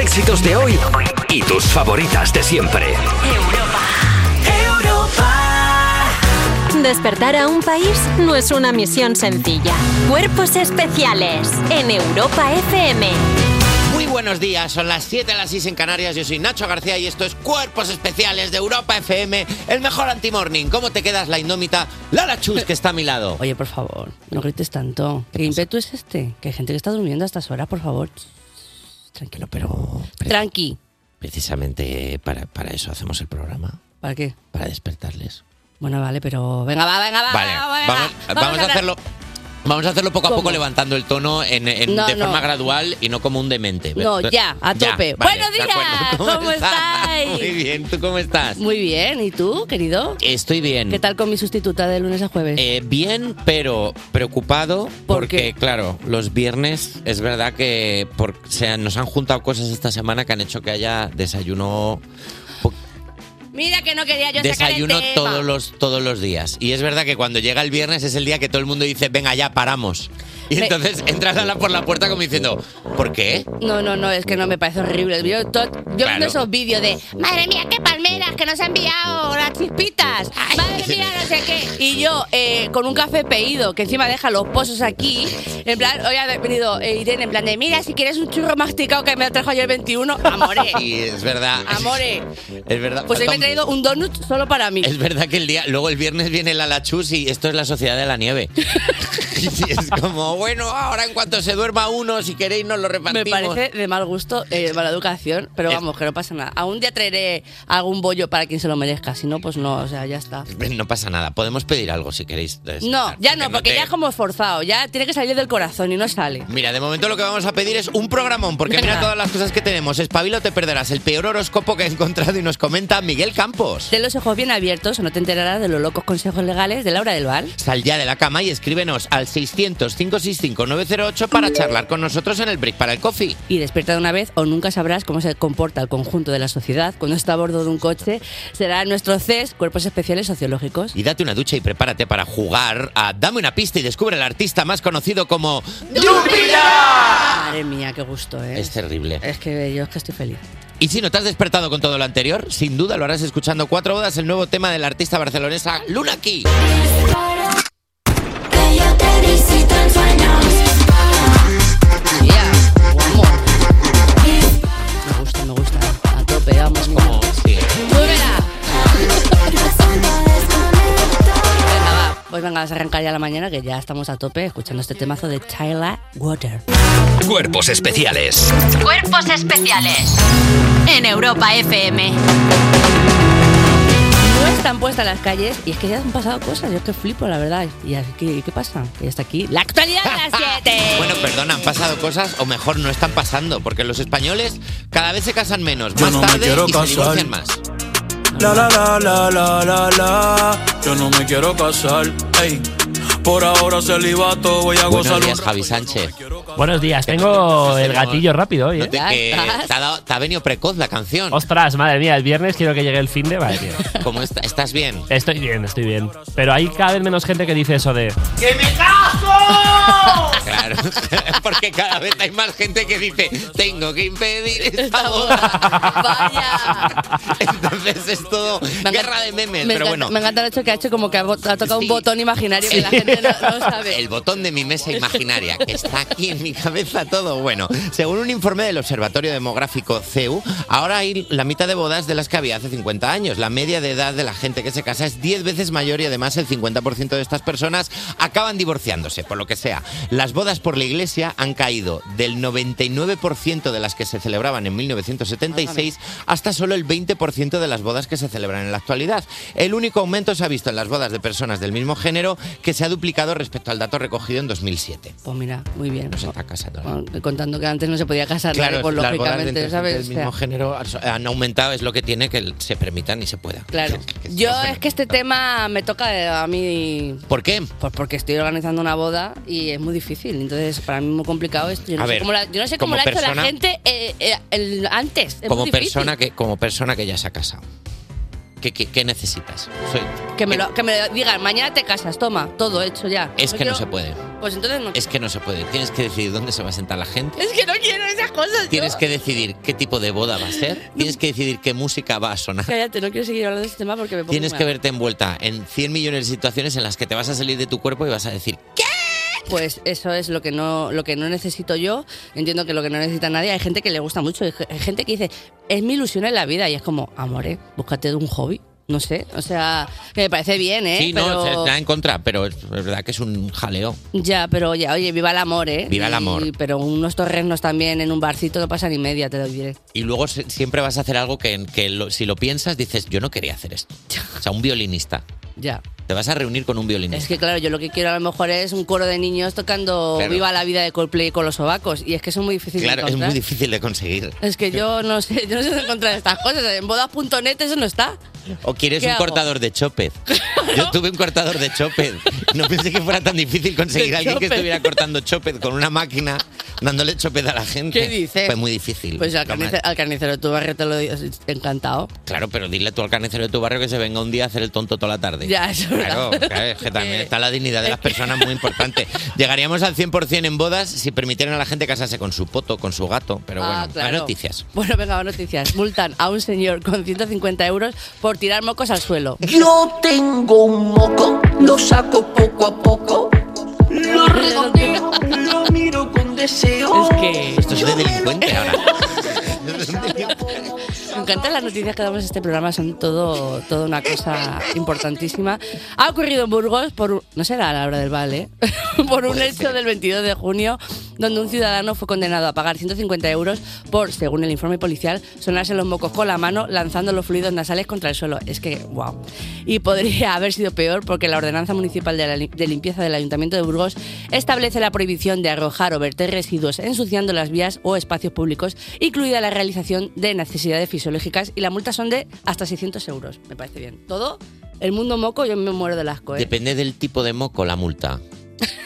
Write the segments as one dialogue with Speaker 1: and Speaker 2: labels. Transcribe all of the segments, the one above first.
Speaker 1: éxitos de hoy y tus favoritas de siempre.
Speaker 2: Despertar a un país no es una misión sencilla. Cuerpos especiales en Europa FM.
Speaker 3: Muy buenos días, son las 7 a las 6 en Canarias. Yo soy Nacho García y esto es Cuerpos Especiales de Europa FM, el mejor anti-morning. ¿Cómo te quedas la indómita Lara Chus que está a mi lado?
Speaker 4: Oye, por favor, no grites tanto. ¿Qué ímpetu es este? Que hay gente que está durmiendo a estas horas, por favor. Tranquilo, pero... Tranqui.
Speaker 3: Precisamente para, para eso hacemos el programa,
Speaker 4: ¿Para qué?
Speaker 3: para despertarles.
Speaker 4: Bueno, vale, pero... Venga, va, venga, va.
Speaker 3: Vale,
Speaker 4: va, venga,
Speaker 3: vamos,
Speaker 4: va.
Speaker 3: vamos a
Speaker 4: hablar-
Speaker 3: hacerlo. Vamos a hacerlo poco a
Speaker 4: ¿Cómo?
Speaker 3: poco levantando el tono en, en-
Speaker 4: No,
Speaker 3: de
Speaker 4: no.
Speaker 3: forma gradual y no como un demente.
Speaker 4: No, ya, a
Speaker 3: Ya,
Speaker 4: tope.
Speaker 3: vale,
Speaker 4: Buenos
Speaker 3: de acuerdo.
Speaker 4: días, ¿cómo estáis?
Speaker 3: Muy bien, ¿tú cómo estás?
Speaker 4: Muy bien, ¿y tú, querido?
Speaker 3: Estoy bien.
Speaker 4: ¿Qué tal con mi sustituta de lunes a jueves?
Speaker 3: Eh, bien, pero preocupado porque, claro, los viernes es verdad que por- se han- nos han juntado cosas esta semana que han hecho que haya desayuno
Speaker 4: Mira que no quería yo sacar el
Speaker 3: desayuno
Speaker 4: tema.
Speaker 3: todos los todos los días. Y es verdad que cuando llega el viernes es el día que todo el mundo dice, "Venga ya, paramos." Y
Speaker 4: Me-
Speaker 3: entonces entras a la- por la puerta como diciendo, "¿Por qué?"
Speaker 4: No, no, no, es que no me parece horrible. Yo, to- yo
Speaker 3: Claro.
Speaker 4: viendo esos vídeos de Madre mía, qué palmeras que nos ha enviado las chispitas. Madre mía, no sé qué. Y yo, eh, con un café pedido, que encima deja los pozos aquí, en plan, hoy ha venido eh, Irene, en plan de mira, si quieres un churro masticado que me trajo ayer 21, amore.
Speaker 3: Y es verdad.
Speaker 4: Amore.
Speaker 3: Es verdad.
Speaker 4: Pues hoy
Speaker 3: falta
Speaker 4: me he
Speaker 3: un-
Speaker 4: traído un donut solo para mí.
Speaker 3: Es verdad que el día, luego el viernes viene la lachus y esto es la sociedad de la nieve. Y sí, es como, bueno, ahora en cuanto se duerma uno, si queréis nos lo
Speaker 4: Me
Speaker 3: repartimos.
Speaker 4: parece de mal gusto, eh, mala educación, pero vamos, que no pasa nada. Algún día traeré algún bollo para quien se lo merezca, si no, pues no, o sea, ya está.
Speaker 3: No pasa nada, podemos pedir algo si queréis.
Speaker 4: No, ya no,
Speaker 3: Pues Que
Speaker 4: porque
Speaker 3: te-
Speaker 4: ya es como esforzado, ya tiene que salir del corazón y no sale.
Speaker 3: Mira, de momento lo que vamos a pedir es un programón, porque mira
Speaker 4: Venga.
Speaker 3: todas las cosas que tenemos. Espabilo te perderás, el peor horóscopo que he encontrado y nos comenta Miguel Campos.
Speaker 4: Ten los ojos bien abiertos o no te enterarás de los locos consejos legales de Laura del Val.
Speaker 3: Sal ya de la cama y escríbenos al 600-565-908 para charlar con nosotros en el break para el coffee.
Speaker 4: Y despierta de una vez o nunca sabrás cómo se comporta el conjunto de la sociedad cuando está a bordo de un coche. Será nuestro CES, Cuerpos Especiales Sociológicos.
Speaker 3: Y date una ducha y prepárate para jugar a Dame una pista y descubre al artista más conocido como...
Speaker 4: Madre mía, qué gusto, ¿eh?
Speaker 3: Es terrible.
Speaker 4: Es que yo es que estoy feliz.
Speaker 3: Y si no te has despertado con todo lo anterior, sin duda lo harás escuchando Cuatro Bodas, el nuevo tema de la artista barcelonesa Lunaki.
Speaker 4: Ya. Me gusta, me gusta. A tope, vamos.
Speaker 3: Como... sí.
Speaker 4: ¡Muévela! Venga, va. Pues venga, vamos a arrancar ya la mañana que ya estamos a tope escuchando este temazo de Tyler Water.
Speaker 1: Cuerpos especiales
Speaker 2: Cuerpos especiales en Europa FM.
Speaker 4: No están puestas las calles y es que ya han pasado cosas, yo es que flipo, la verdad. ¿Y así que, qué pasa? Que ya está aquí la actualidad de las 7.
Speaker 3: Bueno, perdón, han pasado cosas, o mejor, no están pasando, porque los españoles cada vez se casan menos,
Speaker 5: Yo
Speaker 3: más
Speaker 5: no me
Speaker 3: tarde
Speaker 5: quiero
Speaker 3: y se
Speaker 5: casar.
Speaker 3: divorcian más.
Speaker 5: La la la la la la la. Yo no me quiero casar, ey. Por ahora celibato, voy a
Speaker 3: Buenos
Speaker 5: gozar un
Speaker 3: días,
Speaker 5: rato.
Speaker 3: Javi
Speaker 4: Pues
Speaker 3: Sánchez.
Speaker 6: Buenos días, tengo el gatillo rápido hoy.
Speaker 3: No
Speaker 6: ¿eh?
Speaker 3: te,
Speaker 4: Ya
Speaker 3: que
Speaker 4: estás.
Speaker 3: te, ha dado- te ha venido precoz la canción.
Speaker 6: Ostras, madre mía, el viernes quiero que llegue el fin de vale, tío.
Speaker 3: ¿Cómo está- estás bien?
Speaker 6: Estoy bien, estoy bien. Pero hay cada vez menos gente que dice eso de.
Speaker 3: Claro, porque cada vez hay más gente que dice, tengo que impedir esta boda.
Speaker 4: Vaya.
Speaker 3: Entonces es todo
Speaker 4: Me encanta-
Speaker 3: guerra de memes,
Speaker 4: me
Speaker 3: pero
Speaker 4: encanta-
Speaker 3: bueno.
Speaker 4: Me encanta el hecho que ha hecho como que ha, bot- ha tocado
Speaker 3: Sí.
Speaker 4: un botón imaginario que la gente no, no sabe.
Speaker 3: El botón de mi mesa imaginaria, que está aquí en mi cabeza todo bueno. Según un informe del Observatorio Demográfico CEU, ahora hay la mitad de bodas de las que había hace 50 años. La media de edad de la gente que se casa es 10 veces mayor y además el 50% de estas personas acaban divorciándose, por lo que sea. Las bodas por la iglesia han caído del 99% de las que se celebraban en 1976 hasta solo el 20% de las bodas que se celebran en la actualidad. El único aumento se ha visto en las bodas de personas del mismo género que se ha duplicado respecto al dato recogido en 2007.
Speaker 4: Pues mira, muy bien.
Speaker 3: No se está casando.
Speaker 4: Bueno, Contando que antes no se podía casar nadie, pues
Speaker 3: las bodas de
Speaker 4: lógicamente,
Speaker 3: entre
Speaker 4: ¿sabes?
Speaker 3: gente del
Speaker 4: O sea,
Speaker 3: mismo género han aumentado, es lo que tiene que se permitan y se pueda.
Speaker 4: Claro. Yo es que este tema me toca eh, a mí
Speaker 3: ¿Por qué?
Speaker 4: Pues porque estoy organizando una boda y es muy difícil. Entonces, para mí es muy complicado esto. Yo no
Speaker 3: A
Speaker 4: sé
Speaker 3: ver,
Speaker 4: cómo, la, yo no sé
Speaker 3: como
Speaker 4: cómo lo ha hecho
Speaker 3: persona-
Speaker 4: la gente eh, eh, el- antes. Es
Speaker 3: Como
Speaker 4: muy difícil.
Speaker 3: persona, que, como persona que ya se ha casado. ¿Qué, qué- qué necesitas? Soy-
Speaker 4: Que me, lo, que me lo digan, mañana te casas, toma, todo hecho ya.
Speaker 3: es que no
Speaker 4: quiero-
Speaker 3: se puede.
Speaker 4: Pues entonces no.
Speaker 3: Es que no se puede. Tienes que decidir dónde se va a sentar la gente.
Speaker 4: Es que no quiero esas cosas. yo.
Speaker 3: Tienes que decidir qué tipo de boda va a ser. Tienes que decidir qué música va a sonar.
Speaker 4: Cállate, no quiero seguir hablando de este tema porque me pongo
Speaker 3: Tienes
Speaker 4: muy
Speaker 3: que
Speaker 4: mal.
Speaker 3: verte envuelta en 100 millones de situaciones en las que te vas a salir de tu cuerpo y vas a decir,
Speaker 4: Pues eso es lo que no lo que no necesito yo. Entiendo que lo que no necesita nadie. Hay gente que le gusta mucho. Hay ge- hay gente que dice, es mi ilusión en la vida. Y es como, amore, búscate de un hobby. No sé. O sea, que me parece bien, ¿eh?
Speaker 3: sí,
Speaker 4: pero,
Speaker 3: no, se- nada en contra, pero es es verdad que es un jaleo.
Speaker 4: Ya, pero ya, oye, viva el amor, ¿eh?
Speaker 3: Viva el
Speaker 4: Y-
Speaker 3: amor.
Speaker 4: pero unos torrenos también en un barcito no pasa ni media, te lo diré.
Speaker 3: Y luego se- siempre vas a hacer algo que, que lo- si lo piensas dices, yo no quería hacer esto. O sea, un violinista.
Speaker 4: Ya.
Speaker 3: Te vas a reunir con un violinista.
Speaker 4: Es que claro, yo lo que quiero a lo mejor es un coro de niños tocando
Speaker 3: Claro.
Speaker 4: Viva la vida de Coldplay con los sobacos. Y es que eso es muy difícil de
Speaker 3: claro, es
Speaker 4: encontrar.
Speaker 3: muy difícil de conseguir.
Speaker 4: Es que yo no sé, yo no sé dónde encontrar estas cosas. En bodas.net eso no está.
Speaker 3: O quieres
Speaker 4: ¿Qué
Speaker 3: un
Speaker 4: hago?
Speaker 3: cortador de choped. Yo tuve un cortador de choped. No pensé que fuera tan difícil conseguir
Speaker 4: De
Speaker 3: a alguien que
Speaker 4: choped.
Speaker 3: estuviera cortando choped con una máquina, dándole choped a la gente.
Speaker 4: ¿Qué dices?
Speaker 3: Fue muy difícil.
Speaker 4: Pues al
Speaker 3: Lo más-
Speaker 4: carnicero, al carnicero de tu barrio te lo digo, encantado.
Speaker 3: Claro, pero dile tú al carnicero de tu barrio que se venga un día a hacer el tonto toda la tarde.
Speaker 4: Ya, eso es
Speaker 3: claro,
Speaker 4: verdad.
Speaker 3: claro, es que también está la dignidad de las personas muy importante. Llegaríamos al 100% en bodas si permitieran a la gente casarse con su poto, con su gato, pero bueno,
Speaker 4: Ah, claro.
Speaker 3: hay noticias.
Speaker 4: Bueno, venga, más noticias. Multan a un señor con 150 euros por tirar mocos al suelo.
Speaker 7: Yo tengo un moco, lo saco poco a poco, lo regodeo, lo miro con deseo.
Speaker 4: Es que
Speaker 3: Esto es de delincuente ahora.
Speaker 4: me encantan las noticias que damos en este programa, son todo, todo una cosa importantísima. Ha ocurrido en Burgos, por un- no será a la hora del vale, por un hecho del 22 de junio, donde un ciudadano fue condenado a pagar 150 euros por, según el informe policial, sonarse los mocos con la mano lanzando los fluidos nasales contra el suelo. Es que, wow. Y podría haber sido peor porque la ordenanza municipal de, la li- de limpieza del Ayuntamiento de Burgos establece la prohibición de arrojar o verter residuos ensuciando las vías o espacios públicos, incluida la realización de necesidades fisiológicas y la multa son de hasta 600 euros. Me parece bien. Todo el mundo moco, yo me muero del asco, ¿eh?
Speaker 3: Depende del tipo de moco la multa.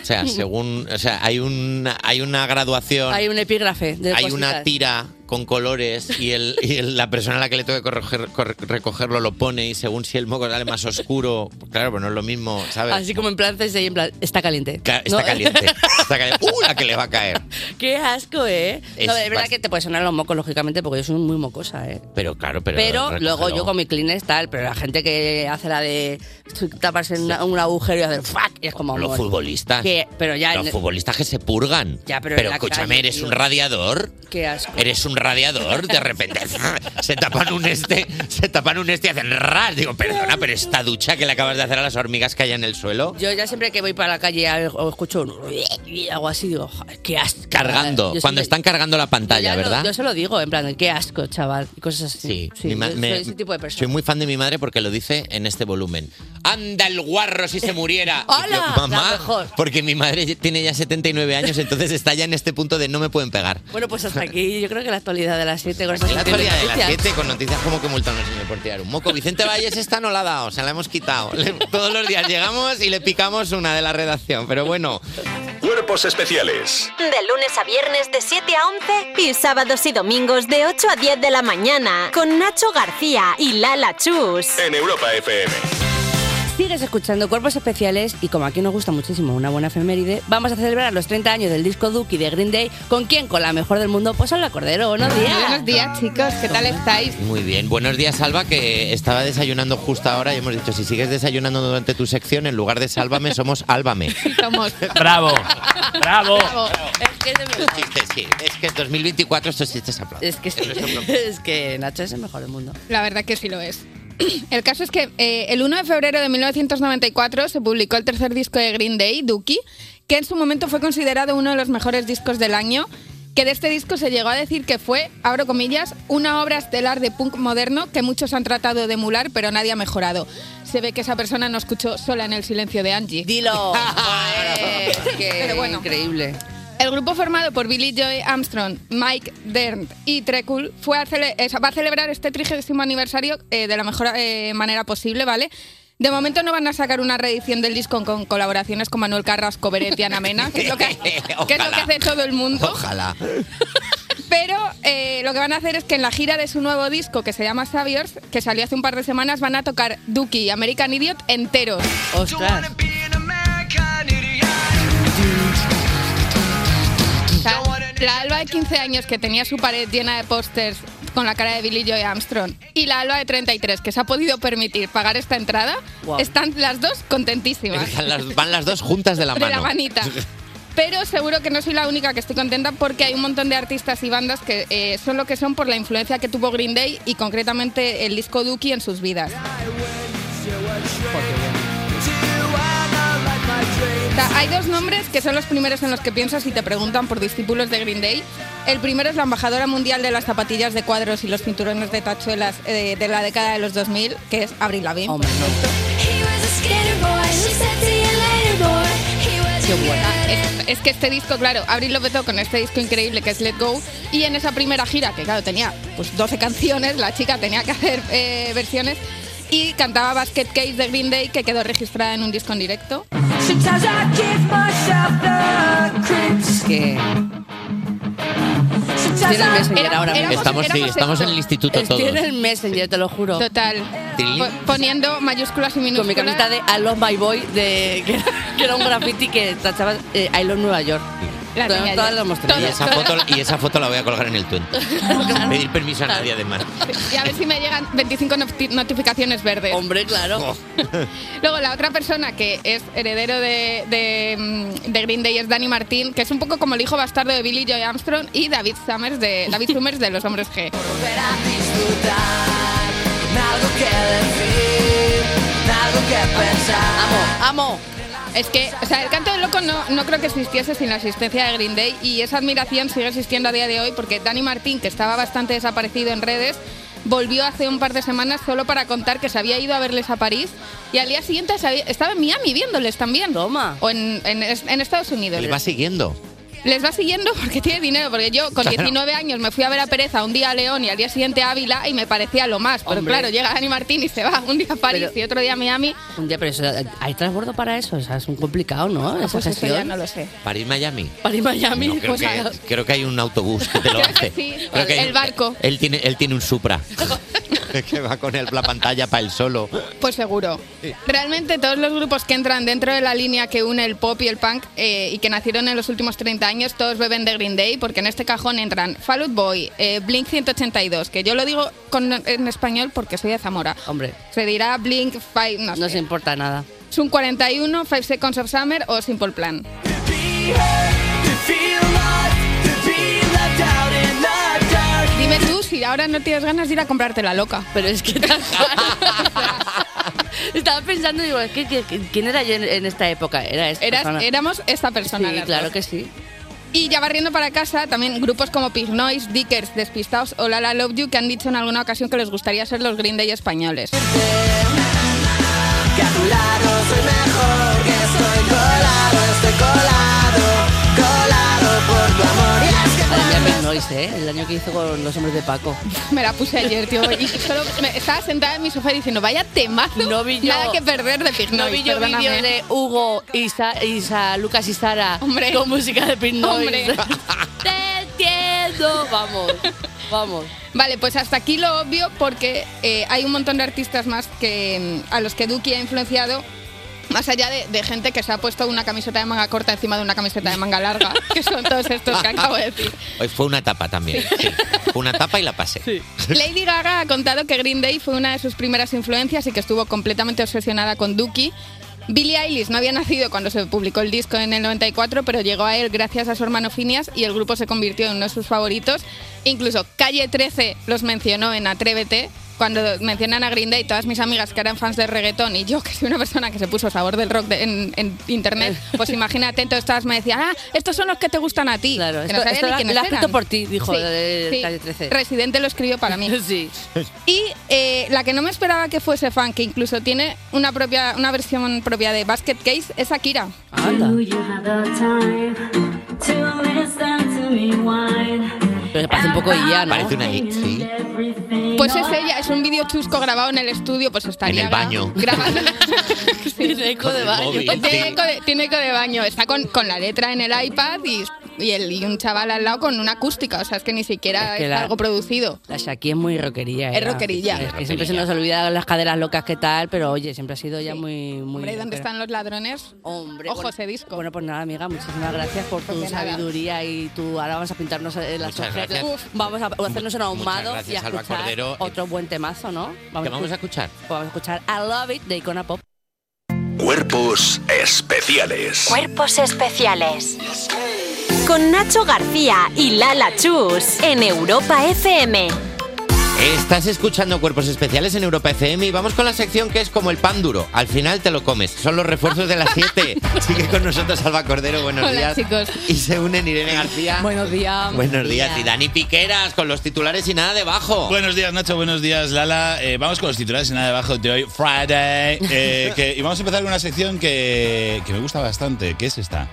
Speaker 3: O sea, según, o sea, hay una hay una graduación, hay,
Speaker 4: Hay un epígrafe de
Speaker 3: una
Speaker 4: cositas.
Speaker 3: tira con colores y, el, y el- la persona a la que le toque corroger- cor- recogerlo lo pone y según si el moco sale más oscuro, claro, pues no es lo mismo, ¿sabes?
Speaker 4: Así como en plan CSI, en plan, está caliente.
Speaker 3: Ca- Está
Speaker 4: No.
Speaker 3: caliente. Está caliente. ¡Uh, la que le va a caer!
Speaker 4: Qué asco, ¿eh?
Speaker 3: Es
Speaker 4: no, es verdad
Speaker 3: bast-
Speaker 4: que te puede sonar los mocos, lógicamente, porque yo soy muy mocosa, ¿eh?
Speaker 3: Pero claro, pero.
Speaker 4: Pero luego
Speaker 3: recógelo.
Speaker 4: yo con mi Kleenex tal, pero la gente que hace la de taparse en una- un agujero y hacer fuck, y es como
Speaker 3: Los
Speaker 4: amor.
Speaker 3: futbolistas.
Speaker 4: Que- pero ya,
Speaker 3: Los
Speaker 4: en-
Speaker 3: futbolistas que se purgan.
Speaker 4: Ya, pero en la
Speaker 3: escúchame,
Speaker 4: calle,
Speaker 3: eres
Speaker 4: tío.
Speaker 3: un radiador.
Speaker 4: qué asco.
Speaker 3: Eres un radiador, de repente ¡ah! se tapan un este, se tapan un este y hacen ras. Digo, perdona, pero esta ducha que le acabas de hacer a las hormigas que hay en el suelo.
Speaker 4: Yo ya siempre que voy para la calle al- o escucho un y hago así, digo, "Joder, qué asco.
Speaker 3: Cargando,
Speaker 4: Ah, Yo
Speaker 3: cuando
Speaker 4: siempre-
Speaker 3: están cargando la pantalla,
Speaker 4: ya lo-
Speaker 3: ¿verdad?
Speaker 4: yo se lo digo, en plan, qué asco, chaval, y cosas así.
Speaker 3: Sí,
Speaker 4: sí
Speaker 3: mi ma-
Speaker 4: yo
Speaker 3: me-
Speaker 4: soy ese tipo de persona.
Speaker 3: soy muy fan de mi madre porque lo dice en este volumen. ¡Anda el guarro si se muriera!
Speaker 4: ¡Hala!
Speaker 3: Y yo, Mamá,
Speaker 4: La mejor.
Speaker 3: porque mi madre tiene ya 79 años, entonces está ya en este punto de no me pueden pegar.
Speaker 4: Bueno, pues hasta aquí, yo creo que la actualidad de las 7 con
Speaker 8: Pues
Speaker 4: estas
Speaker 3: La actualidad de las
Speaker 4: noticias.
Speaker 3: 7 con noticias como que multan al señor por tirar un moco. Vicente Valles esta no la ha dado, se la hemos quitado. Le- todos los días llegamos y le picamos una de la redacción. Pero bueno,
Speaker 9: Cuerpos especiales
Speaker 2: De lunes a viernes de 7 a 11 y sábados y domingos de 8 a 10 de la mañana con Nacho García y Lala Chus.
Speaker 9: en Europa FM.
Speaker 4: Sigues escuchando Cuerpos Especiales y como aquí nos gusta muchísimo una buena efeméride, vamos a celebrar los 30 años del disco Duki de Green Day. ¿Con quién? Con la mejor del mundo, pues Olga Cordero. Buenos días.
Speaker 8: Buenos días, chicos. ¿Qué tal estáis?
Speaker 3: muy bien. Buenos días, Salva, que estaba desayunando justo ahora y hemos dicho, si sigues desayunando durante tu sección, en lugar de Sálvame, somos Álvame.
Speaker 8: Somos.
Speaker 10: ¡Bravo! ¡Bravo!
Speaker 8: Bravo.
Speaker 4: Es que es el mejor.
Speaker 3: Sí, sí, es que en 2024 estos chistes aplauden.
Speaker 4: Es que, sí, es que Nacho es el mejor del mundo.
Speaker 8: La verdad que sí lo es. El caso es que eh, el 1 de febrero de 1994 se publicó el tercer disco de Green Day, Dookie, que en su momento fue considerado uno de los mejores discos del año, que de este disco se llegó a decir que fue, abro comillas, una obra estelar de punk moderno que muchos han tratado de emular, pero nadie ha mejorado. Se ve que esa persona no escuchó sola en el silencio de Angie.
Speaker 4: Dilo. es que
Speaker 8: Pero bueno.
Speaker 4: increíble.
Speaker 8: El grupo formado por Billy Joy Armstrong, Mike Dern y Trekul fue a cele- eh, va a celebrar este trigésimo aniversario eh, de la mejor eh, manera posible, ¿vale? De momento no van a sacar una reedición del disco con colaboraciones con
Speaker 4: este
Speaker 8: Manuel Carrasco, Beret y Ana Mena, que es lo que, que es lo que
Speaker 3: Ojalá.
Speaker 8: hace todo el mundo.
Speaker 3: Ojalá.
Speaker 8: Pero eh, lo que van a hacer es que en la gira de su nuevo disco, que se llama Saviors, que salió hace un par de semanas, van a tocar Dookie y American Idiot enteros.
Speaker 4: Ostras.
Speaker 8: O sea, la Alba de 15 años que tenía su pared llena de pósters con la cara de Billy Joy Armstrong y la Alba de 33 que se ha podido permitir pagar esta entrada,
Speaker 3: Guau.
Speaker 8: están las dos contentísimas.
Speaker 3: Van las, van las dos juntas de la mano.
Speaker 8: De la manita. Pero seguro que no soy la única que estoy contenta porque hay un montón de artistas y bandas que eh, son lo que son por la influencia que tuvo Green Day y concretamente el disco Dookie en sus vidas. O sea, hay dos nombres que son los primeros en los que piensas si te preguntan por discípulos de Green Day. El primero es la embajadora mundial de las zapatillas de cuadros y los cinturones de tachuelas eh, de la década de los 2000, que es Avril Lavigne. Es, es que este disco, claro, Abril lo petó con este disco increíble que es Let Go. Y en esa primera gira, que claro, tenía pues 12 canciones, la chica tenía que hacer eh, versiones. Y cantaba Basket Case de Green Day, que quedó registrada en un disco en directo.
Speaker 4: Es que. Estoy en el Messenger
Speaker 8: Era-
Speaker 4: ahora mismo.
Speaker 3: Estamos, sí, estamos en el instituto
Speaker 11: Estoy
Speaker 3: todos.
Speaker 11: en el Messenger, te lo juro.
Speaker 8: Total.
Speaker 3: Tilín.
Speaker 8: Po- Poniendo mayúsculas y minúsculas.
Speaker 11: Con mi camiseta de I Love My Boy, de, que, era, que era un graffiti que tachaba eh, I Love Nueva York.
Speaker 8: La
Speaker 11: Todas-
Speaker 8: tenía
Speaker 11: todas
Speaker 8: yo.
Speaker 11: lo hemos
Speaker 3: Y
Speaker 11: tenido.
Speaker 3: esa, foto, y esa foto la voy a colgar en el Twenty. Pedir permiso a nadie, además.
Speaker 8: Y a ver si me llegan 25 noti- notificaciones verdes.
Speaker 11: Hombre,
Speaker 3: Oh,
Speaker 11: claro.
Speaker 8: Luego la otra persona que es heredero de, de, mm, de Green Day es Danny Martín, que es un poco como el hijo bastardo de Billy Joy Armstrong y David Summers de David Summers de Los Hombres G.
Speaker 11: Amo, amo.
Speaker 8: Es que, o sea, el canto del loco no, no creo que existiese sin la existencia de Green Day y esa admiración sigue existiendo a día de hoy porque Danny Martín, que estaba bastante desaparecido en redes, volvió hace un par de semanas solo para contar que se había ido a verles a París y al día siguiente se había- estaba en Miami viéndoles también.
Speaker 11: Toma.
Speaker 8: O en, en- en Estados Unidos.
Speaker 3: Le va siguiendo.
Speaker 8: Les va siguiendo porque tiene dinero, porque yo con
Speaker 3: Claro.
Speaker 8: 19 años me fui a ver a Pereza un día a León y al día siguiente a Ávila y me parecía lo más. Pero
Speaker 11: Hombre.
Speaker 8: claro, llega Dani Martín y se va un día a París
Speaker 11: Pero-
Speaker 8: y otro día a Miami.
Speaker 11: Un día, pero eso, hay transbordo para eso, o sea, es un complicado, ¿no? Esa
Speaker 8: Pues eso
Speaker 11: gestión.
Speaker 8: ya no lo sé.
Speaker 3: París-Miami.
Speaker 11: Para ir a Miami,
Speaker 3: No, creo,
Speaker 11: pues, a-
Speaker 3: que, creo que hay un autobús que te lo
Speaker 8: Creo que
Speaker 3: hace.
Speaker 8: sí.
Speaker 3: Creo que-
Speaker 8: El barco.
Speaker 3: Él tiene, él tiene un Supra. que va con él, la pantalla para él solo.
Speaker 8: Pues seguro. Realmente todos los grupos que entran dentro de la línea que une el pop y el punk eh, y que nacieron en los últimos 30 años, todos beben de Green Day porque en este cajón entran Fall Out Boy, eh, Blink 182, que yo lo digo con- en español porque soy de Zamora.
Speaker 11: Hombre,
Speaker 8: Se dirá Blink 5, no,
Speaker 11: no
Speaker 8: sé.
Speaker 11: se importa nada.
Speaker 8: Sun 41, Five Seconds of Summer o Simple Plan. Dime tú si ahora no tienes ganas de ir a comprarte la loca.
Speaker 11: Pero es que tan Estaba pensando, digo, es que, que- que- ¿quién era yo en, en esta época? Era esta
Speaker 8: Eras-
Speaker 11: persona.
Speaker 8: éramos esta persona.
Speaker 11: Sí,
Speaker 8: las
Speaker 11: claro
Speaker 8: dos.
Speaker 11: que sí.
Speaker 8: Y ya barriendo para casa, también grupos como Pig Noise, Dickers, Despistados o La La Love You que han dicho en alguna ocasión que les gustaría ser los Green Day españoles.
Speaker 11: Madre mía, Pink Noise, ¿eh? El daño que hizo con los hombres de Paco.
Speaker 8: Me la puse ayer, tío, y solo me- estaba sentada en mi sofá diciendo, vaya temazo,
Speaker 11: No vi yo-
Speaker 8: nada que perder de Pig Noise,
Speaker 11: No vi yo
Speaker 8: perdóname".
Speaker 11: vídeos de Hugo, Isa, Isa, Lucas y Sara
Speaker 8: Hombre.
Speaker 11: con música de Pink Noise.
Speaker 8: Hombre.
Speaker 11: Te entiendo. Vamos, vamos.
Speaker 8: Vale, pues hasta aquí lo obvio porque eh, hay un montón de artistas más que mm, a los que Duki ha influenciado. Más allá de, de gente que se ha puesto una camiseta de manga corta encima de una camiseta de manga larga, que son todos estos que acabo de decir.
Speaker 3: Hoy fue una tapa también. sí. Fue una tapa y la pasé.
Speaker 8: Lady Gaga ha contado que Green Day fue una de sus primeras influencias y que estuvo completamente obsesionada con Dookie. Billie Eilish no había nacido cuando se publicó el disco en el 94, pero llegó a él gracias a su hermano Phineas y el grupo se convirtió en uno de sus favoritos. Incluso Calle 13 los mencionó en Atrévete. Cuando mencionan a Green Day, todas mis amigas que eran fans del reggaetón y yo, que soy una persona que se puso sabor del rock de- en, en internet, pues imagínate, entonces todas me decían, ah, estos son los que te gustan a ti.
Speaker 11: Claro,
Speaker 8: que
Speaker 11: esto-
Speaker 8: sabía
Speaker 11: esto
Speaker 8: ni
Speaker 11: lo-
Speaker 8: quiénes
Speaker 11: lo has escrito
Speaker 8: eran.
Speaker 11: por ti, dijo, de Calle 13.
Speaker 8: Residente lo escribió para mí.
Speaker 11: Sí.
Speaker 8: Y eh, la que no me esperaba que fuese fan, que incluso tiene una propia una versión propia de Basket Case, es Akira.
Speaker 11: Anda. Pero parece un poco IA, ¿no?
Speaker 3: Parece una hit, sí.
Speaker 8: Pues es ella, es un vídeo chusco grabado en el estudio, pues estaría
Speaker 3: En el baño.
Speaker 8: grabando.
Speaker 11: Tiene eco de
Speaker 3: Con el
Speaker 11: baño.
Speaker 3: móvil.
Speaker 8: tiene, eco de, tiene eco de baño, está con, con la letra en el iPad y y, el, y un chaval al lado con una acústica, o sea, es que ni siquiera es,
Speaker 4: que la-
Speaker 8: algo producido.
Speaker 4: La Shakira es muy rockerilla.
Speaker 8: Es
Speaker 4: era.
Speaker 8: rockerilla.
Speaker 4: Es que siempre se nos olvida las caderas locas que tal, pero oye, siempre ha sido ya muy... muy
Speaker 8: Hombre, ¿y ¿dónde
Speaker 4: rockera.
Speaker 8: están los ladrones?
Speaker 4: Hombre,
Speaker 8: Ojo,
Speaker 4: bueno,
Speaker 8: ese disco.
Speaker 4: Bueno, pues nada, amiga, muchísimas gracias por tu
Speaker 8: Pues de nada.
Speaker 4: sabiduría y tu... Ahora vamos a pintarnos eh, las
Speaker 3: Muchas
Speaker 4: ojeras.
Speaker 3: gracias.
Speaker 4: Vamos a hacernos un ahumado
Speaker 3: gracias,
Speaker 4: y a
Speaker 3: Alba
Speaker 4: escuchar
Speaker 3: Cordero.
Speaker 4: otro buen temazo, ¿no?
Speaker 3: ¿Qué vamos a escuchar?
Speaker 4: pues vamos a escuchar I Love It de Icona Pop.
Speaker 9: Cuerpos especiales.
Speaker 2: Cuerpos especiales. Con Nacho García y Lala Chus en Europa FM.
Speaker 3: Estás escuchando Cuerpos Especiales en Europa FM y vamos con la sección que es como el pan duro. Al final te lo comes. Son los refuerzos de las 7. Sigue con nosotros Alba Cordero. Buenos
Speaker 8: Hola,
Speaker 3: días.
Speaker 8: chicos.
Speaker 3: Y se unen Irene García.
Speaker 4: Buenos días.
Speaker 3: Buenos días. Y Dani Piqueras con los titulares y nada debajo.
Speaker 12: Buenos días, Nacho. Buenos días, Lala. Eh, vamos con los titulares y nada debajo de hoy, Friday. Eh, que- y vamos a empezar con una sección que, que me gusta bastante, que es esta.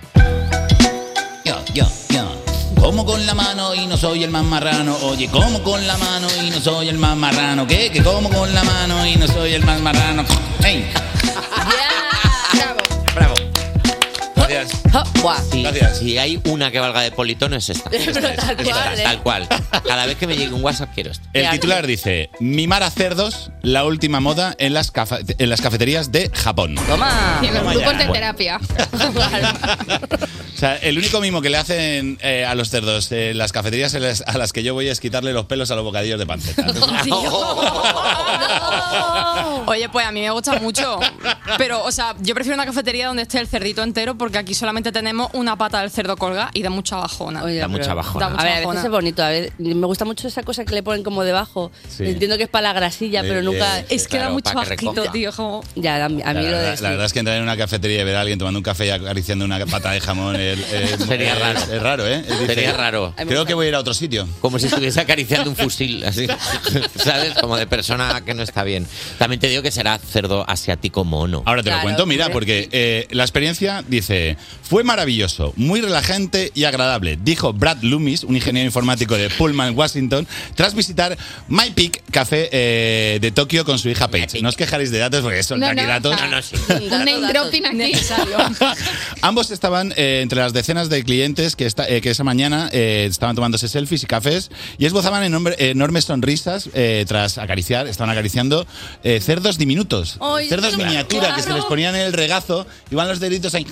Speaker 12: Yo, yo, yo. Como con la mano y no soy el más marrano. Oye, como con la mano y no soy el más marrano. ¿Qué? Que como con la mano y no soy el más marrano. ¡Ey!
Speaker 3: Bravo. Gracias. Si,
Speaker 12: Gracias.
Speaker 3: si hay una que valga de politono es esta.
Speaker 12: Pero
Speaker 3: Esta es,
Speaker 12: tal
Speaker 3: esta
Speaker 12: cual,
Speaker 3: es,
Speaker 12: ¿eh?
Speaker 3: tal cual. Cada vez que me llegue un WhatsApp quiero esto.
Speaker 12: El titular dice: Mimar a cerdos, la última moda en las, cafa- en las cafeterías de Japón.
Speaker 8: Y en los
Speaker 12: Toma ya.
Speaker 8: grupos de
Speaker 12: Bueno.
Speaker 8: terapia.
Speaker 12: O sea, el único mimo que le hacen eh, a los cerdos eh, en las cafeterías en las- a las que yo voy es quitarle los pelos a los bocadillos de panceta.
Speaker 13: Oye, pues a mí me gusta mucho. Pero, o sea, yo prefiero una cafetería donde esté el cerdito entero porque aquí solamente tenemos una pata del cerdo colga y da mucha bajona.
Speaker 4: Oye, pero-
Speaker 13: Da
Speaker 4: A
Speaker 13: mucha
Speaker 4: ver, a
Speaker 13: bajona.
Speaker 4: veces es bonito. A ver, me gusta mucho esa cosa que le ponen como debajo.
Speaker 12: Sí.
Speaker 4: Entiendo que es para la grasilla,
Speaker 12: Sí,
Speaker 4: pero
Speaker 12: sí,
Speaker 4: nunca.
Speaker 12: sí, Es que da claro, mucho para que asquito, recoja. tío,
Speaker 4: Ya, a mí, a mí
Speaker 12: la,
Speaker 4: lo de.
Speaker 12: verdad, la verdad es que entrar en una cafetería y ver a alguien tomando un café y acariciando una pata de jamón es, es-
Speaker 3: Sería
Speaker 12: es-
Speaker 3: raro.
Speaker 12: Es raro, ¿eh? Dice,
Speaker 3: Sería raro.
Speaker 12: Creo que voy a ir a otro sitio.
Speaker 3: Como si estuviese acariciando un fusil, así. ¿Sabes? Como de persona que no está bien. También te digo que será cerdo asiático mono.
Speaker 12: Ahora te lo cuento, mira, porque eh, la experiencia dice, fue maravilloso, muy relajante y agradable, dijo Brad Loomis, un ingeniero informático de Pullman, Washington, tras visitar My Peak Café eh, de Tokio con su hija Paige. No os quejaréis de datos porque son
Speaker 8: No, no,
Speaker 12: aquí datos.
Speaker 8: no, no, Un name dropping aquí.
Speaker 12: Ambos estaban eh, entre las decenas de clientes que, esta- eh, que esa mañana eh, estaban tomándose selfies y cafés y esbozaban enorme- enormes sonrisas eh, tras acariciar, estaban acariciando eh, cerdos diminutos,
Speaker 7: Ay,
Speaker 12: cerdos
Speaker 7: claro.
Speaker 12: miniatura que se les ponían en el regazo, iban los deditos ahí.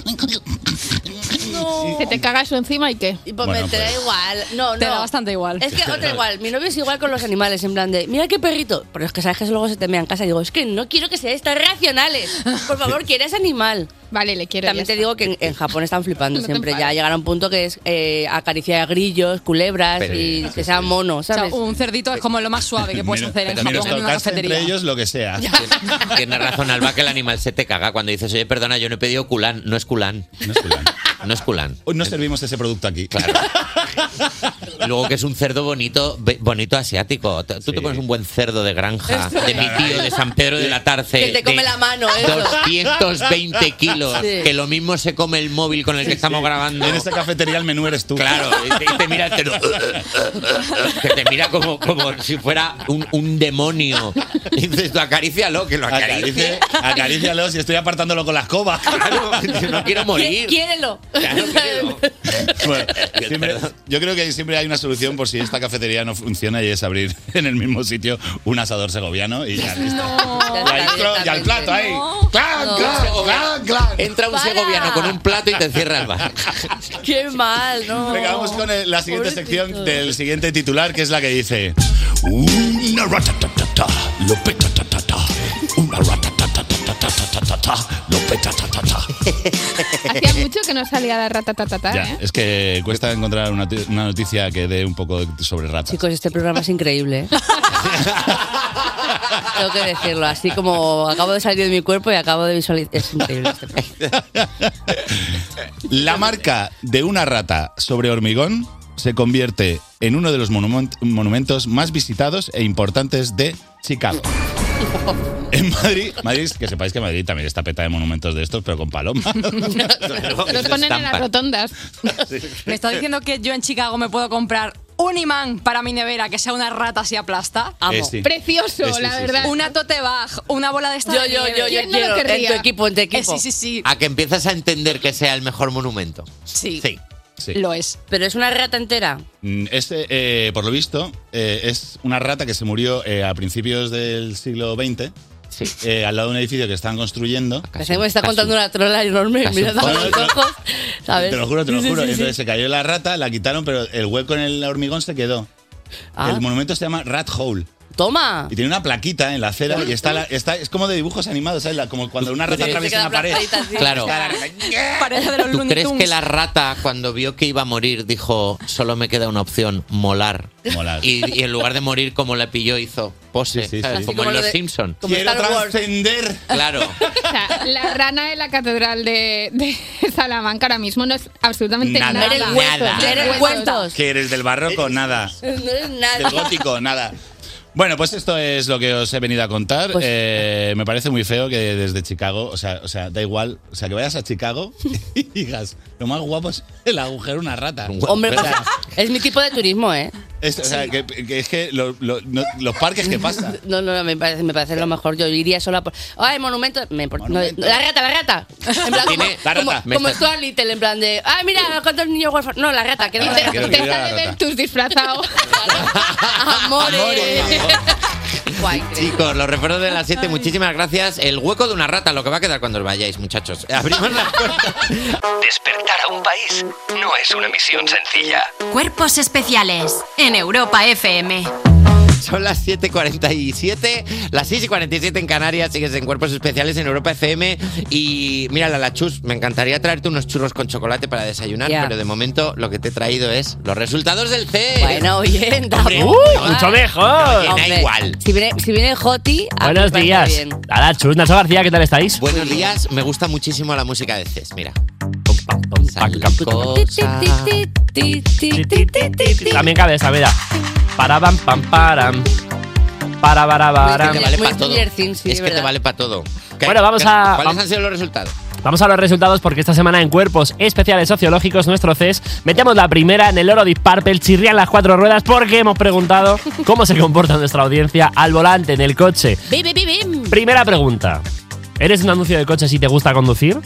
Speaker 8: Que te cagas encima y qué.
Speaker 4: Y pues
Speaker 12: Bueno,
Speaker 4: me te da
Speaker 12: pues.
Speaker 4: igual. No, no.
Speaker 13: Te da bastante igual.
Speaker 4: Es que otra igual. Mi novio es igual con los animales, en plan de, mira qué perrito. Pero es que sabes que eso luego se te mea en casa. Y digo, es que no quiero que seáis tan racionales. Por favor, quieres animal.
Speaker 8: Vale, le quiero.
Speaker 4: También
Speaker 8: ya
Speaker 4: te
Speaker 8: está.
Speaker 4: digo que en, en Japón están flipando
Speaker 8: No te
Speaker 4: siempre. Ya
Speaker 8: enfades.
Speaker 4: llegar a un punto que es eh, acariciar grillos, culebras
Speaker 12: Pero,
Speaker 4: y
Speaker 12: sí,
Speaker 4: que sean monos,
Speaker 13: O sea,
Speaker 4: ¿sabes?
Speaker 13: un cerdito es como lo más suave que puedes
Speaker 12: Menos-
Speaker 13: hacer en
Speaker 12: menos
Speaker 13: Japón en una
Speaker 12: tocarse
Speaker 13: cafetería.
Speaker 12: entre ellos lo que sea.
Speaker 3: Tienes razón, Alba, que el animal se te caga cuando dices, oye, perdona, yo no he pedido culán. No es culán.
Speaker 12: No es culán.
Speaker 3: No es culán.
Speaker 12: No servimos ese producto aquí.
Speaker 3: Claro. Y Luego que es un cerdo bonito, be- bonito asiático. T- Tú te pones un buen cerdo de granja,
Speaker 4: Eso
Speaker 3: de mi
Speaker 4: es.
Speaker 3: tío de San Pedro de la Tarce.
Speaker 4: Que te come
Speaker 3: de
Speaker 4: la mano,
Speaker 13: ¿eh?
Speaker 4: eso.
Speaker 3: 220 kilos,
Speaker 4: Sí.
Speaker 3: que lo mismo se come el móvil con el que estamos grabando.
Speaker 12: En esta cafetería el menú eres tú.
Speaker 3: Claro, y te, y te mira el cerdo, que te mira como, como si fuera un, un demonio. Y dices, tú acarícialo, que lo acaricie.
Speaker 12: Acaricie- acarícialo si estoy apartándolo con la escoba.
Speaker 3: Claro, yo no quiero morir.
Speaker 4: Quiérelo.
Speaker 12: Bueno, siempre- yo creo que siempre hay una solución por si esta cafetería no funciona y es abrir en el mismo sitio un asador segoviano y ya listo. Y, ahí pro- y al plato ahí. ¡Clan, clan, clan, clan!
Speaker 3: Entra un segoviano con un plato y te cierra el bar.
Speaker 4: Qué mal, ¿no?
Speaker 12: Venga, vamos
Speaker 7: Oh,
Speaker 12: con el- la siguiente sección del siguiente titular, que es la que dice... Una ratatatata, lo petatatata, una ratatatatatatatata, lo petatatata.
Speaker 8: Hacía mucho que no salía la ratatatata,
Speaker 12: Ya,
Speaker 8: ¿eh?
Speaker 12: es que cuesta encontrar una, ti- una noticia que dé un poco sobre ratas.
Speaker 4: Chicos, este programa es increíble. ¿eh? Tengo que decirlo, así como acabo de salir de mi cuerpo y acabo de visualizar. Es increíble este programa.
Speaker 12: ¿eh? La marca de una rata sobre hormigón se convierte en uno de los monumen- monumentos más visitados e importantes de Chicago. En Madrid, Madrid, que sepáis que Madrid también está peta de monumentos de estos, pero con palomas.
Speaker 8: Los ponen en las rotondas.
Speaker 13: Me está diciendo que yo en Chicago me puedo comprar un imán para mi nevera que sea una rata así aplasta.
Speaker 12: Amo. Eh, sí.
Speaker 8: Precioso,
Speaker 12: Eh, sí, la sí, sí. verdad.
Speaker 13: Una tote bag, una bola de esta
Speaker 4: Yo,
Speaker 13: de
Speaker 4: yo,
Speaker 13: nieve.
Speaker 4: yo, yo ¿Quién no lo quiero, en querría? tu equipo, en tu
Speaker 13: Eh,
Speaker 12: Ah,
Speaker 4: equipo.
Speaker 13: sí, sí, sí.
Speaker 3: A que empiezas a entender que sea el mejor monumento.
Speaker 13: Sí.
Speaker 3: Sí.
Speaker 12: Sí.
Speaker 13: lo es.
Speaker 4: Pero es una rata entera.
Speaker 12: Mm, Este, eh, por lo visto, eh, es una rata que se murió eh, a principios del siglo XX. eh, al lado de un edificio que estaban construyendo.
Speaker 4: Parece que me está contando una trola enorme.
Speaker 12: Casi.
Speaker 4: Mira,
Speaker 12: Bueno,
Speaker 4: los
Speaker 12: te lo-
Speaker 4: ojos. ¿sabes?
Speaker 12: Te lo juro, te lo
Speaker 4: Sí, sí,
Speaker 12: juro.
Speaker 4: sí, sí.
Speaker 12: Entonces se cayó la rata, la quitaron, pero el hueco en el hormigón se quedó.
Speaker 4: Ah.
Speaker 12: El monumento se llama Rat Hole.
Speaker 4: Toma.
Speaker 12: Y tiene una plaquita en la acera y está, la- está es como de dibujos animados, ¿sabes? La- como cuando una rata
Speaker 3: Sí.
Speaker 12: atraviesa una pared.
Speaker 3: Claro.
Speaker 12: Está la-
Speaker 13: Pareja de los
Speaker 3: ¿Tú
Speaker 13: Looney
Speaker 3: crees que
Speaker 13: Tunes.
Speaker 3: la rata, cuando vio que iba a morir, dijo, solo me queda una opción, molar?
Speaker 12: Molar.
Speaker 3: Y, y en lugar de morir, como la pilló, hizo pose, ¿sabes?
Speaker 12: sí.
Speaker 3: Como, ¿eh?
Speaker 12: Como
Speaker 3: en
Speaker 12: lo
Speaker 3: Los
Speaker 12: de-
Speaker 3: Simpsons.
Speaker 12: como Quiero Star Wars.
Speaker 3: Claro.
Speaker 8: O sea, la rana de la catedral de, de Salamanca ahora mismo no es absolutamente
Speaker 12: Nada.
Speaker 8: nada.
Speaker 12: Eres huesos,
Speaker 8: Nada.
Speaker 12: eres
Speaker 4: huesos.
Speaker 12: ¿Que eres del barroco? Nada.
Speaker 4: No es
Speaker 12: Del
Speaker 4: nada.
Speaker 12: gótico, nada. Bueno, pues esto es lo que os he venido a contar. Eh, me parece muy feo que desde Chicago, o sea, o sea, da igual, o sea, que vayas a Chicago y digas, lo más guapo es el agujero de una rata.
Speaker 4: Hombre,
Speaker 12: O sea,
Speaker 4: Pues, es mi tipo de turismo, ¿eh?
Speaker 12: es, o sea, que, que es que lo- lo- no- los parques que pasan.
Speaker 4: No, no, no, me parece, me parece lo mejor. Yo iría sola por. ¡Ay, monumento! Me por- no, la rata, la rata. En plan, como,
Speaker 12: La rata.
Speaker 4: como,
Speaker 12: Me
Speaker 4: como
Speaker 12: está-
Speaker 4: Stuart Little, en plan de. ¡Ay, mira cuántos niños huérfanos! No, la rata, que no
Speaker 12: Quiero- quiero ir a la rata.
Speaker 8: Tus disfrazados.
Speaker 4: Amores. Guay.
Speaker 3: Chicos, los recuerdos de las 7, muchísimas gracias. El hueco de una rata, lo que va a quedar cuando os vayáis, muchachos. Abrimos la
Speaker 14: Despertar a un país no es una misión sencilla.
Speaker 2: Cuerpos especiales en Europa FM.
Speaker 3: Son las 7.47, las 6.47 en Canarias, sigues en Cuerpos Especiales en Europa FM. Y mira, la Chus, me encantaría traerte unos churros con chocolate para desayunar,
Speaker 4: Ya.
Speaker 3: pero de momento lo que te he traído es los resultados del C.
Speaker 4: Bueno, oye,
Speaker 3: Hombre,
Speaker 4: tampoco.
Speaker 3: no,
Speaker 6: mucho mejor.
Speaker 3: no, oye, da igual.
Speaker 4: Si viene, si viene Joti. a mí
Speaker 6: Buenos
Speaker 4: me parece
Speaker 6: días.
Speaker 4: bien.
Speaker 6: Hola, Chus, Nacho García, ¿qué tal estáis?
Speaker 3: Buenos días, me gusta muchísimo la música de Cés, mira. Sale la cosa.
Speaker 6: También cabe esa, mira. Paraban, pam, param. Para, para, para.
Speaker 3: Te vale para todo. es que te vale para todo. ¿Qué-
Speaker 6: Bueno, vamos
Speaker 3: qué-
Speaker 6: a-
Speaker 3: ¿Cuáles
Speaker 6: vam-
Speaker 3: han sido los resultados?
Speaker 6: Vamos a los resultados porque esta semana en Cuerpos Especiales Sociológicos, nuestro CES, metemos la primera en el oro disparpel, chirrían las cuatro ruedas porque hemos preguntado cómo se comporta nuestra audiencia al volante, en el coche.
Speaker 4: Bim, bim, bim.
Speaker 6: Primera pregunta. ¿Eres un anuncio de coche si te gusta conducir?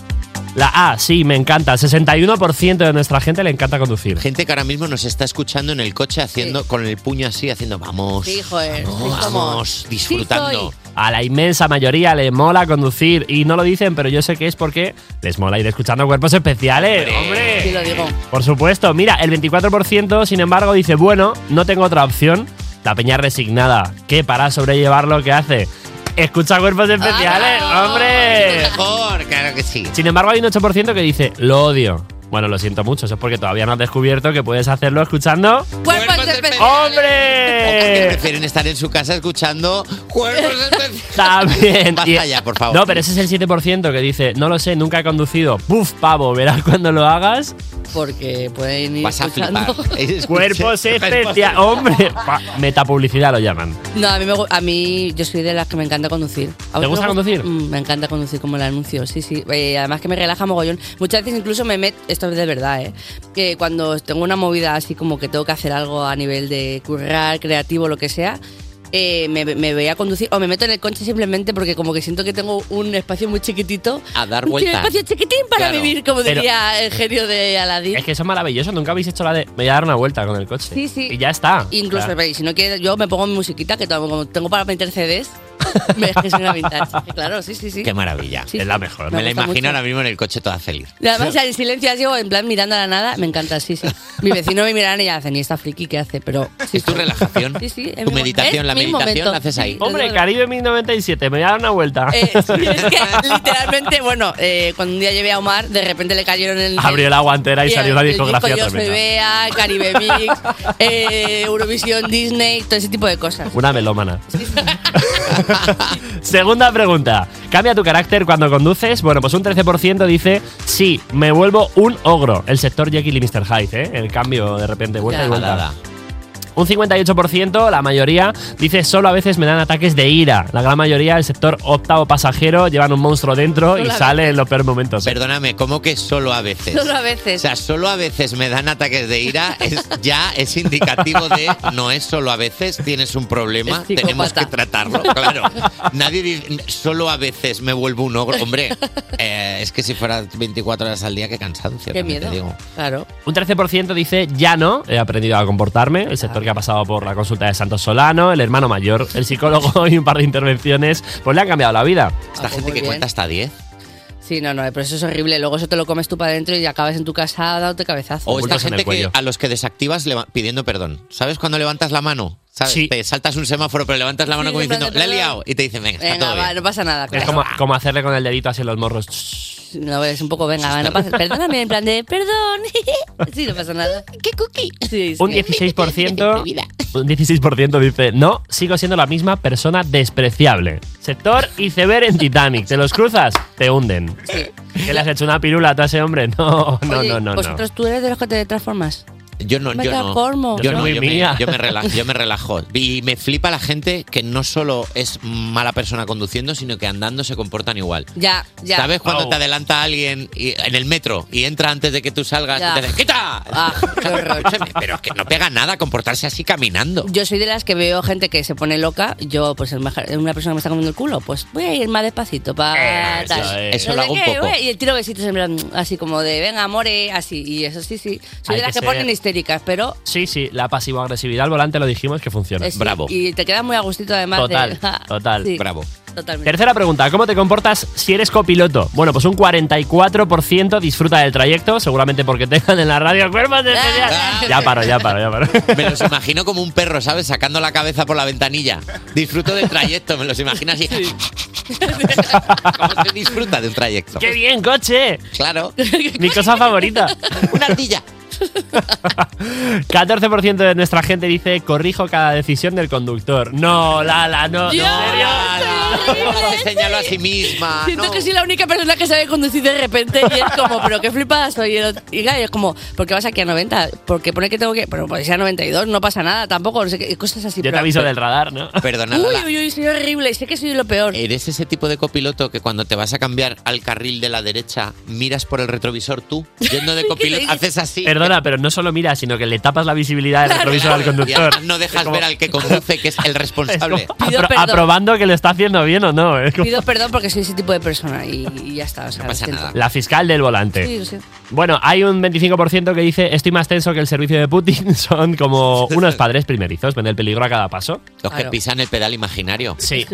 Speaker 6: La A, sí, me encanta. 61% de nuestra gente le encanta conducir.
Speaker 3: Gente que ahora mismo nos está escuchando en el coche haciendo con el puño así, haciendo vamos.
Speaker 4: Sí, joder.
Speaker 3: vamos,
Speaker 4: sí somos.
Speaker 3: vamos, disfrutando.
Speaker 4: soy.
Speaker 6: A la inmensa mayoría le mola conducir y no lo dicen, pero yo sé que es porque les mola ir escuchando cuerpos especiales. ¡Hombre!
Speaker 4: Sí, lo digo.
Speaker 6: Por supuesto, mira, el 24% sin embargo dice, bueno, no tengo otra opción. La peña resignada, que para sobrellevar lo que hace, escucha cuerpos especiales, hombre.
Speaker 3: Mejor, claro que sí.
Speaker 6: Sin embargo, hay un 8% que dice, lo odio. Bueno, lo siento mucho, eso es porque todavía no has descubierto que puedes hacerlo escuchando. Eh.
Speaker 4: Cuerpos especiales.
Speaker 3: Que
Speaker 6: ¡Hombre!
Speaker 3: prefieren estar en su casa escuchando cuerpos especiales.
Speaker 6: También.
Speaker 3: Basta ya, por favor.
Speaker 6: No, pero ese es el 7% que dice, no lo sé, nunca he conducido. ¡Puf, pavo! Verás cuando lo hagas.
Speaker 4: Porque pueden ir.
Speaker 3: Vas a flipar.
Speaker 4: escuchando.
Speaker 3: Es-
Speaker 6: Cuerpos especiales. ¡Hombre! Pa- metapublicidad lo llaman.
Speaker 4: No, a mí, me gu- a mí yo soy de las que me encanta conducir. ¿A
Speaker 6: ¿Te
Speaker 4: vosotros
Speaker 6: gusta
Speaker 4: os
Speaker 6: conducir?
Speaker 4: Mm, me encanta conducir como el anuncio, sí, sí. Eh, además que me relaja mogollón. Muchas veces incluso me meto, esto es de verdad, ¿eh? Que cuando tengo una movida así como que tengo que hacer algo a nivel de currar, creativo, lo que sea, eh, me, me voy a conducir o me meto en el coche simplemente porque como que siento que tengo un espacio muy chiquitito.
Speaker 3: A dar
Speaker 4: un
Speaker 3: vueltas.
Speaker 4: espacio chiquitín para
Speaker 3: Claro.
Speaker 4: vivir, como
Speaker 6: Pero-
Speaker 4: diría el genio de Aladdin.
Speaker 6: Es que eso es maravilloso, nunca habéis hecho la de me voy a dar una vuelta con el coche.
Speaker 4: Sí, sí.
Speaker 6: Y ya está.
Speaker 4: Incluso,
Speaker 6: Ah, Claro.
Speaker 4: veis, si no quieres, yo me pongo mi musiquita, que tengo, como tengo para meter CDs. me- es que soy una vintage. Claro, sí, sí, sí.
Speaker 3: Qué maravilla.
Speaker 6: Es la mejor.
Speaker 3: Me, la
Speaker 4: gusta
Speaker 3: imagino
Speaker 4: mucho.
Speaker 3: ahora mismo en el coche toda feliz.
Speaker 4: Y además, en silencio, así, o en plan mirando a la nada, me encanta, sí, sí. Mi vecino me miran y hacen, y esta friki, ¿qué hace? Pero. sí,
Speaker 3: Es tu relajación.
Speaker 4: sí, sí, es
Speaker 3: Tu
Speaker 4: mi-
Speaker 3: meditación,
Speaker 4: es
Speaker 3: la
Speaker 4: mi
Speaker 3: meditación
Speaker 4: momento.
Speaker 3: la haces ahí.
Speaker 4: Sí, lo
Speaker 6: Hombre,
Speaker 4: digo.
Speaker 6: Caribe 1097, me voy a dar una vuelta.
Speaker 4: Eh, sí, es que literalmente, bueno, eh, cuando un día llevé a Omar, de repente le cayeron el.
Speaker 6: Abrió la guantera y
Speaker 4: el-
Speaker 6: salió la
Speaker 4: el
Speaker 6: discografía
Speaker 4: disco Yo soy
Speaker 6: tremenda.
Speaker 4: Bea, Caribe Mix, eh, Eurovisión, Disney, todo ese tipo de cosas.
Speaker 6: Una melómana. Segunda pregunta. ¿Cambia tu carácter cuando conduces? Bueno, pues un 13% dice, sí, me vuelvo un ogro. El sector Jekyll y Mr. Hyde, ¿eh? El cambio de repente, vuelta
Speaker 4: Ya.
Speaker 6: y vuelta.
Speaker 3: Nada.
Speaker 6: Un 58%, la mayoría, dice solo a veces me dan ataques de ira. La gran mayoría, el sector octavo pasajero, llevan un monstruo dentro y
Speaker 4: Solo a
Speaker 6: sale en los peores momentos.
Speaker 3: Perdóname, ¿cómo que solo a veces?
Speaker 4: Solo a veces.
Speaker 3: O sea, solo a veces me dan ataques de ira, es- ya es indicativo de no es solo a veces, tienes un problema,
Speaker 4: Es psicópata.
Speaker 3: tenemos que tratarlo. Claro. Nadie dice solo a veces me vuelvo un ogro. Hombre, eh, es que si fuera 24 horas al día, qué cansancio.
Speaker 4: Qué
Speaker 3: también te
Speaker 4: miedo.
Speaker 3: digo.
Speaker 4: Claro.
Speaker 6: Un 13% dice ya no, he aprendido a comportarme. El sector que ha pasado por la consulta de Santos Solano, el hermano mayor, el psicólogo y un par de intervenciones, pues le han cambiado la vida.
Speaker 3: Esta
Speaker 4: pues gente muy que bien. cuenta
Speaker 3: hasta 10.
Speaker 4: Sí, no, no, pero eso es horrible. Luego eso te lo comes tú para adentro y acabas en tu casa dándote cabezazo.
Speaker 3: O esta gente que, a los que desactivas leva- pidiendo perdón. ¿Sabes cuando levantas la mano? ¿Sabes? Te saltas un semáforo, pero levantas la mano
Speaker 4: Sí,
Speaker 3: como
Speaker 4: en plan
Speaker 3: diciendo,
Speaker 4: de
Speaker 3: la he
Speaker 4: perdón".
Speaker 3: liado. oh, Y te dicen, venga, está
Speaker 4: Venga,
Speaker 3: todo
Speaker 4: va,
Speaker 3: bien.
Speaker 4: no pasa nada.
Speaker 6: Es
Speaker 4: claro.
Speaker 6: como, como hacerle con el dedito así en los morros.
Speaker 4: No, es un poco, venga, va, no pasa Perdóname, en plan de, perdón. sí, no pasa nada. ¿Qué cookie? Sí,
Speaker 6: Un
Speaker 4: sí.
Speaker 6: 16%, un 16% dice, no, sigo siendo la misma persona despreciable. Sector iceberg en Titanic. ¿Te los cruzas? Te hunden. ¿Que le has hecho una pirula a todo ese hombre? No, no,
Speaker 4: Oye,
Speaker 6: no, no. no.
Speaker 4: ¿Vosotros tú eres de los que te transformas?
Speaker 3: Yo no,
Speaker 4: Me
Speaker 3: yo
Speaker 4: transformo.
Speaker 3: no.
Speaker 4: Yo soy
Speaker 3: no,
Speaker 4: muy
Speaker 3: me,
Speaker 4: mía.
Speaker 3: yo me relajo, yo me relajo. Y me flipa la gente que no solo es mala persona conduciendo, sino que andando se comportan igual.
Speaker 4: Ya, ya.
Speaker 3: ¿Sabes cuando
Speaker 15: Oh.
Speaker 3: te adelanta alguien y- en el metro y entra antes de que Ah, tú salgas?
Speaker 4: Ya.
Speaker 3: Y te dice, ¡Quita! Pero es que no pega nada comportarse así caminando.
Speaker 4: Yo soy de las que veo gente que se pone loca. Yo, pues, el maja- una persona que me está comiendo el culo, pues voy a ir más despacito para
Speaker 3: Eh,
Speaker 4: tal.
Speaker 3: eso es. Eso
Speaker 4: No
Speaker 3: lo
Speaker 4: sé
Speaker 3: hago un
Speaker 4: qué,
Speaker 3: poco.
Speaker 4: güey, Y el tiro besitos en plan, así como de, venga, more, así. Y eso sí, sí. Soy
Speaker 6: Hay
Speaker 4: de las
Speaker 6: que
Speaker 4: que, ponen
Speaker 6: ser-
Speaker 4: histéricas, pero.
Speaker 6: Sí, sí, la pasivo-agresividad al volante lo dijimos que funciona.
Speaker 4: eh, sí, Y te quedas muy a gustito además.
Speaker 6: Total,
Speaker 4: de-
Speaker 6: total.
Speaker 4: Sí,
Speaker 6: Bravo.
Speaker 4: Totalmente.
Speaker 6: Tercera pregunta, ¿cómo te comportas si eres copiloto? Bueno, pues un 44% disfruta del trayecto, seguramente porque tengan en la radio cuerpos de especial. Ya paro, ya paro, ya paro.
Speaker 3: Me los imagino como un perro, ¿sabes? Sacando la cabeza por la ventanilla. Disfruto del trayecto, me los imagino así. ¿Cómo se disfruta de un trayecto?
Speaker 6: ¡Qué bien, coche!
Speaker 3: Claro.
Speaker 6: Mi cosa favorita.
Speaker 3: Una ardilla.
Speaker 6: 14% de nuestra gente dice, corrijo cada decisión del conductor. No, Lala, no, no.
Speaker 3: Se señaló a sí misma.
Speaker 4: Siento que soy la única persona que sabe conducir de repente y es como, pero qué flipada soy. Y claro, es como, ¿por qué vas aquí a 90? Porque pone que tengo que. Bueno, pues si a 92, no pasa nada tampoco, no sé qué, cosas así.
Speaker 6: Yo te
Speaker 4: pero-
Speaker 6: aviso del radar, ¿no?
Speaker 3: Perdona,
Speaker 4: Uy,
Speaker 3: Lola,
Speaker 4: uy, uy, soy horrible, sé que soy lo peor.
Speaker 3: ¿Eres ese tipo de copiloto que cuando te vas a cambiar al carril de la derecha miras por el retrovisor tú? Yendo de copiloto, haces así.
Speaker 6: Perdona, pero no solo miras, sino que le tapas la visibilidad del retrovisor al
Speaker 3: Y
Speaker 6: conductor.
Speaker 3: además no dejas ver al que conduce, que es el responsable.
Speaker 6: Apro- aprobando que lo está haciendo bien o no. es como-
Speaker 4: Pido perdón porque soy ese tipo de persona y, y ya está. O sea, no pasa
Speaker 3: Ah.
Speaker 4: nada.
Speaker 6: La fiscal del volante.
Speaker 4: Sí, lo siento.
Speaker 6: Bueno, hay un 25% que dice estoy más tenso que el servicio de Putin. Son como unos padres primerizos, ven el peligro a cada paso.
Speaker 3: Los que pisan el pedal imaginario.
Speaker 6: Sí.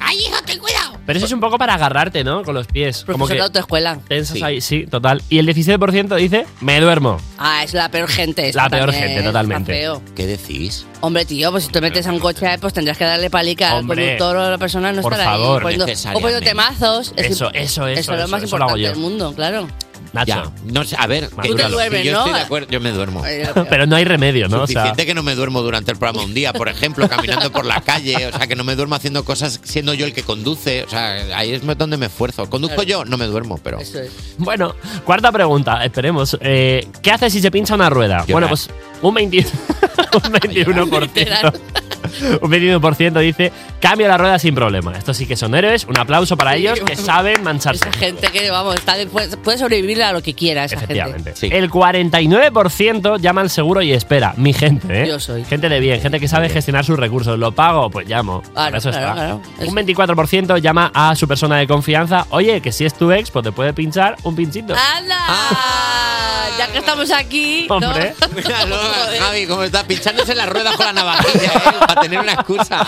Speaker 4: ¡Ay, hijo, ten cuidado!
Speaker 6: Pero eso es un poco para agarrarte, ¿no? Con los pies. Como
Speaker 4: Profesor
Speaker 6: que
Speaker 4: de autoescuela.
Speaker 6: tensas ahí, sí, total. Y el 17% dice me duermo.
Speaker 4: Ah, es la peor gente. esta
Speaker 6: La peor
Speaker 4: también,
Speaker 6: gente,
Speaker 4: está
Speaker 6: totalmente.
Speaker 4: feo.
Speaker 3: ¿Qué decís?
Speaker 4: Hombre, tío, pues si te metes a un coche, pues tendrías que darle palica al
Speaker 6: Hombre,
Speaker 4: conductor o a la persona, no
Speaker 6: por
Speaker 4: estar
Speaker 6: favor,
Speaker 4: ahí. poniendo- o poniendo
Speaker 3: necesariamente.
Speaker 4: temazos. Es
Speaker 6: Eso,
Speaker 4: decir,
Speaker 6: eso, eso,
Speaker 4: es lo
Speaker 6: eso,
Speaker 4: más
Speaker 6: eso lo hago
Speaker 4: importante
Speaker 6: yo.
Speaker 4: del mundo, claro.
Speaker 3: Ya. No sé, a ver,
Speaker 6: te
Speaker 3: madúralo.
Speaker 4: duermes,
Speaker 3: yo
Speaker 4: ¿no?
Speaker 3: estoy de acuerdo, yo me duermo.
Speaker 6: Pero no hay remedio, ¿no? O sea,
Speaker 3: Suficiente que no me duermo durante el programa un día, por ejemplo, caminando por la calle, o sea, que no me duermo haciendo cosas siendo yo el que conduce, o sea, ahí es donde me esfuerzo. Conduzco yo, no me duermo, pero...
Speaker 6: bueno, cuarta pregunta, esperemos. Eh, ¿Qué haces si se pincha una rueda? Bueno, pues un, 20 un 21%. Un 21% dice, cambio la rueda sin problema. Estos sí que son héroes. Un aplauso para ellos que saben mancharse.
Speaker 4: Gente que, vamos, está de- puede, puede sobrevivir a lo que quiera esa gente.
Speaker 6: El 49% llama al seguro y espera. Mi gente, ¿eh?
Speaker 4: Yo soy.
Speaker 6: Gente de bien, gente que sabe gestionar sus recursos. Lo pago, pues llamo.
Speaker 4: Claro,
Speaker 6: Para eso
Speaker 4: claro,
Speaker 6: está.
Speaker 4: claro.
Speaker 6: Un 24% llama a su persona de confianza. Oye, que si es tu ex, pues te puede pinchar un pinchito.
Speaker 4: ¡Hala! Ah, Ya que estamos aquí. ¿no?
Speaker 6: Hombre.
Speaker 3: Míralo, Javi, cómo está pinchándose las ruedas con la navajilla, ¿eh? para tener una excusa.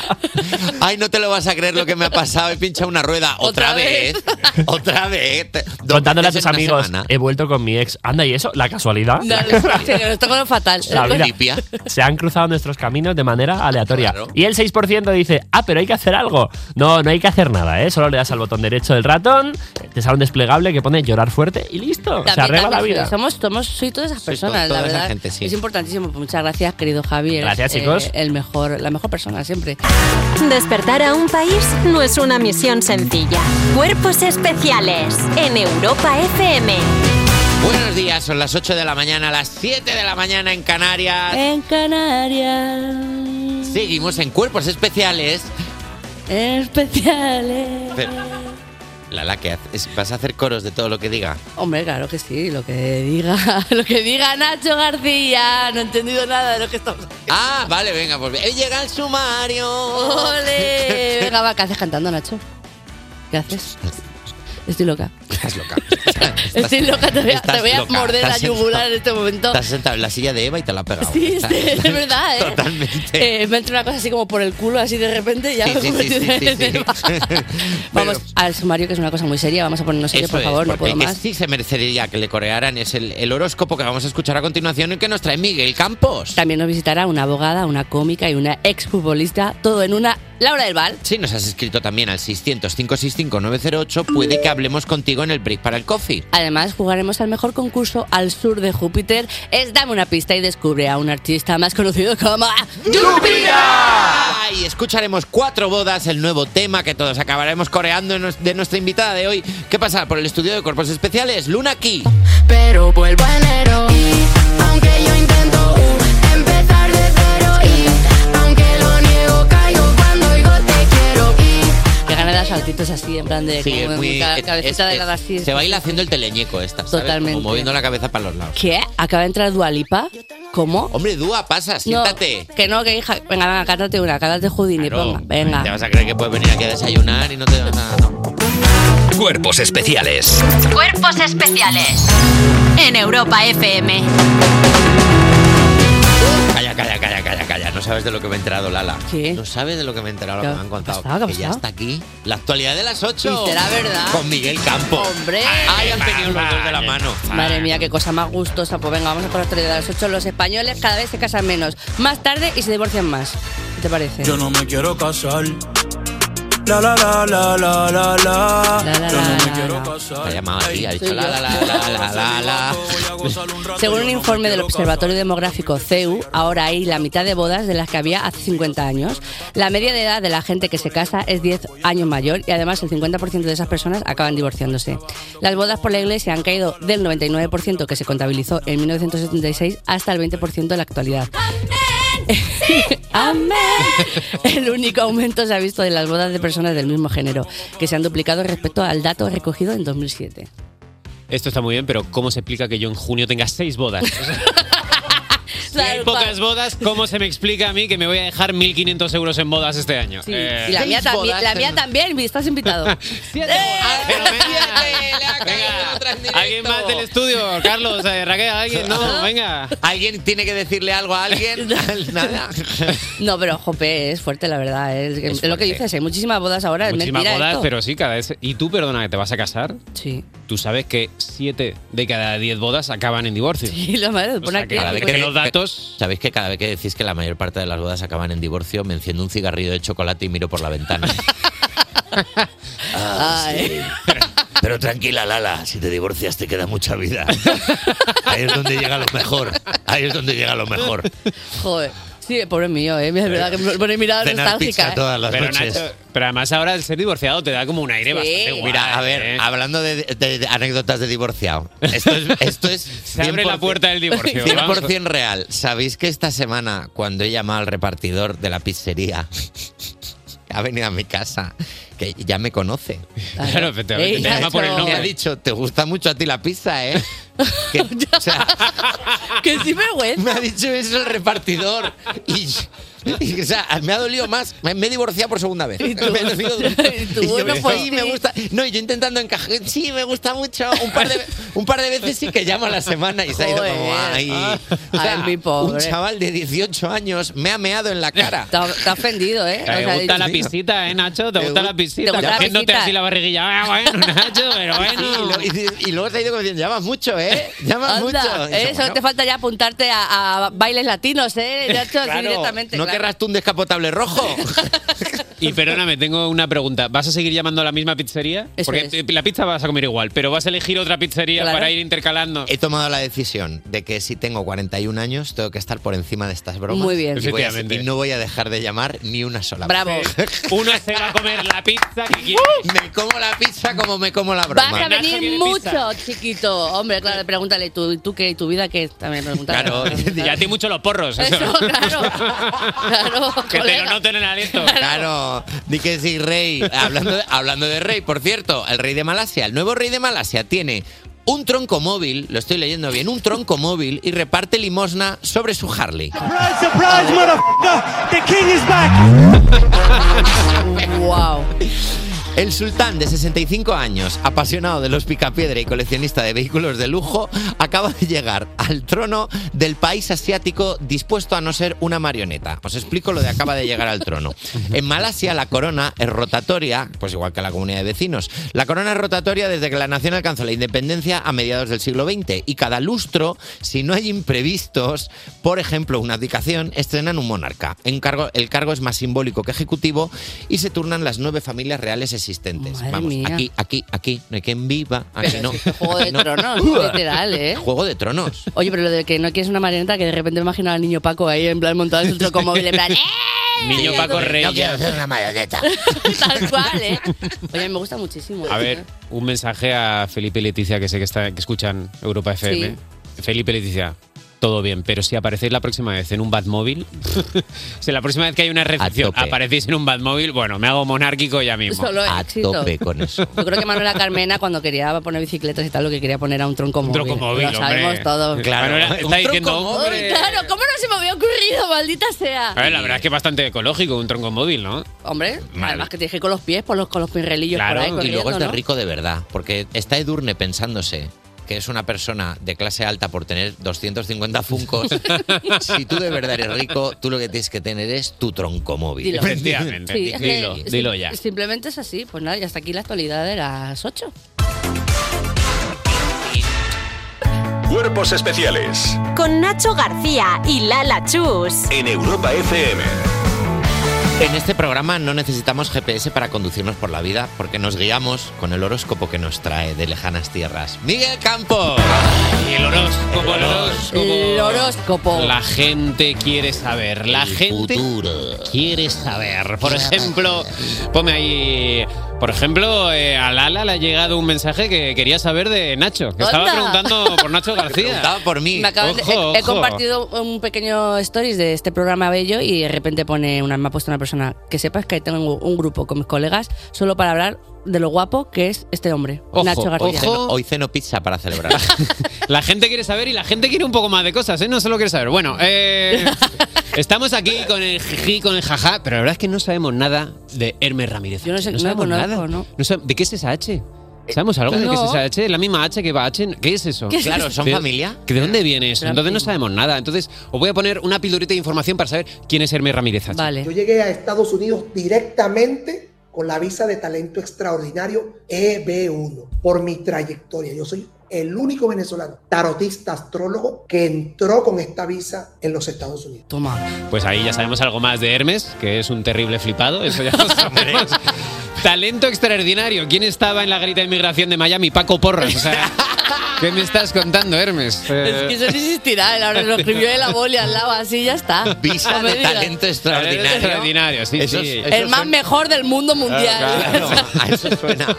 Speaker 3: Ay, no te lo vas a creer lo que me ha pasado, he pinchado una rueda otra, vez. otra vez. Dos
Speaker 6: Contándole a
Speaker 3: veces
Speaker 6: tus
Speaker 3: en una
Speaker 6: amigos,
Speaker 3: semana.
Speaker 6: he vuelto con mi ex. Anda, ¿y eso? ¿La casualidad?
Speaker 4: No, no, sí, nos tocó lo fatal. Pues,
Speaker 6: La vida. Se han cruzado nuestros caminos de manera aleatoria. Y el 6% dice, ah, pero hay que hacer algo. No, no hay que hacer nada, ¿eh? Solo le das al botón derecho del ratón, te sale un desplegable que pone llorar fuerte y listo. se
Speaker 4: También,
Speaker 6: arregla la
Speaker 4: también,
Speaker 6: vida.
Speaker 4: Somos, somos, soy todas esas
Speaker 6: Sois to-
Speaker 4: personas,
Speaker 6: toda
Speaker 4: la
Speaker 6: esa
Speaker 4: verdad.
Speaker 6: gente, sí.
Speaker 4: Es importantísimo. Pues Muchas gracias, querido Javier. eh,
Speaker 6: Gracias, chicos.
Speaker 4: el mejor, la mejor persona siempre.
Speaker 2: Despertar a un país no es una misión sencilla. Cuerpos especiales en Europa FM.
Speaker 3: Buenos días, son las 8 de la mañana, las 7 de la mañana en Canarias.
Speaker 4: En Canarias.
Speaker 3: Seguimos en Cuerpos Especiales.
Speaker 4: Especiales.
Speaker 3: Pero, Lala, ¿qué haces? ¿Vas a hacer coros de todo lo que diga?
Speaker 4: Hombre, claro que sí, lo que diga, lo que diga Nacho García, no he entendido nada de lo que estamos haciendo.
Speaker 3: Ah, vale, venga, pues bien. llega el sumario.
Speaker 4: ¡Ole! Venga, va, ¿qué haces cantando, Nacho? ¿Qué haces? Estoy loca.
Speaker 3: Estás loca.
Speaker 4: Estoy loca, te voy a,
Speaker 3: Estás
Speaker 4: te voy a
Speaker 3: loca.
Speaker 4: morder la
Speaker 3: Estás sentado-
Speaker 4: yugular en este momento.
Speaker 3: Estás sentado en la silla de Eva y te la ha pegado.
Speaker 4: Sí, sí, es verdad, ¿eh?
Speaker 3: Totalmente.
Speaker 4: Eh, me entra una cosa así como por el culo, así de repente, y ya
Speaker 3: Sí,
Speaker 4: me he
Speaker 3: sí, sí,
Speaker 4: convertido
Speaker 3: sí, sí,
Speaker 4: en el- Vamos al sumario, que es una cosa muy seria. Vamos a ponernos serio,
Speaker 3: Eso
Speaker 4: por
Speaker 3: es,
Speaker 4: favor, no
Speaker 3: porque
Speaker 4: puedo
Speaker 3: el que
Speaker 4: más.
Speaker 3: sí se merecería que le corearan es el, el horóscopo que vamos a escuchar a continuación y que nos trae Miguel Campos.
Speaker 4: También nos visitará una abogada, una cómica y una exfutbolista, todo en una Laura del Val.
Speaker 3: Si nos has escrito también al 600-565-908, puede que hablemos contigo en el break para el coffee.
Speaker 4: Además, jugaremos al mejor concurso al sur de Júpiter. Es Dame una pista y descubre a un artista más conocido como...
Speaker 3: Y escucharemos cuatro bodas, el nuevo tema que todos acabaremos coreando en nos- de nuestra invitada de hoy. ¿Qué pasa? Por el estudio de cuerpos especiales, Luna Key.
Speaker 15: Pero vuelvo a enero y aunque yo intento uh, empezar de cero y aunque lo niego caigo cuando digo te quiero y
Speaker 4: Que gana los saltitos así, en plan de... como en ca- cabecita de lado así.
Speaker 3: se baila haciendo el teleñeco esta, ¿sabes?
Speaker 4: Totalmente.
Speaker 3: Como moviendo la cabeza para los lados.
Speaker 4: ¿Qué? ¿Acaba de entrar Dualipa? ¿Cómo?
Speaker 3: Hombre, Dua, pasa,
Speaker 4: No,
Speaker 3: siéntate.
Speaker 4: que no, que hija. Venga, venga, cántate una, cántate Houdini, ponga. Venga.
Speaker 3: Te vas a creer que puedes venir aquí a desayunar y no te vas a...
Speaker 14: Cuerpos especiales.
Speaker 2: Cuerpos especiales en Europa FM.
Speaker 3: Calla, calla, calla, calla, calla. No sabes de lo que me he enterado, Lala. No sabes de lo que me he enterado, lo que me han contado. Que ya está aquí. La actualidad de las 8.
Speaker 4: ¿Y será verdad?
Speaker 3: Con Miguel Campos.
Speaker 4: Hombre.
Speaker 3: Ay, han tenido los dos de la mano.
Speaker 4: Madre mía, qué cosa más gustosa. Pues venga, vamos a por la historia de las 8. Los españoles cada vez se casan menos, más tarde y se divorcian más. ¿Qué te parece?
Speaker 5: Yo no me quiero casar. La la la la la la la. Yo no me quiero casar.
Speaker 3: Ha llamado aquí, ha dicho
Speaker 5: Soy
Speaker 3: la,
Speaker 5: yo.
Speaker 3: la, la, la, la, la, la.
Speaker 4: Según un informe del Observatorio Demográfico CEU, ahora hay la mitad de bodas de las que había hace 50 años. La media de edad de la gente que se casa es 10 años mayor y además el 50% de esas personas acaban divorciándose. Las bodas por la iglesia han caído del 99% que se contabilizó en 1976 hasta el 20% en la actualidad. ¡Amén! El único aumento se ha visto de las bodas de personas del mismo género, que se han duplicado respecto al dato recogido en 2007.
Speaker 16: Esto está muy bien, pero ¿cómo se explica que yo en junio tenga seis bodas? O sea, si hay pocas bodas, ¿cómo se me explica a mí que me voy a dejar 1.500 euros en bodas este año?
Speaker 4: Sí,
Speaker 16: Eh,
Speaker 4: y la mía, también, la mía también, estás invitado.
Speaker 16: ¿Alguien más del estudio? Carlos, eh, Raquel, alguien, no, venga.
Speaker 3: ¿Alguien tiene que decirle algo a alguien? Nada.
Speaker 4: No, pero jope, es fuerte, la verdad. ¿eh? Es, es lo que
Speaker 16: fuerte.
Speaker 4: dices, hay muchísimas bodas ahora. es
Speaker 16: Muchísimas
Speaker 4: mentira
Speaker 16: bodas,
Speaker 4: esto.
Speaker 16: pero sí, cada vez. ¿Y tú, perdona, que te vas a casar?
Speaker 4: Sí.
Speaker 16: Tú sabes que siete de cada 10 bodas acaban en divorcio.
Speaker 4: Y la madre lo pone aquí.
Speaker 16: que los datos.
Speaker 3: ¿Sabéis que cada vez que decís que la mayor parte de las bodas acaban en divorcio, me enciendo un cigarrillo de chocolate y miro por la ventana?
Speaker 4: Ay.
Speaker 14: Pero tranquila, Lala, si te divorcias te queda mucha vida. Ahí es donde llega lo mejor. Ahí es donde llega lo mejor.
Speaker 4: Joder. Sí, pobre mío, eh. Es verdad que me pone mirada nostálgica. eh.
Speaker 16: pero Nacho, pero además ahora el ser divorciado te da como un aire
Speaker 4: Sí.
Speaker 16: bastante guay.
Speaker 3: Mira, a ver,
Speaker 16: ¿eh?
Speaker 3: hablando de, de- de anécdotas de divorciado, esto es, esto es
Speaker 16: Se abre la puerta del divorcio,
Speaker 3: 100%
Speaker 16: vamos.
Speaker 3: real. ¿Sabéis que esta semana, cuando he llamado al repartidor de la pizzería, ha venido a mi casa, que ya me conoce?
Speaker 16: Claro, efectivamente, Ey, te llama por el
Speaker 3: Me
Speaker 16: nombre.
Speaker 3: ha dicho, te gusta mucho a ti la pizza, ¿eh? Que, o sea,
Speaker 4: que vergüenza.
Speaker 3: Me ha dicho eso el repartidor. Y, y, o sea, me ha dolido más. Me, me he divorciado por segunda vez.
Speaker 14: Y tú-
Speaker 3: me he dolido mucho.
Speaker 14: y tú,
Speaker 3: Y yo,
Speaker 14: bueno,
Speaker 3: sí,
Speaker 14: pues
Speaker 3: me gusta. No, y yo intentando encajar. Sí, me gusta mucho. Un par de, un par de veces sí que llamo a la semana y se ha ido como
Speaker 4: Joder. Ah,
Speaker 3: ay.
Speaker 4: Ay, mi pobre.
Speaker 3: Un chaval de 18 años me ha meado en la cara.
Speaker 4: Te ha, te ha ofendido, ¿eh?
Speaker 16: ¿Te
Speaker 4: O sea,
Speaker 16: gusta
Speaker 4: dices-
Speaker 16: la pisita, eh, Nacho? ¿Te,
Speaker 4: Te
Speaker 16: gusta
Speaker 4: gu-
Speaker 16: la pisita?
Speaker 4: te gusta la
Speaker 16: Cogiéndote
Speaker 4: pisita.
Speaker 16: así la barriguilla. Ah, bueno, Nacho, pero bueno.
Speaker 3: Sí, y, lo- y- y luego se ha ido como diciendo, llamas mucho, ¿eh? Llamas
Speaker 4: Anda,
Speaker 3: mucho. Y yo,
Speaker 4: eh, solo
Speaker 3: bueno,
Speaker 4: te falta ya apuntarte a, a bailes latinos, ¿eh? Nacho, así
Speaker 3: claro,
Speaker 4: directamente.
Speaker 3: ¿No
Speaker 4: claro.
Speaker 3: querrás tú un descapotable rojo?
Speaker 16: Y perdóname, tengo una pregunta. ¿Vas a seguir llamando a la misma pizzería?
Speaker 3: Eso
Speaker 16: Porque
Speaker 3: es.
Speaker 16: la pizza vas a comer igual, pero vas a elegir otra pizzería
Speaker 3: Claro.
Speaker 16: para ir intercalando.
Speaker 3: He tomado la decisión de que si tengo 41 años tengo que estar por encima de estas bromas.
Speaker 16: Muy bien.
Speaker 3: Y, voy a-
Speaker 16: Efectivamente.
Speaker 3: y no voy a dejar de llamar ni una sola.
Speaker 16: Bravo. Uno se va a comer la pizza que quiere.
Speaker 3: Me como la pizza como me como la broma.
Speaker 4: Vas a venir mucho, chiquito. Hombre, claro, pregúntale tú, tú qué, tu vida qué, también pregúntale.
Speaker 16: Claro, ya te mucho los porros. eso.
Speaker 4: Claro,
Speaker 16: que te
Speaker 4: colega.
Speaker 16: lo noten en el aliento.
Speaker 3: Claro, di que sí, rey. Hablando de, hablando de rey, por cierto, el rey de Malasia, el nuevo rey de Malasia tiene un tronco móvil, lo estoy leyendo bien, un tronco móvil y reparte limosna sobre su Harley.
Speaker 15: Surprise, surprise, motherfucker! The king is back!
Speaker 4: wow.
Speaker 3: El sultán de 65 años, apasionado de los picapiedra y coleccionista de vehículos de lujo, acaba de llegar al trono del país asiático dispuesto a no ser una marioneta. Os explico lo de acaba de llegar al trono. En Malasia la corona es rotatoria, pues igual que la comunidad de vecinos. La corona es rotatoria desde que la nación alcanzó la independencia a mediados del siglo XX y cada lustro, si no hay imprevistos, por ejemplo una abdicación, estrenan un monarca. En cargo- el cargo es más simbólico que ejecutivo y se turnan las nueve familias reales existentes.
Speaker 4: Madre
Speaker 3: Vamos,
Speaker 4: mía.
Speaker 3: aquí, aquí, aquí, no hay quien viva, aquí no.
Speaker 4: Juego de
Speaker 3: No.
Speaker 4: tronos, literal, ¿eh?
Speaker 3: Juego de tronos.
Speaker 4: Oye, pero lo de que no quieres una marioneta, que de repente me imagino al niño Paco ahí en plan montado en su troco móvil, en plan, ¡eh!
Speaker 16: Niño Paco Rey.
Speaker 4: No
Speaker 16: quiero
Speaker 3: ser una marioneta.
Speaker 4: Tal cual, ¿eh? Oye, me gusta muchísimo. ¿eh?
Speaker 16: A ver, un mensaje a Felipe y Leticia, que sé que, está- que escuchan Europa FM. Felipe y Leticia, todo bien, pero si aparecéis la próxima vez en un Batmóvil, si la próxima vez que hay una recepción
Speaker 3: tope.
Speaker 16: aparecéis en un Batmóvil, bueno, me hago monárquico ya mismo.
Speaker 4: Solo A éxito. tope
Speaker 3: con eso.
Speaker 4: Yo creo que Manuela Carmena, cuando quería poner bicicletas y tal, lo que quería poner era un tronco móvil.
Speaker 16: tronco móvil,
Speaker 4: Lo sabemos
Speaker 16: hombre.
Speaker 4: todos.
Speaker 16: Claro. Manuela, está
Speaker 4: Un tronco
Speaker 16: diciendo,
Speaker 4: móvil.
Speaker 16: hombre.
Speaker 4: Claro, ¿cómo no se me había ocurrido, maldita sea?
Speaker 16: A ver, la verdad es que es bastante ecológico un tronco móvil, ¿no?
Speaker 4: Hombre,
Speaker 16: Mal.
Speaker 4: además que te dije con los pies, por los, con los pinrelillos por ahí
Speaker 3: y
Speaker 4: corriendo,
Speaker 3: luego es de
Speaker 4: ¿no?
Speaker 3: rico de verdad, porque está Edurne pensándose que es una persona de clase alta por tener 250 funcos. si tú de verdad eres rico, tú lo que tienes que tener es tu tronco móvil.
Speaker 4: Dilo.
Speaker 16: Efectivamente,
Speaker 4: Sí, es que
Speaker 3: dilo,
Speaker 4: sim-
Speaker 3: dilo ya.
Speaker 4: Simplemente es así. Pues nada, y hasta aquí la actualidad de las 8.
Speaker 9: Cuerpos especiales
Speaker 2: Con Nacho García y Lala Chus.
Speaker 9: en Europa FM.
Speaker 3: En este programa no necesitamos GPS para conducirnos por la vida, porque nos guiamos con el horóscopo que nos trae de lejanas tierras. Miguel Campos.
Speaker 16: El horóscopo, el horóscopo.
Speaker 4: El horóscopo.
Speaker 16: La gente quiere saber, la gente quiere saber. Por ejemplo, ponme ahí. Por ejemplo, eh, a Lala le ha llegado un mensaje que quería saber de Nacho, que estaba
Speaker 4: Anda.
Speaker 16: preguntando por Nacho García.
Speaker 3: Preguntaba por mí.
Speaker 4: Me acabas de-
Speaker 16: Ojo,
Speaker 4: he, he
Speaker 16: ojo.
Speaker 4: compartido un pequeño stories de este programa bello y de repente pone una, me ha puesto una persona que sepas que tengo un grupo con mis colegas solo para hablar de lo guapo que es este hombre,
Speaker 3: Ojo,
Speaker 4: Nacho
Speaker 3: hoy,
Speaker 4: García.
Speaker 3: ceno, hoy ceno pizza para celebrar.
Speaker 16: La gente quiere saber y la gente quiere un poco más de cosas, ¿eh? No solo quiere saber. Bueno, eh, estamos aquí con el jiji, con el jaja, pero la verdad es que no sabemos nada de Hermes Ramírez.
Speaker 4: Yo no sé, no
Speaker 16: sabemos
Speaker 4: conozco,
Speaker 16: nada.
Speaker 4: ¿no?
Speaker 16: sab- ¿De qué es esa H? ¿Sabemos algo de qué es
Speaker 4: no.
Speaker 16: esa H? ¿La misma H que va H? ¿Qué es eso?
Speaker 4: ¿Qué es Claro, eso? ¿son
Speaker 16: ¿De-
Speaker 3: familia?
Speaker 16: que ¿De dónde viene eso?
Speaker 4: Pero-
Speaker 16: Entonces no sabemos nada. Entonces os voy a poner una pildorita de información para saber quién es Hermes Ramírez H.
Speaker 17: Yo llegué a Estados Unidos directamente con la visa de talento extraordinario EB1 por mi trayectoria. Yo soy el único venezolano tarotista astrólogo que entró con esta visa en los Estados Unidos.
Speaker 4: Toma.
Speaker 16: Pues ahí ya sabemos algo más de Hermes, que es un terrible flipado, eso ya lo sabemos. Talento extraordinario. ¿Quién estaba en la grita de inmigración de Miami? Paco Porras. O sea, ¿qué me estás contando, Hermes?
Speaker 4: Es
Speaker 16: Eh,
Speaker 4: que eso no existirá, él ahora lo escribió de la boli al lado, así ya está.
Speaker 3: Visa
Speaker 4: No me
Speaker 3: de
Speaker 4: digas.
Speaker 3: talento
Speaker 16: talento
Speaker 3: extraordinario.
Speaker 16: extraordinario, sí,
Speaker 3: Eso
Speaker 16: sí.
Speaker 3: es-
Speaker 4: El más mejor del mundo mundial.
Speaker 16: Ah,
Speaker 3: A Ah, eso suena.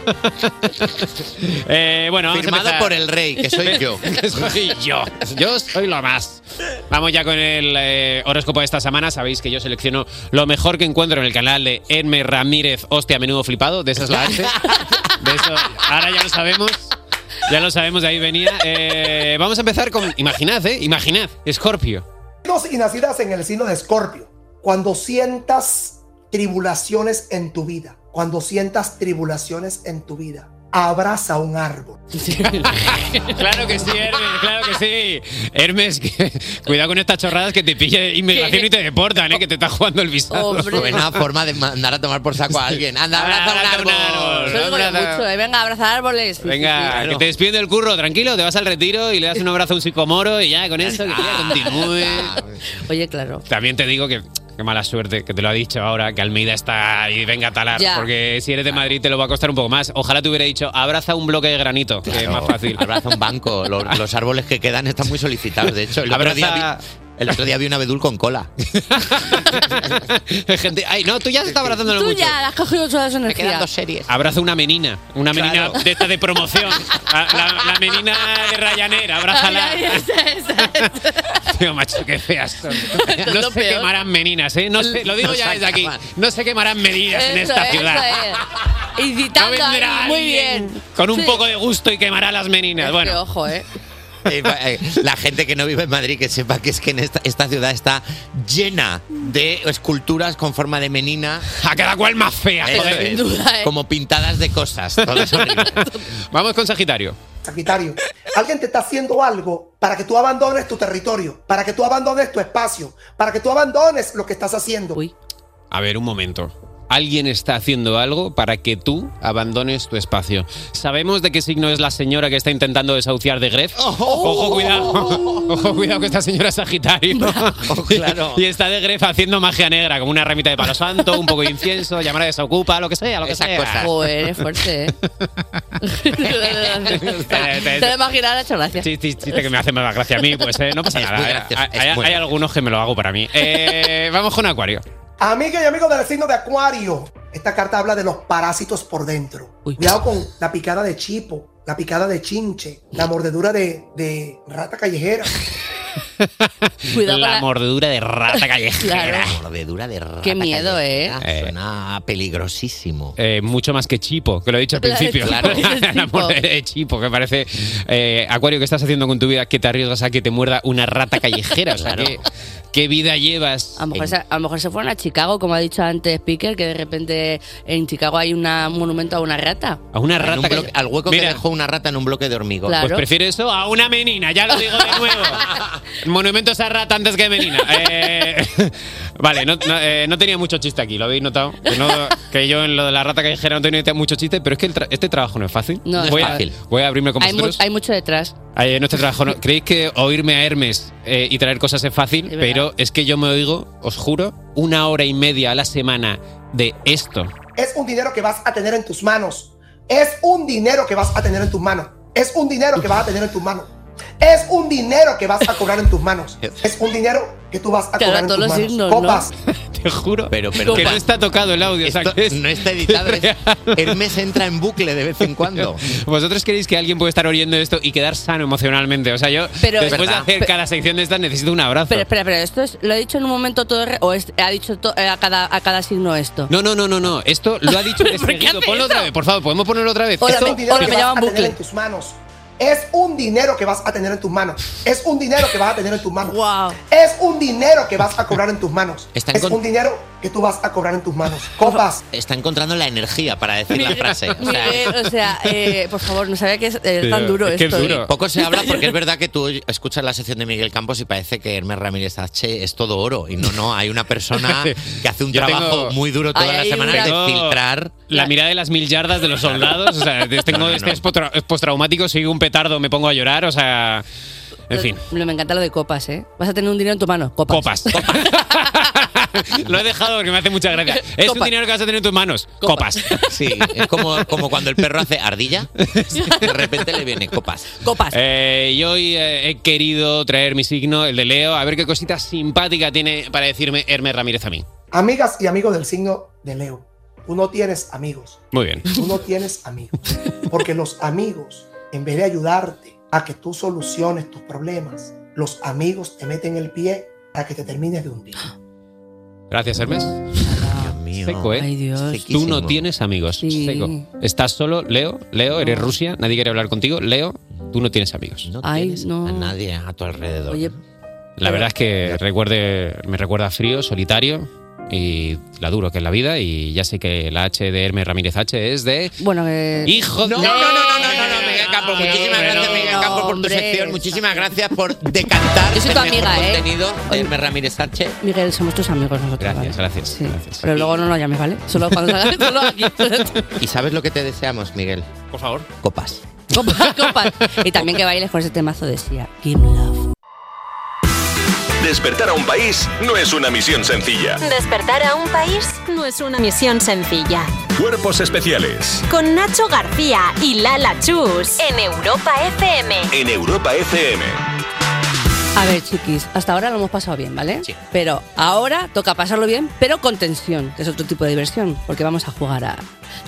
Speaker 16: Eh, bueno, vamos a
Speaker 3: Firmado
Speaker 16: empezar.
Speaker 3: por el rey, que soy yo.
Speaker 16: Que soy yo. Yo soy lo más. Vamos ya con el eh, horóscopo de esta semana. Sabéis que yo selecciono lo mejor que encuentro en el canal de Hermes Ramírez, hostia, menudo flipado. De esa es la H. De eso, ahora ya lo sabemos. Ya lo sabemos, de ahí venía. Eh, vamos a empezar con. Imaginad, ¿eh? Imaginad, Scorpio.
Speaker 17: Nacidos y nacidas en el signo de Escorpio, cuando sientas tribulaciones en tu vida, cuando sientas tribulaciones en tu vida, abraza un árbol.
Speaker 16: Claro que sí, Hermes, claro que sí. Hermes, que- cuidado con estas chorradas que te pille inmigración y te deportan, ¿eh? Que te está jugando el visado.
Speaker 3: Buena forma de mandar a tomar por saco a alguien. Anda, abraza un árbol.
Speaker 4: Eso digo yo mucho, ¿eh? Venga, abraza árboles. Sí, sí, sí.
Speaker 16: Venga, que te despiden del curro, tranquilo, te vas al retiro y le das
Speaker 3: Ah.
Speaker 16: un abrazo a un psicomoro y ya con eso que ya continúe.
Speaker 4: Oye, claro.
Speaker 16: También te digo que Qué mala suerte que te lo ha dicho ahora, que Almeida está y venga a talar.
Speaker 4: Ya.
Speaker 16: Porque si eres de Madrid te lo va a costar un poco más. Ojalá te hubiera dicho, abraza un bloque de granito, que es más fácil.
Speaker 3: Abraza un banco. Lo- Los, árboles que quedan están muy solicitados. De hecho, el otro,
Speaker 16: Abraza-
Speaker 3: día vi, el otro día vi un abedul con cola.
Speaker 16: Gente, ay, no, tú ya te estás abrazando
Speaker 4: Tú
Speaker 16: mucho.
Speaker 4: ya, has cogido todas las energías.
Speaker 3: quedan dos series.
Speaker 16: Abraza una menina, una menina
Speaker 4: Claro.
Speaker 16: de esta de promoción, la, la- la menina Ah, de Ryanair, abrázala. Tío, macho, qué feas son. No se quemarán meninas, ¿eh? No sé, lo digo
Speaker 4: No
Speaker 16: ya
Speaker 4: se
Speaker 16: desde aquí.
Speaker 4: acaban.
Speaker 16: No se quemarán medidas en
Speaker 4: Eso
Speaker 16: esta
Speaker 4: es,
Speaker 16: ciudad.
Speaker 4: eso es. Incitando
Speaker 16: No
Speaker 4: ahí,
Speaker 16: vendrá
Speaker 4: muy
Speaker 16: alguien
Speaker 4: bien.
Speaker 16: Con un
Speaker 4: Sí.
Speaker 16: poco de gusto y quemará las meninas.
Speaker 4: Es que
Speaker 16: Bueno,
Speaker 4: ojo, ¿eh?
Speaker 3: Eh, pa- eh, La gente que no vive en Madrid que sepa que es que en esta, esta ciudad está llena de esculturas con forma de menina.
Speaker 16: A cada cual más fea, joder. Sin duda, eh.
Speaker 3: Como pintadas de cosas. todas horribles.
Speaker 16: vamos con Sagitario.
Speaker 17: Sagitario, alguien te está haciendo algo para que tú abandones tu territorio, para que tú abandones tu espacio, para que tú abandones lo que estás haciendo.
Speaker 16: A ver, un momento. Alguien está haciendo algo para que tú abandones tu espacio. ¿Sabemos de qué signo es la señora que está intentando desahuciar de Gref?
Speaker 4: Oh,
Speaker 3: ¡Oh!
Speaker 16: Ojo, cuidado. Ojo, cuidado que esta señora es Sagitario.
Speaker 3: claro.
Speaker 16: Y está de Gref haciendo magia negra, como una ramita de palo santo, un poco de incienso, llamar a desocupa, lo que sea, lo que
Speaker 4: Esas
Speaker 16: sea.
Speaker 4: cosas. Joder, es fuerte, ¿eh?
Speaker 16: Eh, te-
Speaker 4: Te lo imaginas, ha hecho gracia.
Speaker 16: Sí, sí, sí, que me hace más gracia a mí, pues eh, no pasa nada. hay, hay- hay algunos que me lo hago para mí. Eh, vamos con Acuario.
Speaker 17: Amigas y amigos del signo de Acuario, esta carta habla de los parásitos por dentro. Cuidado con la picada de chipo, la picada de chinche, la mordedura de, de rata callejera.
Speaker 4: Cuidado con
Speaker 16: la
Speaker 4: la-
Speaker 16: mordedura de rata callejera.
Speaker 4: Claro.
Speaker 3: Mordedura de rata.
Speaker 4: Qué miedo, ¿eh?
Speaker 16: Ah.
Speaker 3: Suena peligrosísimo.
Speaker 16: Eh, mucho más que chipo, que lo he dicho al principio.
Speaker 3: Claro.
Speaker 16: La mordedura de chipo, que parece. eh, Acuario, ¿qué estás haciendo con tu vida que te arriesgas a que te muerda una rata callejera? O sea,
Speaker 4: Claro.
Speaker 16: ¿qué, qué vida llevas?
Speaker 4: A lo, mejor se, a lo mejor se fueron a Chicago, como ha dicho antes Piquer, que de repente en Chicago hay una- un monumento a una rata.
Speaker 16: A una rata
Speaker 3: que- al hueco que dejó una rata en un bloque de hormigón.
Speaker 4: Claro. Pues
Speaker 16: prefiero eso a una menina, ya lo digo de nuevo. Monumento a esa rata antes que menina. Eh, vale, no, no, eh, no tenía mucho chiste aquí, ¿lo habéis notado? Que, no- que yo en lo de la rata callejera no tenía mucho chiste, pero es que el tra- este trabajo no es fácil.
Speaker 4: No, es
Speaker 16: voy,
Speaker 4: fácil.
Speaker 16: A, voy a abrirme con
Speaker 4: Hay, mu-
Speaker 16: vosotros.
Speaker 4: hay mucho detrás.
Speaker 16: Ay, en este trabajo no. ¿Creéis que oírme a Hermes eh, y traer cosas es fácil?
Speaker 4: Es verdad.
Speaker 16: pero es que yo me oigo, os juro, una hora y media a la semana de esto.
Speaker 17: Es un dinero que vas a tener en tus manos. Es un dinero que vas a tener en tus manos. Es un dinero que vas a tener en tus manos. Es un dinero que vas a cobrar en tus manos. Es un dinero que tú vas a
Speaker 16: Claro,
Speaker 17: cobrar en
Speaker 16: todos
Speaker 17: tus
Speaker 16: los
Speaker 17: manos.
Speaker 16: signos, ¿no?
Speaker 17: Copas.
Speaker 16: Te juro.
Speaker 3: Pero,
Speaker 16: pero- Que no está tocado el audio. o sea, que es-
Speaker 3: no está editado. es- Hermes entra en bucle de vez en cuando.
Speaker 16: ¿Vosotros creéis que alguien puede estar oyendo esto y quedar sano emocionalmente? O sea, yo
Speaker 4: Pero-
Speaker 16: después de
Speaker 4: Verdad.
Speaker 16: hacer cada sección de estas necesito un abrazo.
Speaker 4: Pero espera, pero esto es, lo he dicho en un momento todo re- o es- ha dicho to- eh, a cada a cada signo esto.
Speaker 16: no, no, no, no, no. Esto lo ha dicho seguido. Ponlo otra vez, por favor. ¿Podemos ponerlo otra vez?
Speaker 17: Es
Speaker 16: Esto-
Speaker 17: un dinero que vas a tener en tus manos. Es un dinero que vas a tener en tus manos. Es un dinero que vas a tener en tus manos. Es un dinero que vas a cobrar en tus manos.
Speaker 3: Está en
Speaker 17: Es
Speaker 3: con-
Speaker 17: un dinero que tú vas a cobrar en tus manos. Copas.
Speaker 3: Está encontrando la energía para decir la frase. O sea,
Speaker 4: Miguel, o sea, eh, por favor, no sabía que es eh,
Speaker 3: Sí,
Speaker 4: tan duro
Speaker 3: es que es
Speaker 4: esto. ¿eh?
Speaker 3: duro. Poco se habla porque es verdad que tú escuchas la sección de Miguel Campos y parece que Hermes Ramírez H es todo oro. Y no, no, hay una persona que hace un
Speaker 16: Yo
Speaker 3: trabajo
Speaker 16: tengo-
Speaker 3: muy duro toda
Speaker 16: Ay,
Speaker 3: la
Speaker 16: hay
Speaker 3: semana
Speaker 16: una-
Speaker 3: de
Speaker 16: Tengo
Speaker 3: filtrar.
Speaker 16: La mirada de las mil yardas de los soldados. O sea, tengo
Speaker 3: No, no,
Speaker 16: este
Speaker 3: no.
Speaker 16: es potra- es postraumático, soy un petardo, me pongo a llorar. O sea, en fin.
Speaker 4: Lo- me encanta lo de copas, ¿eh? Vas a tener un dinero en tu mano. Copas.
Speaker 16: Copas. Lo he dejado porque me hace mucha gracia. Es un dinero que vas a tener en tus manos. Copas.
Speaker 3: Sí, es como, como cuando el perro hace ardilla, de repente le viene copas.
Speaker 4: Copas.
Speaker 16: y hoy eh, he querido traer mi signo, el de Leo, a ver qué cosita simpática tiene para decirme Hermes Ramírez a mí.
Speaker 17: Amigas y amigos del signo de Leo. Tú no tienes amigos.
Speaker 16: Muy bien.
Speaker 17: Tú no tienes amigos. Porque los amigos, en vez de ayudarte a que tú soluciones tus problemas, los amigos te meten el pie para que te termines de hundir.
Speaker 16: Gracias, Hermes. Seco, ¿eh?
Speaker 4: Ay, Dios.
Speaker 16: Tú
Speaker 4: Sequísimo.
Speaker 16: no tienes amigos.
Speaker 4: Sí.
Speaker 16: Seco. Estás solo, Leo. Leo, eres Rusia. Nadie quiere hablar contigo. Leo, tú no tienes amigos.
Speaker 4: Ay, no.
Speaker 3: Nadie a tu alrededor.
Speaker 4: Oye,
Speaker 16: La verdad es que recuerde, me recuerda a frío, solitario y la duro que es la vida. Y ya sé que la H de Hermes Ramírez H es de.
Speaker 4: Bueno, eh,
Speaker 16: ¡Hijo
Speaker 3: No,
Speaker 16: de-
Speaker 3: no, no, no, no, no, no, Miguel Campos. Muchísimas gracias, Miguel Campos, por tu
Speaker 4: hombre,
Speaker 3: sección. Muchísimas gracias por decantar
Speaker 4: Yo
Speaker 3: este
Speaker 4: soy tu
Speaker 3: mejor
Speaker 4: amiga, ¿eh?
Speaker 3: contenido de Hermes Ramírez H.
Speaker 4: Miguel, somos tus amigos nosotros.
Speaker 3: Gracias,
Speaker 16: gracias.
Speaker 4: Pero luego no nos llames, ¿vale? Solo cuando salgas. solo aquí.
Speaker 3: ¿Y sabes lo que te deseamos, Miguel?
Speaker 16: Por favor.
Speaker 3: Copas.
Speaker 4: Copas, copas. Y también que bailes con ese temazo de Sia. Give love.
Speaker 9: Despertar a un país no es una misión sencilla.
Speaker 2: Despertar a un país no es una misión sencilla.
Speaker 9: Cuerpos especiales
Speaker 2: Con Nacho García y Lala Chus en Europa FM.
Speaker 9: en Europa FM.
Speaker 4: A ver, chiquis, hasta ahora lo hemos pasado bien, ¿vale? Pero ahora toca pasarlo bien, pero con tensión, que es otro tipo de diversión, porque vamos a jugar a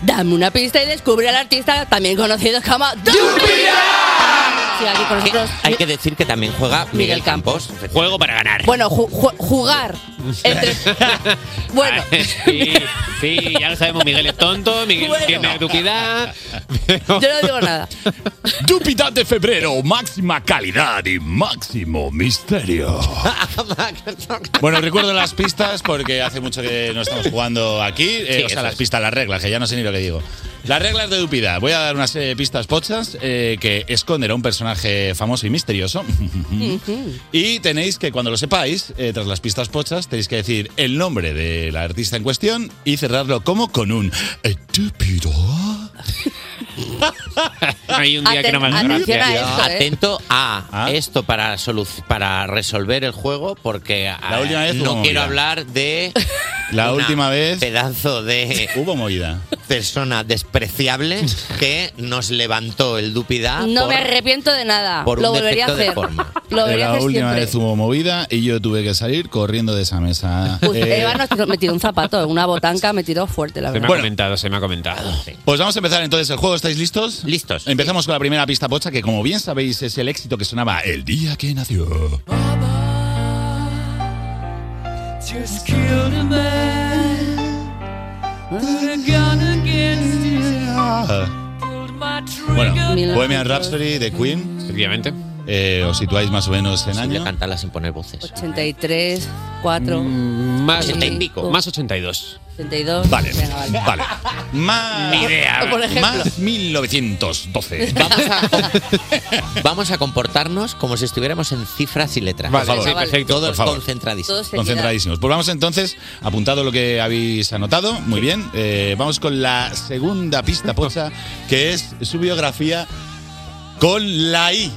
Speaker 4: Dame una pista y descubre al artista también conocido como Dumbia. Sí, aquí con nosotros.
Speaker 3: Hay que decir que también juega Miguel, Campos.
Speaker 16: Juego para ganar.
Speaker 4: Bueno, ju- ju- jugar. Entre- Bueno.
Speaker 16: Sí, sí, ya lo sabemos. Miguel es tonto, Miguel tiene duquidad.
Speaker 4: Yo no digo nada.
Speaker 9: Júpiter de febrero, máxima calidad y máximo misterio.
Speaker 12: Bueno, recuerdo las pistas porque hace mucho que no estamos jugando aquí. Eh,
Speaker 9: Sí,
Speaker 12: o
Speaker 9: eso
Speaker 12: sea, las
Speaker 9: es.
Speaker 12: pistas, las reglas, que ya no sé ni lo que digo. Las reglas de Dupida. Voy a dar unas eh, pistas pochas eh, que esconden a un personaje famoso y misterioso. Y tenéis que, cuando lo sepáis, eh, tras las pistas pochas, tenéis que decir el nombre del artista en cuestión y cerrarlo como con un estúpido.
Speaker 16: Hay
Speaker 3: un día que no me haga Aten- atención gracia. a esto, ¿eh? Atento
Speaker 12: a
Speaker 3: esto para, solu- para resolver el juego porque ah,
Speaker 12: última vez hubo
Speaker 3: no quiero
Speaker 12: movida.
Speaker 3: hablar de
Speaker 12: La
Speaker 3: una
Speaker 12: última vez.
Speaker 3: pedazo de
Speaker 12: hubo movida
Speaker 3: persona despreciable que nos levantó el dupida
Speaker 4: No
Speaker 3: Ah, por-
Speaker 4: me arrepiento de nada.
Speaker 3: por un
Speaker 4: Lo volvería a
Speaker 3: defecto de
Speaker 4: hacer.
Speaker 3: forma.
Speaker 4: Lo volvería a
Speaker 12: La
Speaker 4: hacer
Speaker 12: última
Speaker 4: siempre.
Speaker 12: vez hubo movida y yo tuve que salir corriendo de esa mesa.
Speaker 4: Pues
Speaker 12: Eh,
Speaker 4: Eva nos tiró- me tiró un zapato, una botanca me tiró fuerte, la
Speaker 12: Se me
Speaker 4: verdad.
Speaker 12: ha Bueno.
Speaker 16: comentado, se me ha comentado.
Speaker 12: Pues vamos a empezar entonces el juego. ¿Estáis listos?
Speaker 3: Listos.
Speaker 12: Empezamos con la primera pista pocha, que como bien sabéis es el éxito que sonaba el día que nació.
Speaker 15: Just killed a man. Put a gun against his heart.
Speaker 12: Ah,
Speaker 15: Pulled my trigger.
Speaker 12: Bueno, Bohemian Rhapsody de Queen. Eh,
Speaker 16: Efectivamente.
Speaker 12: os situáis más o menos en año.
Speaker 3: cantarla sin poner voces.
Speaker 4: 83, 4,
Speaker 12: Mm.
Speaker 16: Más
Speaker 4: ochenta y pico.
Speaker 16: Más 82.
Speaker 4: 82.
Speaker 12: Vale.
Speaker 4: Venga, vale.
Speaker 12: Vale. Más,
Speaker 4: Ni idea. Por ejemplo.
Speaker 12: más 1912.
Speaker 3: Vamos a comportarnos como si estuviéramos en cifras y letras.
Speaker 12: Vale, sí, perfecto,
Speaker 3: Todos
Speaker 12: por favor.
Speaker 3: concentradísimos.
Speaker 4: Todos
Speaker 12: Concentradísimos. Pues vamos entonces, apuntado lo que habéis anotado, muy bien. Eh, vamos con la segunda pista pocha, que es su biografía con la I.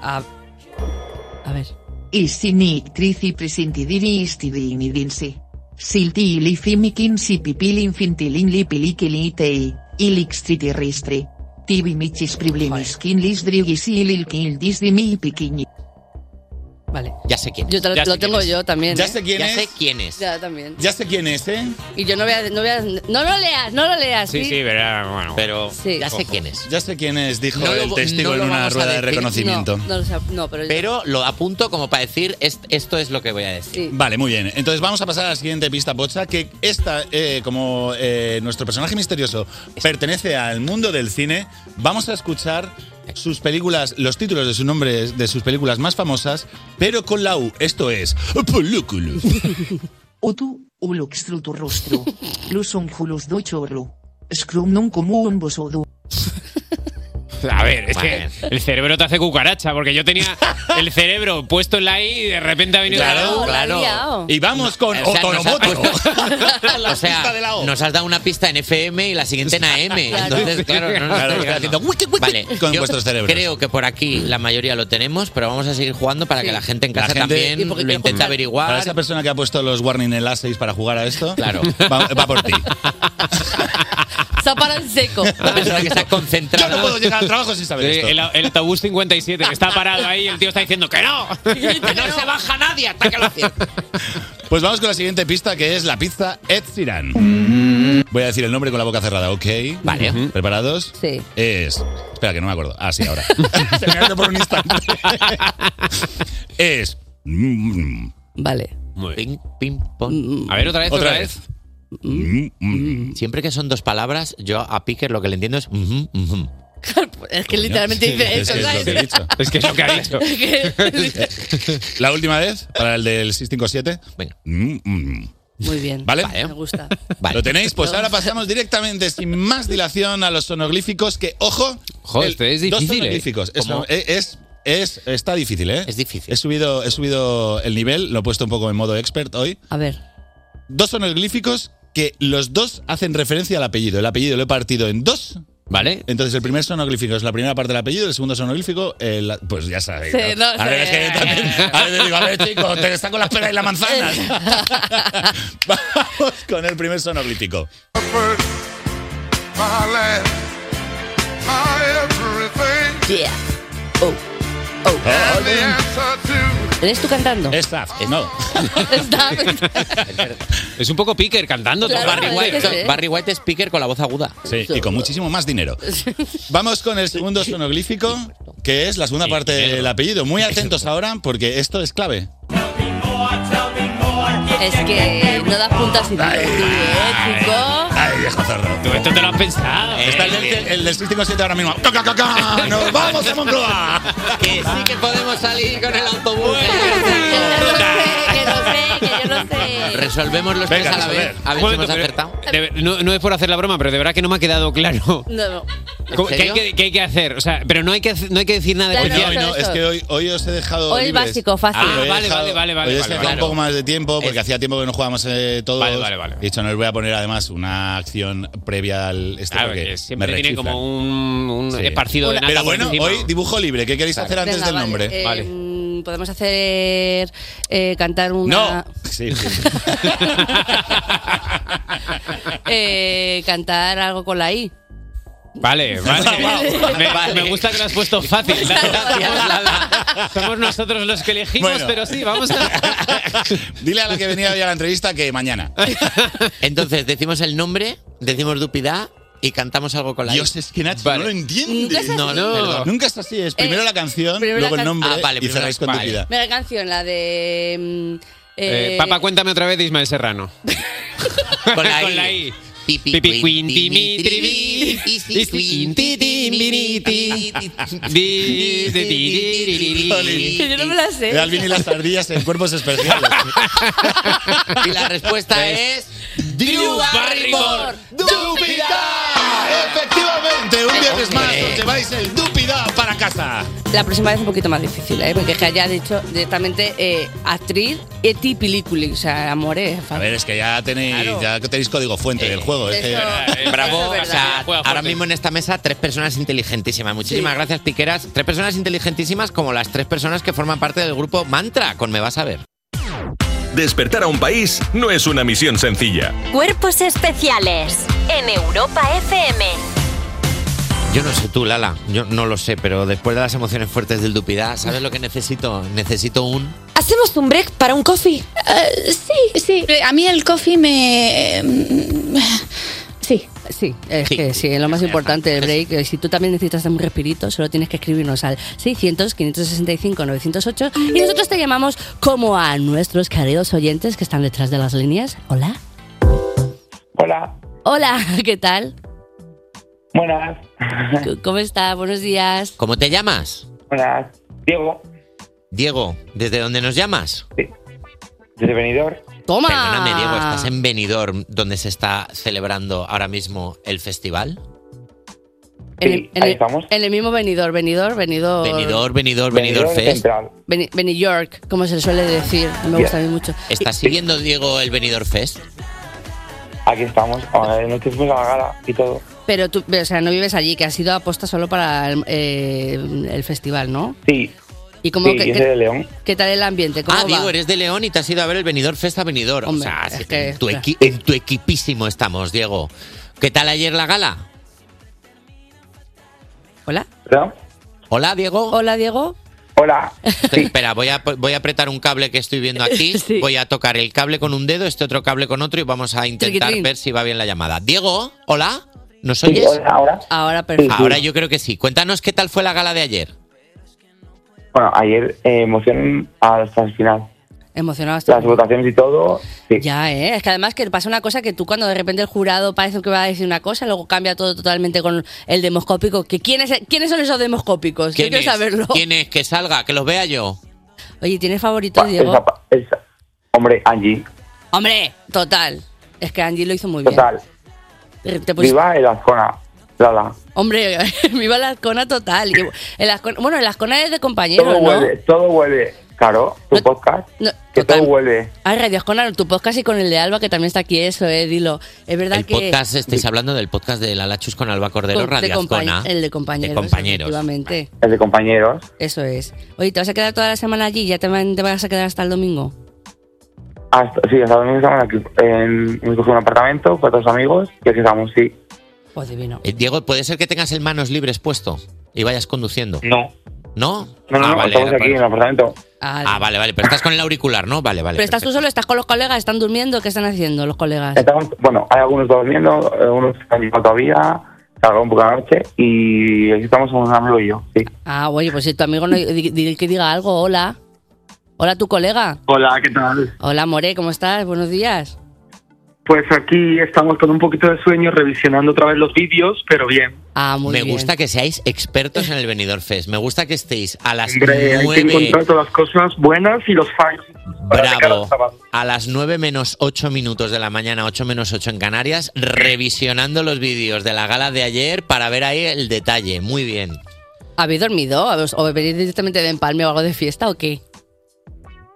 Speaker 3: Ah,
Speaker 4: A ver.
Speaker 18: Isini, trici, prisintidiri, istidini, dinsi. Silti, ilifimikin, sipipilin, fintilin, lipilikili, itei, ilixtritiristri. Tibi michis priblimiskin, lisdrigis, ililkil, disdimi, piquini.
Speaker 4: Vale.
Speaker 3: Ya sé quién.
Speaker 4: Yo te lo,
Speaker 3: Ya sé
Speaker 4: lo
Speaker 3: quién
Speaker 4: tengo
Speaker 3: es.
Speaker 4: yo también.
Speaker 3: Ya
Speaker 4: ¿eh?
Speaker 3: sé quién Ya es. sé quién es.
Speaker 4: Ya también.
Speaker 12: Ya sé quién es, ¿eh?
Speaker 4: Y yo no voy a. No, voy a- no lo leas, no lo
Speaker 3: ¿Ah,
Speaker 4: leas. Sí,
Speaker 16: pero bueno.
Speaker 3: Pero
Speaker 4: Sí.
Speaker 3: ya sé
Speaker 4: Ojo.
Speaker 3: quién es.
Speaker 12: Ya sé quién es, dijo
Speaker 3: No lo-
Speaker 12: el testigo
Speaker 3: no lo
Speaker 12: en una
Speaker 3: vamos a
Speaker 12: rueda de
Speaker 3: decir.
Speaker 12: reconocimiento.
Speaker 4: No, lo sab- no, pero. yo-
Speaker 3: Pero lo apunto como para decir, "Est- esto es lo que voy a decir.
Speaker 12: Vale, muy bien. Entonces vamos a pasar a la siguiente pista pocha, que esta, eh, como eh, nuestro personaje misterioso pertenece al mundo del cine, vamos a escuchar sus películas, los títulos de sus nombres, de sus películas más famosas, pero con la U. Esto es Películas.
Speaker 18: Utu, uluxtruturrustru. Lusum julus duchorlu. Scrum non comum bosodu.
Speaker 16: A ver, es que
Speaker 18: Vale.
Speaker 16: el cerebro te hace cucaracha, porque yo tenía el cerebro puesto en la I y de repente ha venido
Speaker 3: Claro,
Speaker 16: la U.
Speaker 3: claro. Lo ha liado.
Speaker 12: Y vamos con
Speaker 3: O sea, nos ha-
Speaker 12: Otoromoto.
Speaker 3: o sea, nos has dado una pista en FM y la siguiente en AM.
Speaker 12: Claro.
Speaker 3: Entonces, claro, no nos
Speaker 12: Claro,
Speaker 3: está
Speaker 12: claro.
Speaker 3: haciendo wiki, wiki. Vale,
Speaker 12: Con
Speaker 3: yo
Speaker 12: vuestros cerebros.
Speaker 3: Creo que por aquí la mayoría lo tenemos, pero vamos a seguir jugando para que la gente en casa también lo intente averiguar.
Speaker 12: Para esa persona que ha puesto los warning en A6 para jugar a esto,
Speaker 3: Claro.
Speaker 12: va, va por ti.
Speaker 4: Se ha parado en seco.
Speaker 3: La persona que está concentrada.
Speaker 16: Yo no puedo
Speaker 12: llegar al trabajo sin saber
Speaker 16: Sí,
Speaker 12: esto.
Speaker 16: El, el autobús 57 que está parado ahí y el tío está diciendo que no.
Speaker 3: Que no se baja nadie hasta que lo acierte.
Speaker 12: Pues vamos con la siguiente pista, que es la pizza Ed Sheeran. Voy a decir el nombre con la boca cerrada, ¿ok? Vale. ¿Preparados?
Speaker 4: Sí.
Speaker 12: Es... Espera, que no me acuerdo. Ah, sí, ahora. Se me ha ido por un instante. es... mm,
Speaker 4: Vale.
Speaker 3: Pim, pim, pom.
Speaker 16: A ver, otra vez, otra vez.
Speaker 3: Siempre que son dos palabras, yo a Picker lo que le entiendo es. mhm, mhm.
Speaker 4: Es que literalmente dice eso, ¿sabes?
Speaker 16: Es que es lo que ha dicho.
Speaker 12: La última vez, para el del 657.
Speaker 3: Venga.
Speaker 4: Muy bien.
Speaker 12: Mm, ¿Vale?
Speaker 4: Me gusta.
Speaker 12: ¿Lo tenéis? Pues ahora pasamos directamente, sin más dilación, a los sonoglíficos que, ojo,
Speaker 16: Ojo,
Speaker 12: el-
Speaker 16: este es difícil,
Speaker 12: Dos
Speaker 16: ¿eh?
Speaker 12: sonoglíficos. Es-
Speaker 16: ¿Cómo?
Speaker 12: es, es- está difícil, ¿eh? Es difícil. He subido, he subido el nivel, lo he puesto un poco en modo expert hoy.
Speaker 4: A ver.
Speaker 12: Dos sonoglíficos que los dos hacen referencia al apellido. El apellido lo he partido en dos
Speaker 16: ¿Vale?
Speaker 12: Entonces, el primer sonoglífico es la primera parte del apellido, el segundo sonoglífico, eh, la- pues ya sabéis.
Speaker 15: Sí,
Speaker 12: ¿no?
Speaker 15: no
Speaker 12: a ver,
Speaker 15: sé.
Speaker 12: es que yo también. A veces digo, a ver, chicos, te saco las peras y las manzanas. Vamos con el primer sonoglífico.
Speaker 15: My land, my everything.
Speaker 4: Yeah.
Speaker 15: And the answer to
Speaker 4: ¿Eres tú cantando?
Speaker 12: no.
Speaker 16: eh, Es un poco Picker cantando.
Speaker 4: Claro,
Speaker 16: Barry,
Speaker 4: es
Speaker 16: White,
Speaker 4: que sí.
Speaker 16: Barry White es Picker con la voz aguda.
Speaker 12: Sí, y con muchísimo más dinero. Vamos con el segundo sonoglífico, que es la segunda parte del apellido. Muy atentos ahora, porque esto es clave.
Speaker 4: Es que no das puntas sin hilo, tú, ¿eh, chico?
Speaker 12: Ay, viejo zorro. Tú
Speaker 16: esto te lo has pensado.
Speaker 12: Eh,
Speaker 16: eh.
Speaker 12: Está el, del- el del 657 ahora mismo. ¡Ca, ca, ca, ca! ¡Nos vamos a Moncloa!
Speaker 3: Que sí que podemos salir con el autobús. Resolvemos los
Speaker 16: Venga,
Speaker 3: tres a la
Speaker 16: resolver.
Speaker 3: vez. A ver
Speaker 16: Un
Speaker 3: si
Speaker 16: momento,
Speaker 3: hemos
Speaker 16: pero-
Speaker 3: acertado.
Speaker 16: De- no, no es por hacer la broma, pero de verdad que no me ha quedado claro.
Speaker 4: No, no.
Speaker 16: ¿Cómo- ¿Qué hay,
Speaker 4: serio?
Speaker 16: que, qué hay que hacer? O sea, pero no hay que, hacer- no hay que decir nada
Speaker 4: Claro,
Speaker 16: especial.
Speaker 4: Hoy no, eso,
Speaker 12: Es que hoy, hoy os he dejado.
Speaker 4: Hoy
Speaker 12: libres.
Speaker 4: básico, fácil.
Speaker 16: Ah,
Speaker 12: Hoy he
Speaker 16: vale,
Speaker 12: dejado-
Speaker 16: vale, vale, vale,
Speaker 12: Hoy os he
Speaker 16: vale,
Speaker 12: dejado
Speaker 16: vale.
Speaker 12: un poco más de tiempo porque hacía tiempo que no jugábamos eh, todos.
Speaker 16: Vale, vale, vale.
Speaker 12: De hecho, no les voy a poner además una acción previa al. Este
Speaker 16: Claro,
Speaker 12: porque
Speaker 16: que siempre
Speaker 12: me
Speaker 16: tiene
Speaker 12: rechiflan.
Speaker 16: como un, un
Speaker 12: Sí.
Speaker 16: esparcido de nata
Speaker 12: Pero
Speaker 16: por
Speaker 12: bueno,
Speaker 16: encima.
Speaker 12: hoy dibujo libre. ¿Qué queréis hacer antes
Speaker 4: Venga,
Speaker 12: del
Speaker 4: vale,
Speaker 12: nombre?
Speaker 4: eh, mm, Podemos hacer. eh, cantar una.
Speaker 12: No. Sí, sí.
Speaker 4: eh, cantar algo con la I.
Speaker 16: Vale, vale. me, me gusta que lo has puesto fácil. Somos nosotros los que elegimos,
Speaker 12: Bueno.
Speaker 16: pero sí, vamos a.
Speaker 12: Dile a la que venía hoy a la entrevista que mañana.
Speaker 3: Entonces, decimos el nombre, decimos dupidad y cantamos algo con la
Speaker 12: Dios, es que Nacho no lo
Speaker 4: Nunca
Speaker 12: entiende.
Speaker 4: es así.
Speaker 3: No, no.
Speaker 12: Nunca es así. Es primero
Speaker 4: Eh,
Speaker 12: la canción,
Speaker 4: primero
Speaker 12: luego
Speaker 4: la
Speaker 12: el
Speaker 4: can-
Speaker 12: nombre
Speaker 3: Ah, vale,
Speaker 12: y
Speaker 3: primero-
Speaker 12: cerráis con
Speaker 3: vale.
Speaker 12: dupida.
Speaker 4: Mira la canción, la de. mm,
Speaker 16: Eh,
Speaker 4: eh,
Speaker 16: papá, cuéntame otra vez de Ismael Serrano.
Speaker 3: Con la I.
Speaker 16: Pipi,
Speaker 3: Pipi,
Speaker 16: queen,
Speaker 3: queen,
Speaker 16: timi,
Speaker 3: timi,
Speaker 16: tribi,
Speaker 3: isi,
Speaker 16: isi, ti, ti, miri, ti, di, di, di, di, di, di.
Speaker 4: Que yo no me la sé.
Speaker 12: El Alvin y las ardillas en cuerpos especiales.
Speaker 3: y la respuesta es.
Speaker 12: Drew
Speaker 15: Barrymore.
Speaker 12: ¡Dupida! Efectivamente, un viernes más
Speaker 4: Hombre.
Speaker 12: os lleváis el Dupida para casa.
Speaker 4: La próxima vez un poquito más difícil, ¿eh? Porque es que ya has dicho directamente eh, actriz eti película. O sea, amore.
Speaker 12: A ver, es que ya tenéis, ya que tenéis código fuente del juego. es que-
Speaker 4: eso-
Speaker 3: Bravo, o sea,
Speaker 16: Juega fuerte.
Speaker 3: ahora mismo en esta mesa tres personas inteligentísimas. Muchísimas gracias, Piqueras. Tres personas inteligentísimas como las tres personas que forman parte del grupo Mantra, con Me Vas a Ver.
Speaker 19: Despertar a un país no es una misión sencilla.
Speaker 2: Cuerpos especiales en Europa FM.
Speaker 3: Yo no sé tú, Lala, yo no lo sé, pero después de las emociones fuertes del Dupidá, ¿sabes lo que necesito? Necesito un...
Speaker 20: ¿Hacemos un break para un coffee?
Speaker 4: Eh,
Speaker 20: sí, sí. A mí el coffee me...
Speaker 4: mm,
Speaker 20: Sí.
Speaker 4: Sí, es que sí, es lo más importante del break. Eh, Si tú también necesitas dar un respirito, solo tienes que escribirnos al 600-565-908 y nosotros te llamamos como a nuestros queridos oyentes que están detrás de las líneas. Hola.
Speaker 21: Hola,
Speaker 4: Hola, ¿qué tal?
Speaker 21: buenas.
Speaker 4: ¿Cómo está? Buenos días.
Speaker 3: ¿Cómo te llamas?
Speaker 21: Hola, Diego.
Speaker 3: Diego, ¿desde dónde nos llamas?
Speaker 21: Desde Benidorm.
Speaker 4: Toma.
Speaker 3: Perdóname, Diego, ¿estás en Benidorm, donde se está celebrando ahora mismo el festival?
Speaker 4: En el- en el- En el mismo venidor, venidor, venidor.
Speaker 3: Benidorm, Benidorm, Benidorm
Speaker 21: Benidorm
Speaker 3: Fest.
Speaker 21: Central.
Speaker 4: Beni, Beni York, como se le suele decir. Me gusta a mí mucho.
Speaker 3: ¿Estás siguiendo, Diego, el Benidorm Fest?
Speaker 21: Aquí estamos. Ahora de noche fuimos a la gala y todo.
Speaker 4: Pero tú, pero, o sea, no vives allí, que has ido aposta solo para el, eh, el festival, ¿no?
Speaker 21: Sí.
Speaker 4: ¿Y cómo
Speaker 3: Sí,
Speaker 4: que,
Speaker 3: yo
Speaker 4: que-
Speaker 3: soy de León.
Speaker 4: ¿Qué tal el ambiente? ¿Cómo
Speaker 3: Ah,
Speaker 4: va?
Speaker 3: Diego, eres de León y te has ido a ver el Benidorm Fest a Benidorm. o sea, sí,
Speaker 4: que-
Speaker 3: en, tu equi- en tu equipísimo estamos, Diego. ¿Qué tal ayer la gala?
Speaker 4: ¿Hola?
Speaker 3: Hola, Diego.
Speaker 4: Hola, Diego.
Speaker 21: Hola.
Speaker 3: Espera, voy a, voy a apretar un cable que estoy viendo aquí. Voy a tocar el cable con un dedo, este otro cable con otro y vamos a intentar
Speaker 4: Triquitrín.
Speaker 3: ver si va bien la llamada. Diego, hola. ¿Nos oyes?
Speaker 21: ahora.
Speaker 4: Ahora, perfecto.
Speaker 3: Ahora yo creo que sí. Cuéntanos qué tal fue la gala de ayer.
Speaker 21: Bueno, ayer eh, emoción hasta el final.
Speaker 4: Emocionado hasta
Speaker 21: Las votaciones y todo. Sí.
Speaker 4: Ya, ¿eh? Es que además que pasa una cosa que tú cuando de repente el jurado parece que va a decir una cosa, luego cambia todo totalmente con el demoscópico. Que ¿quién es- ¿Quiénes son esos demoscópicos? Pues Yo
Speaker 3: ¿Quién
Speaker 4: quiero
Speaker 3: es?
Speaker 4: saberlo.
Speaker 3: ¿Quién es? Que salga, que los vea yo.
Speaker 4: Oye, ¿tienes favorito, Diego?
Speaker 21: Esa pa- esa- Hombre, Angie.
Speaker 4: Hombre, total. Es que Angie lo hizo muy bien.
Speaker 21: Total.
Speaker 4: Te pus-
Speaker 21: Viva el Azcona. Lala.
Speaker 4: Hombre, viva la Ascona total. Y El Ascona- bueno, el Ascona es de compañero,
Speaker 21: Todo
Speaker 4: ¿no?
Speaker 21: vuelve, todo vuelve. Claro, tu podcast,
Speaker 4: no,
Speaker 21: que todo vuelve.
Speaker 4: Ah, Radio Ascona, tu podcast y con el de Alba, que también está aquí, eso, eh, dilo. Es verdad
Speaker 3: El
Speaker 4: que.
Speaker 3: podcast, estáis hablando del podcast de Lala Chus con Alba Cordero,
Speaker 4: con- de
Speaker 3: Radio
Speaker 4: compa-
Speaker 3: Azcona.
Speaker 4: El de compañeros.
Speaker 3: compañeros.
Speaker 4: efectivamente.
Speaker 21: El de compañeros.
Speaker 4: Eso es. Oye, ¿te vas a quedar toda la semana allí? ¿Ya te, van- te vas a quedar hasta el domingo?
Speaker 21: Hasta, sí, hasta domingo estamos aquí. En, me cogí un apartamento con otros amigos y aquí estamos, sí.
Speaker 4: Pues divino.
Speaker 3: Eh, Diego, ¿puede ser que tengas el manos libres puesto y vayas conduciendo?
Speaker 21: No.
Speaker 3: ¿No?
Speaker 21: No, no, no, estamos aquí en el apartamento.
Speaker 4: Ah,
Speaker 3: Ah, vale, vale, pero estás con el auricular, ¿no? Vale, vale.
Speaker 4: Pero estás tú solo, estás con los colegas, están durmiendo, ¿qué están haciendo los colegas?
Speaker 21: Estamos- bueno, hay algunos durmiendo, algunos que han llegado todavía, salgo un poco la noche y aquí estamos un amigo y yo, sí.
Speaker 4: Ah, oye, pues si tu amigo no di- di- que diga algo, hola. Hola tu colega.
Speaker 22: Hola, ¿qué tal?
Speaker 4: Hola More, ¿cómo estás? Buenos días.
Speaker 22: Pues aquí estamos con un poquito de sueño revisionando otra vez los vídeos, pero bien.
Speaker 4: Ah,
Speaker 3: Me gusta que seáis expertos en el Benidorm Fest. Me gusta que estéis a las
Speaker 22: Hombre, hay que
Speaker 3: nueve...
Speaker 22: encontrar todas las cosas buenas y los fallos.
Speaker 3: Bravo. A las 9 menos 8 minutos de la mañana, 8 menos 8 en Canarias, revisionando los vídeos de la gala de ayer para ver ahí el detalle. Muy bien.
Speaker 4: ¿Habéis dormido? ¿Habéis- ¿O venís directamente de empalme o algo de fiesta o qué?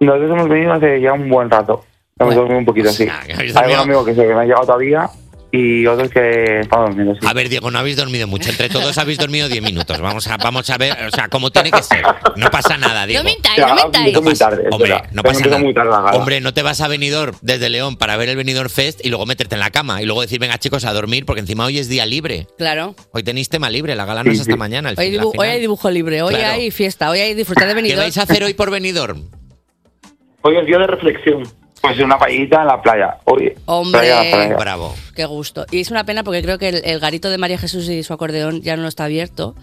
Speaker 21: Nosotros hemos venido hace ya un buen rato. Hemos dormido un poquito, sí.
Speaker 3: pues habéis
Speaker 21: Hay un
Speaker 3: dormido.
Speaker 21: amigo que, se, que no ha llegado todavía y otros que están durmiendo, sí.
Speaker 3: A ver, Diego, no habéis dormido mucho. Entre todos habéis dormido 10 minutos. Vamos a, vamos a ver, o sea, cómo tiene que ser. No pasa nada, Diego.
Speaker 4: No mintáis, no Ya, mintáis.
Speaker 21: empiezo muy
Speaker 3: pasa-
Speaker 21: tarde, es
Speaker 3: hombre,
Speaker 21: verdad. Pero
Speaker 3: no pasa
Speaker 21: empiezo
Speaker 3: nada.
Speaker 21: muy tarde la gala.
Speaker 3: Hombre, no te vas a Benidorm desde León para ver el Benidorm Fest y luego meterte en la cama y luego decir, venga, chicos, a dormir, porque encima hoy es día libre.
Speaker 4: Claro.
Speaker 3: Hoy tenéis tema libre, la gala no es hasta mañana. el
Speaker 4: Hoy,
Speaker 3: fin- la
Speaker 4: dibu- hoy
Speaker 3: final.
Speaker 4: hay dibujo libre, hoy
Speaker 3: Claro.
Speaker 4: hay fiesta, hoy hay disfrutar de
Speaker 3: ¿Qué
Speaker 4: Benidorm.
Speaker 3: vais a hacer hoy por Benidorm?
Speaker 22: Hoy es día de reflexión.
Speaker 21: Pues una paellita en la playa. Oye,
Speaker 4: Hombre.
Speaker 21: playa, playa.
Speaker 3: Bravo.
Speaker 4: Qué gusto. Y es una pena porque creo que el, el garito de María Jesús y su acordeón ya no está abierto.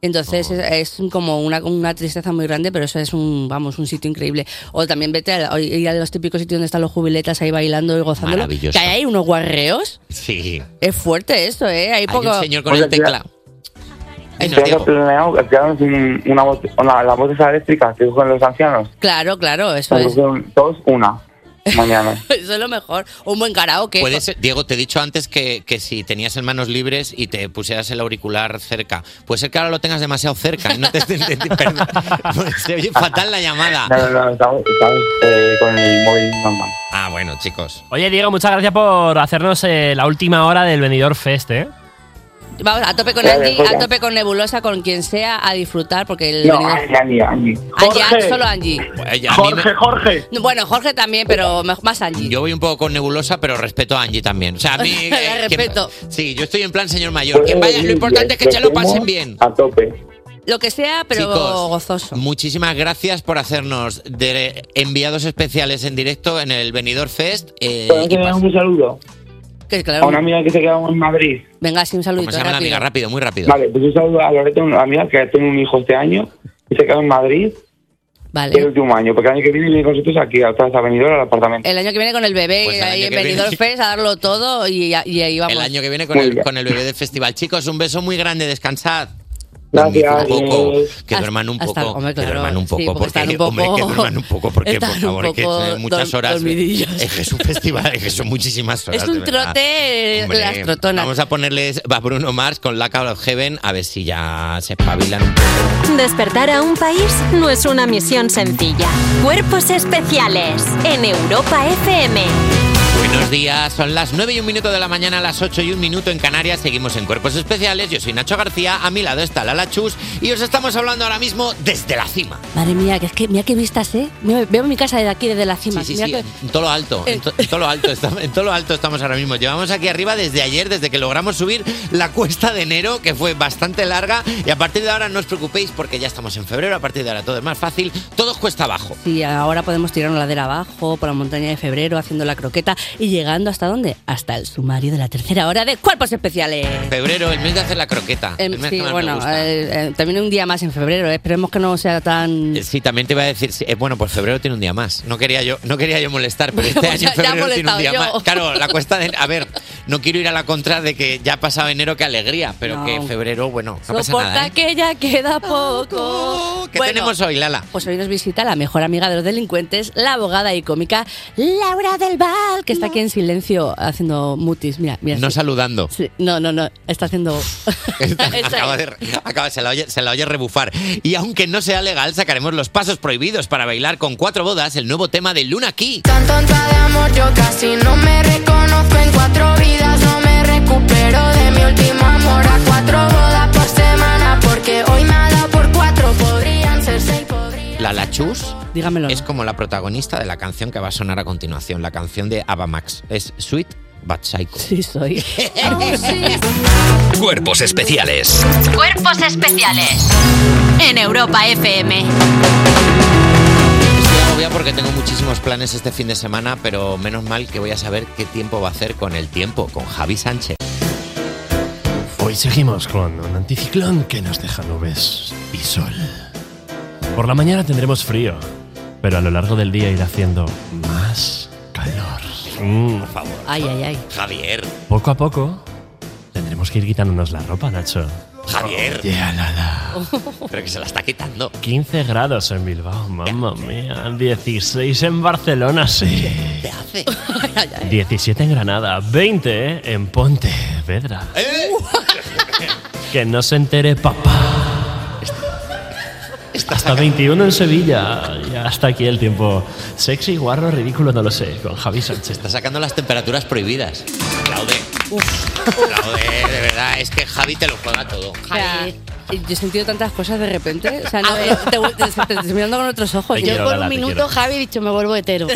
Speaker 4: Entonces
Speaker 3: Oh.
Speaker 4: es, es como una, una tristeza muy grande, pero eso es un, vamos, un sitio increíble. O también vete a, o ir a los típicos sitios donde están los jubiletas ahí bailando y gozando.
Speaker 3: Maravilloso.
Speaker 4: Que hay ahí unos guarreos.
Speaker 3: Sí.
Speaker 4: Es fuerte esto, ¿eh? Hay,
Speaker 3: Hay
Speaker 4: poco...
Speaker 3: un señor con el teclado.
Speaker 21: Estoy aquí planeado que quedamos un- una, bot- una- la botella eléctrica que cogen los ancianos.
Speaker 4: Claro, claro, eso
Speaker 21: Nos
Speaker 4: es,
Speaker 21: cogen Todos una. Mañana.
Speaker 4: eso es lo mejor. Un buen karaoke.
Speaker 3: Puede ser- Diego, te he dicho antes que, que si tenías en manos libres y te pusieras el auricular cerca, puede ser que ahora lo tengas demasiado cerca. y no te- te- te- te- perdón. Se oye fatal la llamada.
Speaker 21: No, no, no, estamos, estamos, eh, con el móvil normal.
Speaker 3: Ah, bueno, chicos.
Speaker 6: Oye, Diego, muchas gracias por hacernos eh, la última hora del Venidor Fest, ¿eh?
Speaker 4: Vamos, a tope con
Speaker 6: Vale,
Speaker 4: Andy,
Speaker 6: joya.
Speaker 4: a tope con Nebulosa, con quien sea, a disfrutar porque el...
Speaker 21: No, Angie,
Speaker 4: Benidorm-
Speaker 21: Angie, Angie.
Speaker 4: Angie,
Speaker 3: Jorge.
Speaker 4: solo Angie.
Speaker 3: Jorge,
Speaker 22: Jorge.
Speaker 4: Bueno, Jorge también, pero mej- más Angie.
Speaker 3: Yo voy un poco con nebulosa, pero respeto a Angie también. O sea, a mí. eh,
Speaker 4: La
Speaker 3: que-
Speaker 4: respeto.
Speaker 3: sí, yo estoy en plan señor mayor.
Speaker 21: Eh,
Speaker 3: Que vaya, lo importante es que se lo pasen bien.
Speaker 21: A tope.
Speaker 4: Lo que sea, pero
Speaker 3: Chicos,
Speaker 4: gozoso.
Speaker 3: Muchísimas gracias por hacernos de enviados especiales en directo en el Benidorm Fest. eh,
Speaker 21: ¿Puedo
Speaker 3: y
Speaker 21: que me
Speaker 3: pas-
Speaker 21: den un saludo?
Speaker 4: Que,
Speaker 21: A
Speaker 4: claro,
Speaker 21: una amiga que se quedó en Madrid.
Speaker 4: venga, sí, un
Speaker 3: ¿Cómo
Speaker 4: saludito.
Speaker 3: se llama la
Speaker 4: rápido.
Speaker 3: amiga? Rápido, muy rápido.
Speaker 21: Vale, pues un saludo a Loreto, una amiga que tiene un hijo este año y se quedó en Madrid.
Speaker 4: Vale.
Speaker 21: El último año, porque el año que viene viene con nosotros aquí, a otra avenida al apartamento.
Speaker 4: El año que viene con el bebé,
Speaker 3: Pues el
Speaker 4: ahí
Speaker 3: año
Speaker 4: en
Speaker 3: que viene.
Speaker 4: Benidorm Fest, a darlo todo y, y ahí vamos.
Speaker 3: El año que viene con
Speaker 21: Muy
Speaker 3: el,
Speaker 21: bien.
Speaker 3: con el bebé del festival. Chicos, un beso muy grande, descansad.
Speaker 21: Gracias,
Speaker 3: Dormid un poco,
Speaker 21: adiós.
Speaker 3: que duerman un
Speaker 4: Hasta-
Speaker 3: poco,
Speaker 4: hombre,
Speaker 3: que
Speaker 4: claro,
Speaker 3: duerman un
Speaker 4: sí,
Speaker 3: poco,
Speaker 4: porque
Speaker 3: porque,
Speaker 4: están un
Speaker 3: hombre, que
Speaker 4: poco-
Speaker 3: duerman un poco, porque
Speaker 4: están
Speaker 3: por
Speaker 4: un
Speaker 3: favor, que
Speaker 4: poco
Speaker 3: son muchas
Speaker 4: dorm-
Speaker 3: horas,
Speaker 4: dormidillos.
Speaker 3: es que es un festival, es que son muchísimas horas.
Speaker 4: Es un
Speaker 3: de verdad.
Speaker 4: trote eh,
Speaker 3: Hombre,
Speaker 4: las trotonas.
Speaker 3: Vamos a ponerles a Bruno Mars con Lack Out of Heaven, a ver si ya se espabilan un poco.
Speaker 2: Despertar a un país no es una misión sencilla. Cuerpos especiales en Europa FM.
Speaker 3: Buenos días, son las 9 y un minuto de la mañana, las 8 y un minuto en Canarias. Seguimos en Cuerpos Especiales. Yo soy Nacho García, a mi lado está Lala Chus y os estamos hablando ahora mismo desde la cima.
Speaker 4: Madre mía, que es que mira qué vistas, ¿eh? Mira, Veo mi casa desde aquí, desde la cima.
Speaker 3: Sí, sí,
Speaker 4: Mira
Speaker 3: sí,
Speaker 4: que-
Speaker 3: en todo lo alto, en, to- en todo lo alto estamos, en todo lo alto estamos ahora mismo. Llevamos aquí arriba desde ayer, desde que logramos subir la cuesta de enero, que fue bastante larga, y a partir de ahora no os preocupéis porque ya estamos en febrero, a partir de ahora todo es más fácil, todo es cuesta abajo.
Speaker 4: Sí, ahora podemos tirar una ladera abajo por la montaña de febrero haciendo la croqueta y llegando hasta dónde? Hasta el sumario de la tercera hora de Cuerpos Especiales.
Speaker 3: Febrero, el mes de hacer la croqueta.
Speaker 4: Em,
Speaker 3: el mes Ah, que
Speaker 4: sí,
Speaker 3: más me
Speaker 4: bueno,
Speaker 3: gusta.
Speaker 4: eh, eh, también un día más en febrero. eh. Esperemos que no sea tan.
Speaker 3: Eh, Sí, también te iba a decir, sí, eh, bueno, pues febrero tiene un día más. No quería yo, no quería yo molestar, pero este
Speaker 4: Bueno,
Speaker 3: año
Speaker 4: ya- ya he
Speaker 3: febrero tiene un día
Speaker 4: molestado yo.
Speaker 3: más. Claro, la cuesta de a ver, no quiero ir a la contra de que ya ha pasado enero, qué alegría, pero
Speaker 4: No.
Speaker 3: que febrero, bueno, no pasa
Speaker 4: Soporta
Speaker 3: nada. ¿eh?
Speaker 4: que ya queda poco.
Speaker 3: ¿Qué tenemos hoy, Lala?
Speaker 4: Pues hoy nos visita la mejor amiga de los delincuentes, la abogada y cómica Laura del Val, que está aquí en silencio haciendo mutis. Mira, mira.
Speaker 3: No
Speaker 4: sí.
Speaker 3: saludando.
Speaker 4: Sí, No, no, no. Está haciendo.
Speaker 3: Acaba de- acaba- se, la oye, se la oye rebufar. Y aunque no sea legal, sacaremos los pasos prohibidos para bailar con cuatro bodas el nuevo tema de Luna Key.
Speaker 15: Tan tonta de amor yo casi no me reconozco en cuatro vidas No me recupero de mi último amor a cuatro bodas por semana Porque hoy me ha dado por cuatro, podrían ser seis
Speaker 3: La Lachus es como la protagonista de la canción que va a sonar a continuación, la canción de Ava Max. Es Sweet But Psycho.
Speaker 4: Sí, soy.
Speaker 19: Cuerpos especiales.
Speaker 2: Cuerpos especiales en Europa FM.
Speaker 3: Estoy agobiado porque tengo muchísimos planes este fin de semana, pero menos mal que voy a saber qué tiempo va a hacer con el tiempo, con Javi Sánchez.
Speaker 6: Hoy seguimos con un anticiclón que nos deja nubes y sol. Por la mañana tendremos frío, pero a lo largo del día irá haciendo más calor. Mm.
Speaker 4: Ay, ay, ay.
Speaker 3: Javier.
Speaker 6: Poco a poco tendremos que ir quitándonos la ropa, Nacho.
Speaker 21: Oh,
Speaker 3: Javier.
Speaker 6: Yeah, la, la.
Speaker 3: Pero que se la está quitando.
Speaker 6: 15 grados en Bilbao, mamma mía. 16 en Barcelona, sí.
Speaker 3: ¿Qué hace?
Speaker 6: 17 en Granada, 20 en Ponte, Vedra.
Speaker 3: Eh,
Speaker 6: Que no se entere papá. Hasta 21 en Sevilla. Y hasta aquí el tiempo. Sexy, guarro, ridículo, no lo sé. Con Javi Sánchez.
Speaker 3: Está sacando las temperaturas prohibidas. Aplaude. Aplaude, de verdad. Es que Javi te lo juega todo.
Speaker 4: O sea, Yo he sentido tantas cosas de repente. O sea,
Speaker 3: Ah.
Speaker 4: no, eh, te, vu- te- te estoy mirando con otros ojos.
Speaker 3: Te quiero, Lola, te quiero.
Speaker 4: Javi, he dicho, me vuelvo hetero.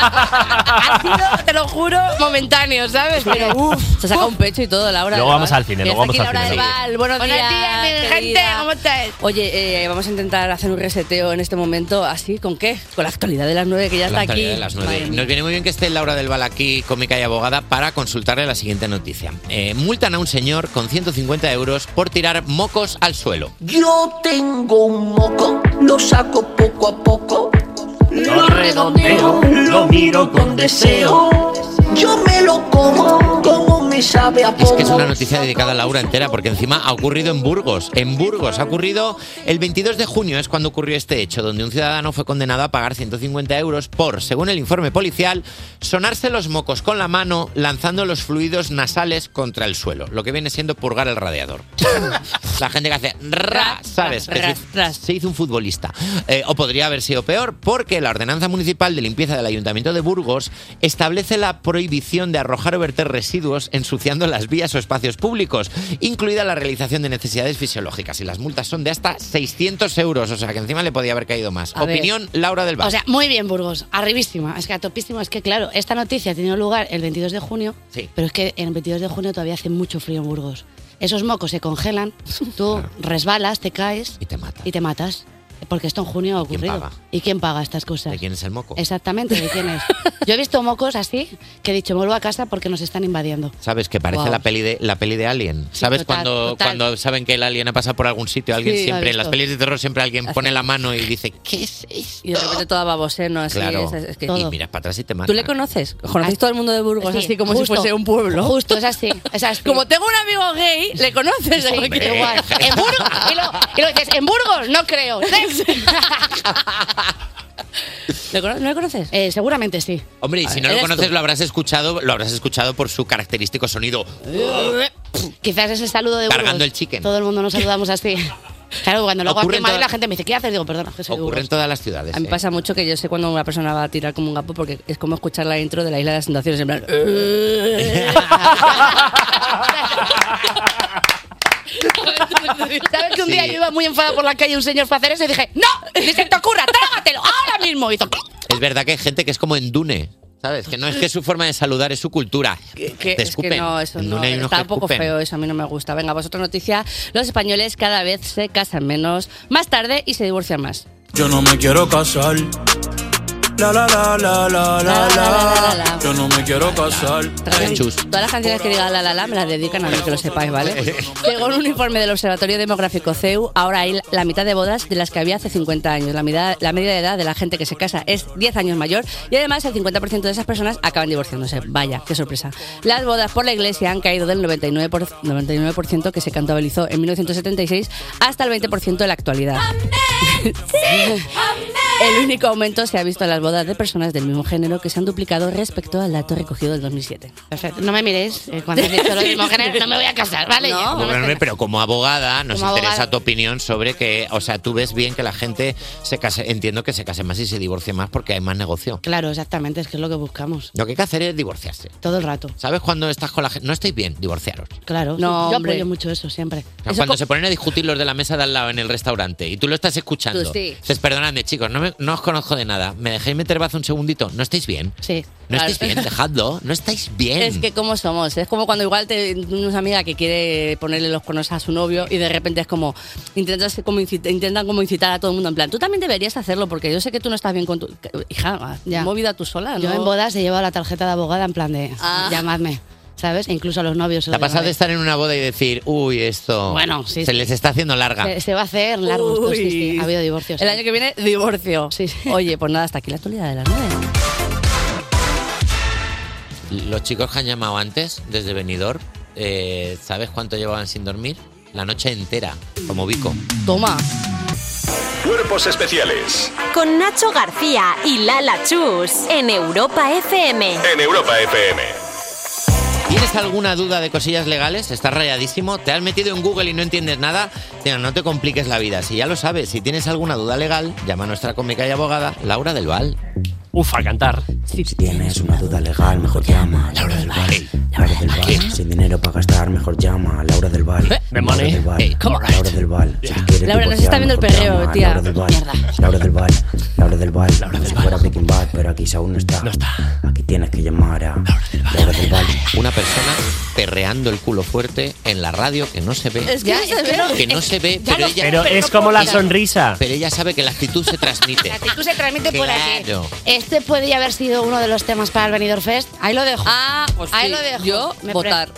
Speaker 4: ha sido, te lo juro, momentáneo, ¿sabes? Pero uff, se saca un pecho y todo, Laura.
Speaker 6: Luego
Speaker 4: del
Speaker 6: vamos
Speaker 4: Val.
Speaker 6: al cine,
Speaker 4: Mira,
Speaker 6: luego
Speaker 4: está
Speaker 6: vamos
Speaker 4: aquí
Speaker 6: al cine.
Speaker 4: Laura del Val. Buenos,
Speaker 11: Buenos
Speaker 4: días,
Speaker 11: días, mi
Speaker 4: querida.
Speaker 11: gente, ¿cómo estáis?
Speaker 4: Oye, eh, vamos a intentar hacer un reseteo en este momento, así, ¿con qué? Con la actualidad de las 9 que ya
Speaker 3: La
Speaker 4: está aquí.
Speaker 3: actualidad de las nueve.
Speaker 4: Madre mía.
Speaker 3: Nos viene muy bien que esté Laura del Val aquí, cómica y abogada, para consultarle la siguiente noticia. Eh, multan a un señor con 150 euros por tirar mocos al suelo.
Speaker 7: Yo tengo un moco, lo saco poco a poco. Lo redondeo, lo miro con deseo. Yo me lo como, como me sabe a
Speaker 3: Es que es
Speaker 7: poco.
Speaker 3: una noticia dedicada a Laura entera, porque encima ha ocurrido en Burgos. En Burgos ha ocurrido el 22 de junio, es cuando ocurrió este hecho, donde un ciudadano fue condenado a pagar 150 euros por, según el informe policial, sonarse los mocos con la mano lanzando los fluidos nasales contra el suelo, lo que viene siendo purgar el radiador. La gente que hace ra, sabes, que se, se hizo un futbolista. Eh, o podría haber sido peor, porque la ordenanza municipal de limpieza del Ayuntamiento de Burgos establece la prohibición de arrojar o verter residuos ensuciando las vías o espacios públicos, incluida la realización de necesidades fisiológicas. Y las multas son de hasta 600 euros, o sea que encima le podía haber caído más.
Speaker 23: A ver.
Speaker 3: Opinión, Laura del Val.
Speaker 23: O sea, muy bien, Burgos. Arribísima. Es que a topísima. Es que, claro, esta noticia ha tenido lugar el 22 de junio.
Speaker 3: Sí.
Speaker 23: Pero es que el 22 de junio todavía hace mucho frío en Burgos. Esos mocos se congelan, tú resbalas, te caes.
Speaker 3: Y te matas.
Speaker 23: Y te matas. Porque esto en junio ha ocurrido.
Speaker 3: paga?
Speaker 23: ¿Y quién paga estas cosas?
Speaker 3: ¿De quién es el moco?
Speaker 23: Exactamente, ¿de quién es? Yo he visto mocos así que he dicho, me vuelvo a casa porque nos están invadiendo.
Speaker 3: ¿Sabes? Que parece
Speaker 23: Wow.
Speaker 3: la, peli de, la peli de Alien. ¿Sabes
Speaker 23: total,
Speaker 3: cuando,
Speaker 23: total.
Speaker 3: cuando saben que el alien ha pasado por algún sitio? Alguien
Speaker 23: Sí, lo he
Speaker 3: siempre, en las
Speaker 23: visto.
Speaker 3: pelis de terror siempre alguien pone la mano y dice, ¿qué es esto?
Speaker 4: Y de repente toda baboseno, así.
Speaker 3: claro.
Speaker 4: Ah, es- es que-
Speaker 3: y miras para atrás y te
Speaker 4: ¿Tú
Speaker 3: matan.
Speaker 4: le conoces? ¿Conocéis todo el mundo de Burgos?
Speaker 23: Sí,
Speaker 4: Pues así como si
Speaker 23: justo.
Speaker 4: fuese un pueblo.
Speaker 23: Justo, es así. Es así.
Speaker 4: Como tengo un amigo gay, le conoces. ¿eh?
Speaker 23: Sí,
Speaker 4: Aquí.
Speaker 23: igual. En Burgos, y luego, y luego dices, en Burgos no
Speaker 4: ¿eh?".
Speaker 23: creo.
Speaker 4: ¿No lo conoces?
Speaker 23: seguramente sí.
Speaker 3: Hombre, y si no lo conoces, lo habrás escuchado, lo habrás escuchado por su característico sonido.
Speaker 23: Quizás es el saludo de
Speaker 3: Cargando
Speaker 23: Burgos.
Speaker 3: el chicken.
Speaker 23: Todo el mundo nos saludamos así. Claro, cuando luego aquí
Speaker 3: Ocurre en
Speaker 23: en Madrid
Speaker 3: toda-
Speaker 23: la gente me dice, ¿qué haces? Digo, perdona, que soy de
Speaker 3: Ocurre en
Speaker 23: Burgos.
Speaker 3: todas las ciudades.
Speaker 4: A mí
Speaker 3: ¿eh?
Speaker 4: pasa mucho que yo sé cuando una persona va a tirar como un gapo porque es como escuchar la intro de la Isla de las Tentaciones. En plan.
Speaker 3: Eh,
Speaker 4: "Eh",
Speaker 23: ¿Sabes que un día
Speaker 3: Sí.
Speaker 23: yo iba muy enfadada por la calle y un señor fue a hacer eso y dije, ¡No! ¡Ni se te ocurra! ¡Trágatelo! ¡Ahora mismo! Y hizo,
Speaker 3: Es verdad que hay gente que es como en Dune. ¿Sabes? Que no es que su forma de saludar, es su cultura.
Speaker 4: que-
Speaker 3: te
Speaker 4: es
Speaker 3: escupen.
Speaker 4: que no, eso
Speaker 3: en
Speaker 4: no,
Speaker 3: Dune hay unos
Speaker 4: está
Speaker 3: que
Speaker 4: un poco
Speaker 3: escupen.
Speaker 4: feo, eso a mí no me gusta. Venga, vosotros noticia, los españoles cada vez se casan menos, más tarde y se divorcian más.
Speaker 5: Yo no me quiero casar. La la la la la la la. Yo no me quiero casar.
Speaker 4: Todas las canciones que diga la la la me las dedican a mí, que lo sepáis, ¿vale? Según un informe del Observatorio Demográfico CEU, ahora hay la mitad de bodas de las que había hace 50 años. La, mitad- la media de edad de la gente que se casa es 10 años mayor y además el 50% de esas personas acaban divorciándose. Vaya, qué sorpresa. Las bodas por la iglesia han caído del 99%, por- 99% que se contabilizó en 1976 hasta el 20% en la actualidad. El único aumento se ha visto en las bodas de personas del mismo género que se han duplicado respecto al dato recogido del 2007.
Speaker 23: Perfecto. No me miréis. eh, cuando he dicho lo
Speaker 4: Sí,
Speaker 23: mismo
Speaker 4: sí,
Speaker 23: género,
Speaker 4: sí.
Speaker 23: no me voy a casar, ¿vale? Ya, no me
Speaker 3: Bueno,
Speaker 23: interesa.
Speaker 3: pero como abogada nos
Speaker 23: Como
Speaker 3: interesa
Speaker 23: abogada.
Speaker 3: tu opinión sobre que, o sea, tú ves bien que la gente se case, entiendo que se case más y se divorcie más porque hay más negocio.
Speaker 23: Claro, exactamente, es que es lo que buscamos.
Speaker 3: Lo que hay que hacer es divorciarse.
Speaker 23: Todo el rato.
Speaker 3: ¿Sabes cuando estás con la gente? No estoy bien, divorciaros.
Speaker 23: Claro.
Speaker 4: No,
Speaker 23: yo
Speaker 4: hombre.
Speaker 23: apoyo mucho eso siempre.
Speaker 3: O sea, cuando se ponen a discutir los de la mesa de al lado en el restaurante y tú lo estás escuchando,
Speaker 23: Tú sí.
Speaker 3: dices, perdonadme chicos, no, me- no os conozco de nada, ¿me dejáis meter baza un segundito? ¿No estáis bien?
Speaker 23: Sí.
Speaker 3: No
Speaker 4: Claro.
Speaker 3: estáis bien, dejadlo, no estáis bien.
Speaker 4: Es que como somos, es como cuando igual te una amiga que quiere ponerle los cuernos a su novio y de repente es como intentas como incit- intentan como incitar a todo el mundo en plan, tú también deberías hacerlo porque yo sé que tú no estás bien con tu hija, movida tú sola, ¿no?
Speaker 23: Yo en bodas he llevado la tarjeta de abogada en plan de llamadme, ¿sabes? E incluso a los novios. se
Speaker 3: ¿Te ha
Speaker 23: lo
Speaker 3: pasado de
Speaker 23: llamáis.
Speaker 3: estar en una boda y decir, uy, esto
Speaker 23: Bueno, sí,
Speaker 3: se
Speaker 23: sí.
Speaker 3: les está haciendo larga?
Speaker 23: Se, se va a hacer largo esto, sí, sí. Ha habido divorcios.
Speaker 4: El año que viene divorcio. Oye, pues nada, hasta aquí la actualidad de las nueve.
Speaker 3: Los chicos que han llamado antes, desde Benidorm, eh, ¿sabes cuánto llevaban sin dormir? La noche entera, como Vico.
Speaker 4: Toma.
Speaker 19: Cuerpos especiales
Speaker 2: Con Nacho García y Lala Chus en Europa FM.
Speaker 19: en Europa FM.
Speaker 3: ¿Tienes alguna duda de cosillas legales? ¿Estás rayadísimo? ¿Te has metido en Google y no entiendes nada? Tío, no te compliques la vida. Si ya lo sabes, si tienes alguna duda legal, llama a nuestra cómica y abogada, Laura del Val.
Speaker 6: Uf, a cantar.
Speaker 13: Si tienes una duda legal, mejor llama a Laura del Val. Laura del Val. Sin dinero para gastar, mejor llama a Laura del Val.
Speaker 6: The
Speaker 13: Laura
Speaker 6: money.
Speaker 13: del Val.
Speaker 6: Hey, come on.
Speaker 13: Laura del Val. Si te quieres
Speaker 4: Laura, nos
Speaker 13: divorciar,
Speaker 4: está viendo
Speaker 13: mejor
Speaker 4: el perreo,
Speaker 13: llama a
Speaker 4: tía.
Speaker 13: Laura del Val. Laura del Val. Laura del Val. Laura del Fuera Breaking Bad, pero aquí Saúl no está. Aquí tienes que llamar a Laura del Val.
Speaker 3: Una persona perreando el culo fuerte en la radio que no se ve.
Speaker 4: Es que no se ve.
Speaker 3: Que no se ve,
Speaker 4: Ya
Speaker 3: pero
Speaker 4: lo-
Speaker 3: ella...
Speaker 4: Pero es como la
Speaker 6: sonrisa.
Speaker 3: Pero ella sabe que la actitud se transmite.
Speaker 23: Tú se transmite por aquí.
Speaker 3: Claro.
Speaker 23: Este podría haber sido uno de los temas para el Benidorm Fest. Ahí lo dejo.
Speaker 4: Ah, pues
Speaker 23: Ahí
Speaker 4: sí.
Speaker 23: lo dejo.
Speaker 4: Yo,
Speaker 23: pre-
Speaker 4: votar.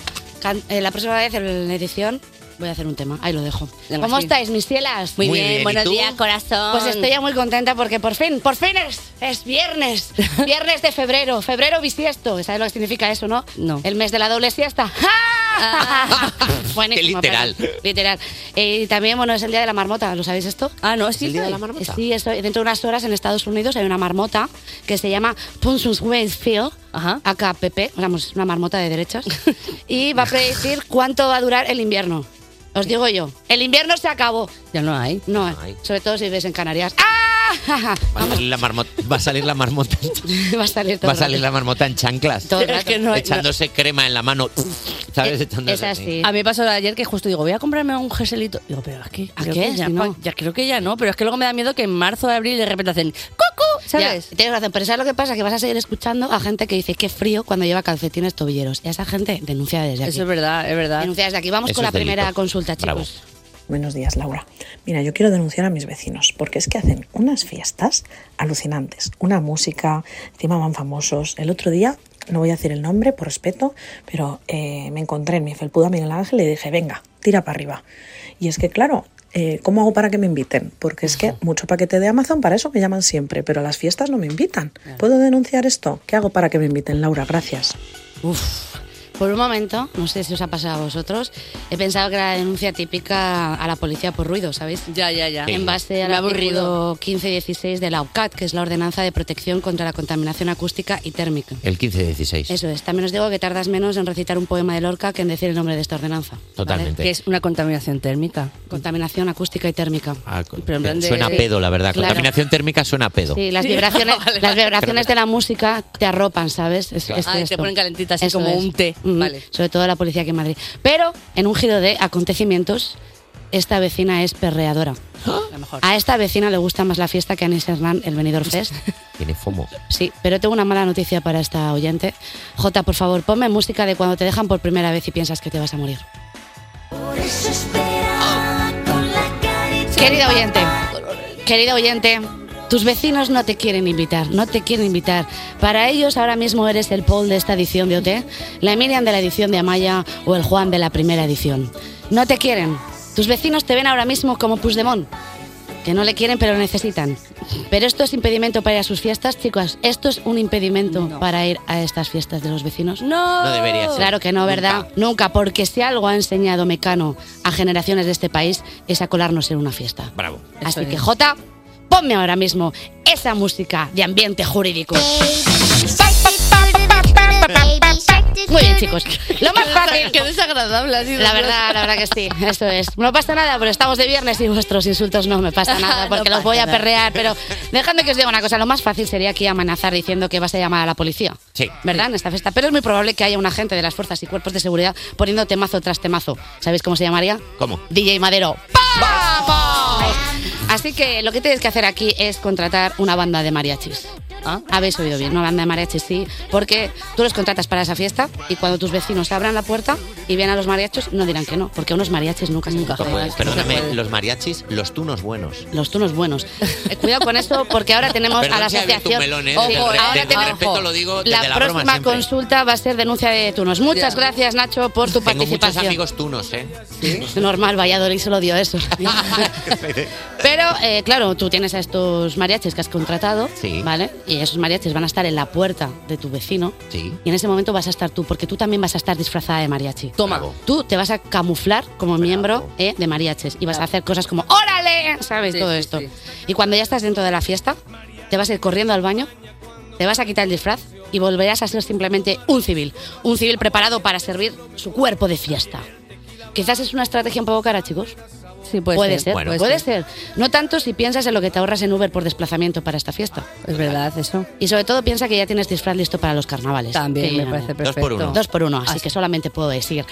Speaker 23: Can- eh, la próxima vez en la edición voy a hacer un tema. Ahí lo dejo.
Speaker 4: Venga,
Speaker 23: ¿Cómo
Speaker 4: sí.
Speaker 23: estáis, mis cielas?
Speaker 4: Muy Muy bien, bien, ¿y buenos tú? este, días, corazón.
Speaker 23: Pues estoy ya muy contenta porque por fin, por fin es, es viernes. Viernes de febrero. Febrero bisiesto. ¿Sabes lo que significa eso, no?
Speaker 4: No. Ah.
Speaker 23: El mes de la doble siesta. ¡Ja! Buenísimo,
Speaker 4: Qué literal.
Speaker 23: Paco. Literal. Eh, y también, bueno, es el día de la marmota, ¿lo sabéis esto?
Speaker 4: Ah, no, sí.
Speaker 23: ¿El día de la marmota? Sí, eso, dentro de unas horas en Estados Unidos hay una marmota que se llama Punsus Wakefield, acá PP, vamos, una marmota de derechas, y va a predecir cuánto va a durar el invierno. Os digo yo, el invierno se acabó.
Speaker 4: Ya no hay.
Speaker 23: No, sobre todo si vives en Canarias. ¡Ah!
Speaker 3: Va a salir la marmota. Va a salir la marmota.
Speaker 23: Va a salir todo
Speaker 3: Va a
Speaker 23: el rato.
Speaker 3: salir la marmota en chanclas.
Speaker 23: Todo el rato. Es que no hay-
Speaker 3: echándose crema en la mano. ¿Sabes? Echándose
Speaker 4: A mí me pasó ayer que justo digo, voy a comprarme un jeselito. Digo, pero es que. ¿A
Speaker 23: qué?
Speaker 4: ya,
Speaker 23: Si no.
Speaker 4: pa- ya creo que ya no, pero es que luego me da miedo que en marzo o abril de repente hacen ¡Cucu! ¿Sabes?
Speaker 23: Ya, tienes razón, pero ¿sabes lo que pasa? Que vas a seguir escuchando a gente que dice que frío cuando lleva calcetines tobilleros. Y a esa gente denuncia desde aquí.
Speaker 4: Eso es verdad, es verdad.
Speaker 23: Denuncia desde aquí. Vamos
Speaker 4: Eso
Speaker 23: con la
Speaker 4: es delito.
Speaker 23: primera consulta, chicos.
Speaker 4: Bravo.
Speaker 24: Buenos días, Laura. Mira, yo quiero denunciar a mis vecinos porque es que hacen unas fiestas alucinantes, una música, encima van famosos. El otro día, no voy a decir el nombre por respeto, pero eh, me encontré en mi felpuda Miguel Ángel y le dije, venga, tira para arriba. Y es que, claro, eh, ¿cómo hago para que me inviten? Porque es que mucho paquete de Amazon, para eso me llaman siempre, pero a las fiestas no me invitan. ¿Puedo denunciar esto? ¿Qué hago para que me inviten, Laura? Gracias.
Speaker 23: Por un momento, no sé si os ha pasado a vosotros, he pensado que era la denuncia típica a la policía por ruido, ¿sabéis?
Speaker 4: Ya, ya, ya.
Speaker 23: En base al
Speaker 4: Me ha aburrido.
Speaker 23: artículo 15 y 16 de la OCAT, que es la Ordenanza de Protección contra la Contaminación Acústica y Térmica.
Speaker 3: El 15-16.
Speaker 23: Eso es. También os digo que tardas menos en recitar un poema de Lorca que en decir el nombre de esta ordenanza.
Speaker 3: Totalmente.
Speaker 23: Que
Speaker 4: es una contaminación térmica.
Speaker 23: Contaminación acústica y térmica.
Speaker 3: Ah,
Speaker 23: en plan de-
Speaker 3: Suena a pedo, la verdad.
Speaker 23: Claro.
Speaker 3: Contaminación térmica suena a pedo.
Speaker 23: Sí, las vibraciones, las vibraciones de la música te arropan, ¿sabes? Es,
Speaker 4: Claro.
Speaker 23: es
Speaker 4: Ah, te
Speaker 23: esto.
Speaker 4: ponen calentita, así como un té.
Speaker 23: Mm,
Speaker 4: Vale.
Speaker 23: Sobre todo la policía aquí en Madrid. Pero en un giro de acontecimientos, esta vecina es perreadora.
Speaker 4: Ah.
Speaker 23: A esta vecina le gusta más la fiesta que a Anis Hernán el Benidorm
Speaker 4: Pues
Speaker 23: Fest.
Speaker 3: Tiene fomo.
Speaker 23: Sí, pero tengo una mala noticia para esta oyente. Jota, por favor, ponme música de cuando te dejan por primera vez y piensas que te vas a morir. Querida oyente, querida oyente, tus vecinos no te quieren invitar, no te quieren invitar. Para ellos ahora mismo eres el Paul de esta edición de OT, la Miriam de la edición de Amaya o el Juan de la primera edición. No te quieren. Tus vecinos te ven ahora mismo como Pusdemón, que no le quieren pero lo necesitan. Pero esto es impedimento para ir a sus fiestas, chicas. Esto es un impedimento para ir a estas fiestas de los vecinos.
Speaker 4: No.
Speaker 23: No
Speaker 4: debería ser.
Speaker 23: Claro que no, ¿verdad? Nunca. porque si algo ha enseñado Mecano a generaciones de este país es a colarnos en una fiesta.
Speaker 3: Bravo.
Speaker 23: Así
Speaker 4: Eso
Speaker 23: que
Speaker 4: es.
Speaker 23: Jota, ponme ahora mismo esa música de ambiente jurídico. Muy bien, chicos. Lo más fácil.
Speaker 11: Qué desagradable ha sido.
Speaker 23: La verdad, la verdad que sí. Esto es. No pasa nada, pero estamos de viernes y vuestros insultos no me pasa nada, porque
Speaker 11: No
Speaker 23: los voy a
Speaker 11: pasa nada.
Speaker 23: perrear. Pero dejadme que os diga una cosa, lo más fácil sería aquí amenazar diciendo que vas a llamar a la policía.
Speaker 3: Sí.
Speaker 23: ¿Verdad? En esta fiesta. Pero es muy probable que haya un agente de las fuerzas y cuerpos de seguridad poniendo temazo tras temazo. ¿Sabéis cómo se llamaría?
Speaker 3: ¿Cómo?
Speaker 23: DJ Madero. ¡Vamos! Así que lo que tenéis que hacer aquí es contratar una banda de mariachis.
Speaker 3: Ah.
Speaker 23: Habéis oído bien, una banda de mariachis, sí. Porque tú los contratas para esa fiesta y cuando tus vecinos abran la puerta y vean a los mariachis, no dirán que no, porque unos mariachis nunca se encajan.
Speaker 3: Pues, perdóname, los mariachis, los tunos buenos.
Speaker 23: Los tunos buenos. Eh, Cuidado con esto porque ahora tenemos
Speaker 3: Perdón
Speaker 23: a la
Speaker 3: si he abierto un
Speaker 23: asociación.
Speaker 3: melón, ¿eh? Del re- del respeto lo digo desde
Speaker 23: la,
Speaker 3: la broma
Speaker 23: próxima
Speaker 3: siempre.
Speaker 23: consulta va a ser denuncia de tunos. Muchas
Speaker 3: Ya.
Speaker 23: gracias Nacho por tu
Speaker 3: Tengo muchos
Speaker 23: participación.
Speaker 3: amigos tunos, ¿eh?
Speaker 23: Normal, Valladolid solo dio eso. Pero eh, claro, tú tienes a estos mariachis que has contratado,
Speaker 3: Sí.
Speaker 23: ¿vale? Y esos mariachis van a estar en la puerta de tu vecino.
Speaker 3: Sí.
Speaker 23: Y en ese momento vas a estar tú, porque tú también vas a estar disfrazada de mariachi. Toma. Tú te vas a camuflar como miembro eh, de mariachis y vas a hacer cosas como ¡Órale! ¿Sabes?
Speaker 4: Sí,
Speaker 23: Todo
Speaker 4: sí,
Speaker 23: esto. Y cuando ya estás dentro de la fiesta, te vas a ir corriendo al baño, te vas a quitar el disfraz y volverás a ser simplemente un civil. Un civil preparado para servir su cuerpo de fiesta. Quizás es una estrategia un poco cara, chicos. Sí,
Speaker 4: puede
Speaker 23: puede
Speaker 4: ser.
Speaker 23: ser.
Speaker 4: Bueno.
Speaker 23: puede ser. No tanto si piensas en lo que te ahorras en Uber por desplazamiento para esta fiesta. Es verdad, eso. Y sobre todo piensa que ya tienes disfraz listo para los carnavales.
Speaker 4: También
Speaker 23: Que
Speaker 4: me
Speaker 23: ya-
Speaker 4: parece Dos por perfecto. uno.
Speaker 23: Dos por uno, así, que solamente puedo decir.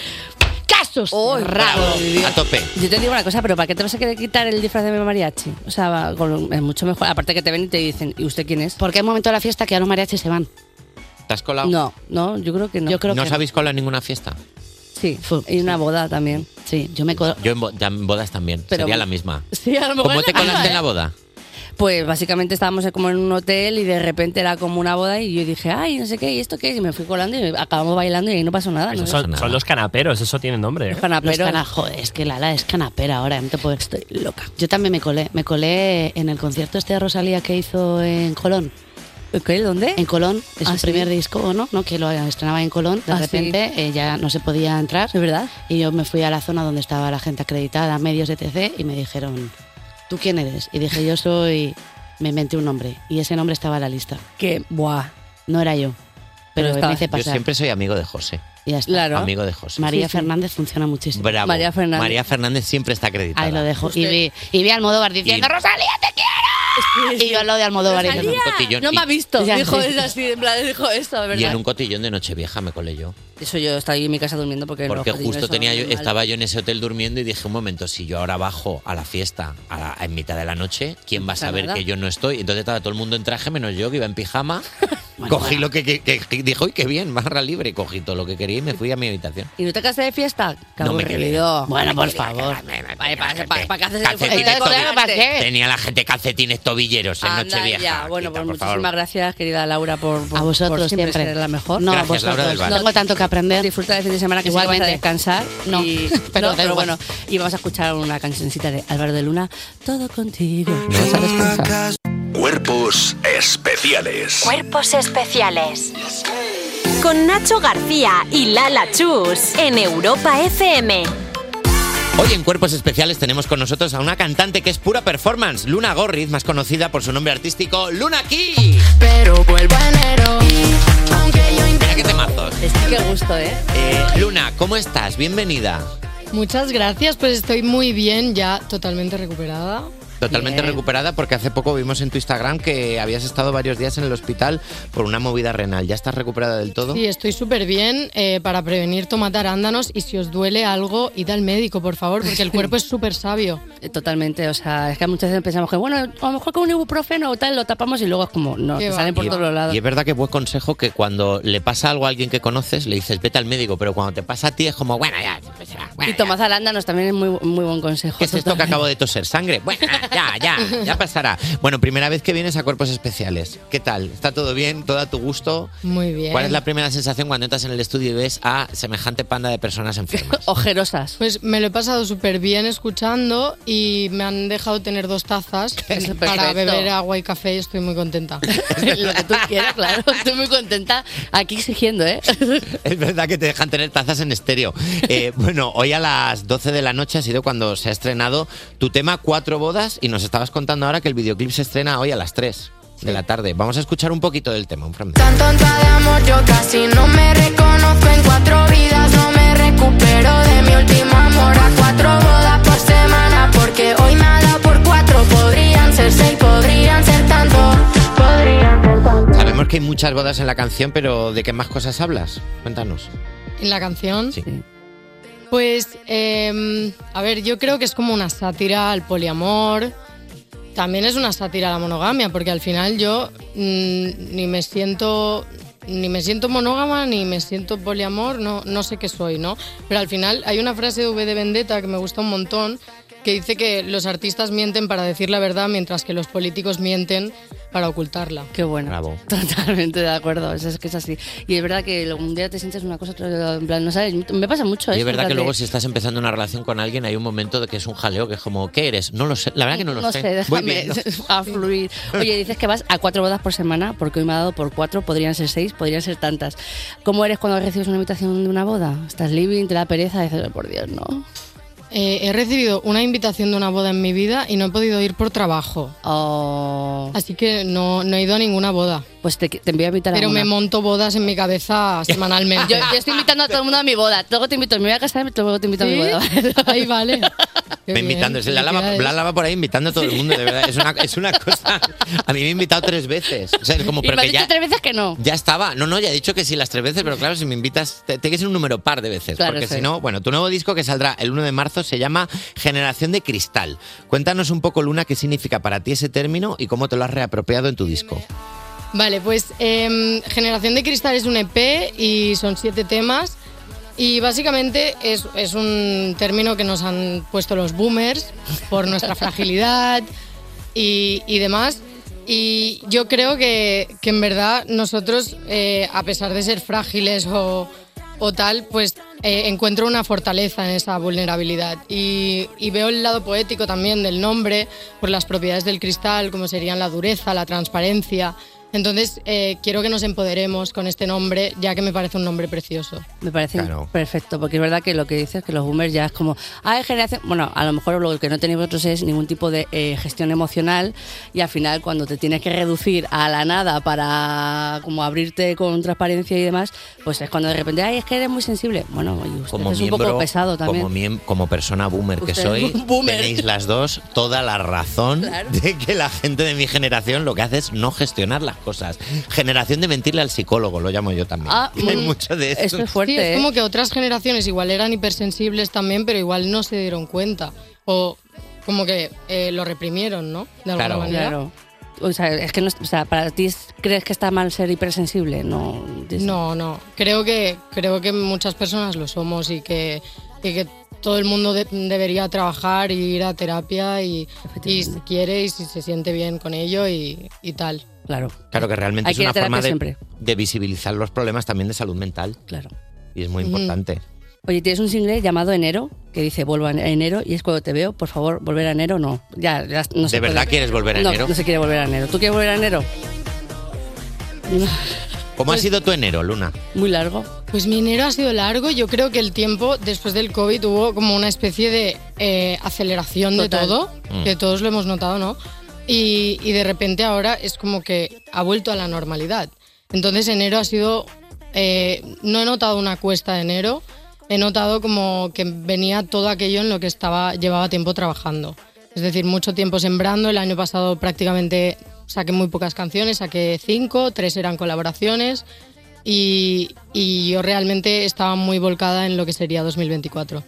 Speaker 23: ¡Casos! cerrados!
Speaker 3: A tope.
Speaker 4: Yo te digo una cosa, pero ¿para qué te vas a querer quitar el disfraz de mi mariachi? O sea, va con- es mucho mejor. Aparte que te ven y te dicen, ¿y usted quién es?
Speaker 23: Porque hay un momento de la fiesta que a los mariachis se van.
Speaker 3: ¿Te has colado?
Speaker 4: No, no, yo creo que no. Yo
Speaker 3: ¿No os habéis colado en ninguna fiesta?
Speaker 4: Sí, y una boda también.
Speaker 23: Sí, yo me colo.
Speaker 3: Yo en, bo- ya en bodas también.
Speaker 4: Pero-
Speaker 3: Sería la misma.
Speaker 4: Sí, a lo mejor
Speaker 3: ¿Cómo
Speaker 4: es
Speaker 3: te
Speaker 4: la misma,
Speaker 3: colaste en
Speaker 4: ¿eh?
Speaker 3: la boda?
Speaker 4: Pues básicamente estábamos como en un hotel y de repente era como una boda y yo dije, ay, no sé qué, ¿y esto qué? es?". Y me fui colando y acabamos bailando y ahí no pasó nada. ¿no?
Speaker 6: Esos son, son los canaperos, eso tiene nombre. ¿eh?
Speaker 23: Los cana- Ah, joder, es que Lala es canapera ahora, no te puedo... Estoy loca. Yo también me colé, me colé en el concierto este de Rosalía que hizo en Colón. ¿Qué? ¿Dónde? En Colón, es
Speaker 4: Ah,
Speaker 23: su
Speaker 4: ¿sí?
Speaker 23: primer disco, ¿o ¿no? ¿no? Que lo estrenaba en Colón, de
Speaker 4: Ah, sí.
Speaker 23: repente eh, ya no se podía entrar. ¿Es verdad? Y yo me fui a la zona donde estaba la gente acreditada, medios etc. Y me dijeron, ¿tú quién eres? Y dije, yo soy... Me inventé un nombre y ese nombre estaba en la lista. Que, buah, no era yo. Pero, me hice
Speaker 3: Yo
Speaker 23: pasar.
Speaker 3: siempre soy amigo de José.
Speaker 23: Y ya está.
Speaker 3: Amigo de José.
Speaker 23: María Fernández funciona muchísimo.
Speaker 3: Bravo.
Speaker 23: María Fernández.
Speaker 3: María Fernández siempre está acreditada.
Speaker 23: Ahí lo dejo. Y vi, y vi a Almodóvar diciendo,
Speaker 3: Y-
Speaker 23: Rosalía, te quiero. Y yo lo de Almodóvar.
Speaker 3: Rosalía,
Speaker 23: diciendo,
Speaker 3: Un cotillón. no me ha
Speaker 4: visto.
Speaker 23: Ya,
Speaker 4: dijo
Speaker 23: sí.
Speaker 4: él así, en plan, dijo esto, de
Speaker 3: Y
Speaker 4: ¿verdad?
Speaker 3: en un cotillón de Nochevieja me colé yo.
Speaker 4: Eso yo estaba ahí en mi casa durmiendo porque... en los
Speaker 3: Porque
Speaker 4: jardines
Speaker 3: justo
Speaker 4: son
Speaker 3: tenía yo,
Speaker 4: muy mal.
Speaker 3: estaba yo en ese hotel durmiendo y dije, un momento, si yo ahora bajo a la fiesta a la- en mitad de la noche, ¿quién va a
Speaker 4: Pasa
Speaker 3: saber
Speaker 4: nada.
Speaker 3: que yo no estoy? Entonces estaba todo el mundo en traje, menos yo, que iba en pijama. cogí lo que, que, que- que- dijo, uy, qué bien, barra libre. Y Cogí todo lo que quería y me fui a mi habitación.
Speaker 4: ¿Y no te casas de fiesta? Qué
Speaker 3: No me
Speaker 4: aburrido.
Speaker 3: quedé. Bueno, por
Speaker 4: favor. ¿Para qué haces el
Speaker 3: Calcetines,
Speaker 4: fuego?
Speaker 3: tobi-
Speaker 4: ¿Para qué?
Speaker 3: Tenía la gente calcetines tobilleros en
Speaker 4: Anda
Speaker 3: Nochevieja.
Speaker 4: ya.
Speaker 3: Quita,
Speaker 4: Bueno, pues
Speaker 3: por
Speaker 4: muchísimas
Speaker 3: favor.
Speaker 4: gracias, querida Laura, por, por-
Speaker 23: A vosotros
Speaker 4: por
Speaker 23: siempre.
Speaker 4: ser la mejor.
Speaker 23: No, pues a
Speaker 3: Gracias, Laura del
Speaker 23: vosotros.
Speaker 3: Val.
Speaker 23: No tengo tanto que aprender.
Speaker 4: Disfruta del fin de semana que sí que vas a
Speaker 23: Igualmente.
Speaker 4: descansar.
Speaker 23: No,
Speaker 4: y-
Speaker 23: pero
Speaker 4: no,
Speaker 23: da igual.
Speaker 4: bueno, y vamos a escuchar una cancioncita de Álvaro de Luna, Todo contigo.
Speaker 19: Cuerpos especiales.
Speaker 2: Cuerpos especiales. Con Nacho García y Lala Chus en Europa FM.
Speaker 3: Hoy en Cuerpos Especiales tenemos con nosotros a una cantante que es pura performance, Luna Gorriz, más conocida por su nombre artístico, Luna Key.
Speaker 15: Pero vuelvo a enero. y aunque yo
Speaker 3: Mira qué temazos.
Speaker 4: Qué gusto, ¿eh?
Speaker 3: Eh, Luna, ¿cómo estás? Bienvenida.
Speaker 14: Muchas gracias, pues estoy muy bien, ya totalmente recuperada.
Speaker 3: Totalmente recuperada porque hace poco vimos en tu Instagram que habías estado varios días en el hospital por una movida renal. ¿Ya estás recuperada del todo?
Speaker 14: Sí, estoy súper bien. eh, para prevenir, tomad arándanos y si os duele algo, id al médico, por favor, porque el cuerpo es súper sabio.
Speaker 4: Totalmente, o sea, es que muchas veces pensamos que, bueno, a lo mejor con un ibuprofeno o tal lo tapamos y luego es como, no,
Speaker 14: Qué
Speaker 4: te
Speaker 14: va.
Speaker 4: salen por
Speaker 3: Y-
Speaker 4: todos lados.
Speaker 3: Y es verdad que buen consejo que cuando le pasa algo a alguien que conoces, le dices vete al médico, pero cuando te pasa a ti es como, bueno, ya, pues ya, bueno,
Speaker 4: Y tomás arándanos también es muy, muy buen consejo.
Speaker 3: ¿qué es esto que acabo de toser? ¿Sangre? Bueno, ah, ya, ya, ya pasará. Bueno, primera vez que vienes a Cuerpos Especiales. ¿Qué tal? ¿Está todo bien? ¿Todo a tu gusto?
Speaker 14: Muy bien.
Speaker 3: ¿Cuál es la primera sensación cuando entras en el estudio y ves a semejante panda de personas enfermas?
Speaker 4: Ojerosas.
Speaker 14: Pues me lo he pasado súper bien escuchando y me han dejado tener dos tazas
Speaker 4: Eso es
Speaker 14: para
Speaker 4: perfecto.
Speaker 14: beber agua y café y estoy muy contenta.
Speaker 4: Lo que tú quieras, claro. Estoy muy contenta aquí exigiendo, ¿eh?
Speaker 3: Es verdad que te dejan tener tazas en estéreo. Eh, bueno, hoy a las 12 de la noche ha sido cuando se ha estrenado tu tema Cuatro bodas horas y nos estabas contando ahora que el videoclip se estrena hoy a las 3 de la tarde. Vamos a escuchar un poquito del tema, un fragmento.
Speaker 15: Tan tonta de amor yo casi no me reconozco en cuatro vidas, no me recupero de mi último amor a cuatro bodas por semana, porque hoy me ha dado por cuatro, podrían ser seis, podrían ser tanto, podrían ser tanto.
Speaker 3: Sabemos que hay muchas bodas en la canción, pero ¿de qué más cosas hablas? Cuéntanos.
Speaker 14: en la canción. Pues, eh, a ver, yo creo que es como una sátira al poliamor. También es una sátira a la monogamia, porque al final yo mm, ni me siento ni me siento monógama ni me siento poliamor, no, no sé qué soy, ¿no? Pero al final hay una frase de V de Vendetta que me gusta un montón, que dice que los artistas mienten para decir la verdad, mientras que los políticos mienten para ocultarla.
Speaker 4: Qué bueno. Totalmente de acuerdo, eso es que es así. Y es verdad que un día te sientes una cosa, otro- en plan, no sabes, me pasa mucho
Speaker 3: Y
Speaker 4: eso,
Speaker 3: es verdad
Speaker 4: en
Speaker 3: que
Speaker 4: plan
Speaker 3: luego
Speaker 4: de-
Speaker 3: si estás empezando una relación con alguien hay un momento de que es un jaleo que es como, ¿qué eres? No lo sé. La verdad que no lo
Speaker 4: no
Speaker 3: sé.
Speaker 4: sé,
Speaker 3: Voy
Speaker 4: déjame
Speaker 3: viendo.
Speaker 4: a fluir. Oye, dices que vas a cuatro bodas por semana, porque hoy me ha dado por cuatro, podrían ser seis, podrían ser tantas. ¿Cómo eres cuando recibes una invitación de una boda? ¿Estás living? ¿Te da pereza? Dices, "Oh, por Dios, no.
Speaker 14: Eh, he recibido una invitación de una boda en mi vida y no he podido ir por trabajo. Así que no, no he ido a ninguna boda.
Speaker 4: Oh. Pues te, te envío a invitar a
Speaker 14: Pero
Speaker 4: una.
Speaker 14: me monto bodas en mi cabeza semanalmente.
Speaker 4: Yo, yo estoy invitando a todo el mundo a mi boda. Luego te invito, me voy a casar, luego te invito a mi
Speaker 14: ¿Sí?
Speaker 4: boda.
Speaker 14: Ahí vale.
Speaker 3: Me invitando, es la lava, la lava por ahí invitando a todo el mundo, de verdad. Es una, es una cosa. A mí me ha invitado tres veces. O sea, es como,
Speaker 4: Y
Speaker 3: pero
Speaker 4: me has
Speaker 3: que
Speaker 4: dicho
Speaker 3: ya,
Speaker 4: tres veces que no.
Speaker 3: ya estaba. No, no, ya he dicho que sí las tres veces, pero claro, si me invitas, te- tiene que ser un número par de veces.
Speaker 4: Claro,
Speaker 3: porque
Speaker 4: sí.
Speaker 3: si no, bueno, tu nuevo disco que saldrá el 1 de marzo se llama Generación de Cristal. Cuéntanos un poco, Luna, qué significa para ti ese término y cómo te lo has reapropiado en tu disco.
Speaker 14: Vale, pues em, Generación de Cristal es un EP y son siete temas. Y básicamente es, es un término que nos han puesto los boomers por nuestra fragilidad y, y demás. Y yo creo que, que en verdad nosotros, eh, a pesar de ser frágiles o, o tal, pues eh, encuentro una fortaleza en esa vulnerabilidad. Y, y veo el lado poético también del nombre, por las propiedades del cristal, como serían la dureza, la transparencia. Entonces, eh, quiero que nos empoderemos con este nombre, ya que me parece un nombre precioso.
Speaker 4: Me parece perfecto, porque es verdad que lo que dices que los boomers ya es como, ah, es generación. Bueno, a lo mejor lo que no tenéis vosotros es ningún tipo de eh, gestión emocional y al final cuando te tienes que reducir a la nada para como abrirte con transparencia y demás, pues es cuando de repente, ay, es que eres muy sensible. Bueno, y usted
Speaker 3: como
Speaker 4: Este es
Speaker 3: miembro,
Speaker 4: un poco pesado también.
Speaker 3: Como, miem- como persona boomer que
Speaker 4: Usted es
Speaker 3: soy,
Speaker 4: un boomer.
Speaker 3: tenéis las dos toda la razón
Speaker 4: Claro.
Speaker 3: de que la gente de mi generación lo que hace es no gestionar las cosas. Generación de mentirle al psicólogo, lo llamo yo también.
Speaker 14: Ah,
Speaker 3: Hay
Speaker 14: mm,
Speaker 3: mucho de eso.
Speaker 14: Sí, es
Speaker 4: ¿eh?
Speaker 14: como que otras generaciones igual eran hipersensibles también, pero igual no se dieron cuenta. O como que eh, lo reprimieron, ¿no? De alguna manera.
Speaker 4: Claro. O sea, es que no, o sea, para ti es- crees que está mal ser hipersensible, no.
Speaker 14: No, no. Creo que, creo que muchas personas lo somos y que, y que todo el mundo de- debería trabajar y ir a terapia y, y si quiere y si se siente bien con ello y, y tal.
Speaker 4: Claro.
Speaker 3: Claro que realmente
Speaker 14: Hay
Speaker 3: es
Speaker 14: que ir a
Speaker 3: una
Speaker 14: terapia
Speaker 3: forma de,
Speaker 14: siempre.
Speaker 3: de visibilizar los problemas también de salud mental.
Speaker 4: Claro. Mm.
Speaker 3: Y es muy
Speaker 4: Ujú.
Speaker 3: importante.
Speaker 4: Oye, tienes un single llamado Enero que dice vuelvo a enero y es cuando te veo, por favor, volver a enero no. Ya, ya no
Speaker 3: ¿De
Speaker 4: se puede.
Speaker 3: verdad quieres volver a
Speaker 4: No,
Speaker 3: enero?
Speaker 4: No se quiere volver a enero. ¿Tú quieres volver a enero?
Speaker 3: ¿Cómo ha sido tu enero, Luna?
Speaker 4: Muy largo.
Speaker 14: Pues mi enero ha sido largo. Yo creo que el tiempo después del COVID hubo como una especie de eh, aceleración de
Speaker 4: Total.
Speaker 14: todo,
Speaker 4: Mm.
Speaker 14: que todos lo hemos notado, ¿no? Y, y de repente ahora es como que ha vuelto a la normalidad. Entonces enero ha sido... eh, no he notado una cuesta de enero, he notado como que venía todo aquello en lo que estaba llevaba tiempo trabajando. Es decir, mucho tiempo sembrando. El año pasado prácticamente saqué muy pocas canciones, saqué cinco, tres eran colaboraciones y, y yo realmente estaba muy volcada en lo que sería 2024.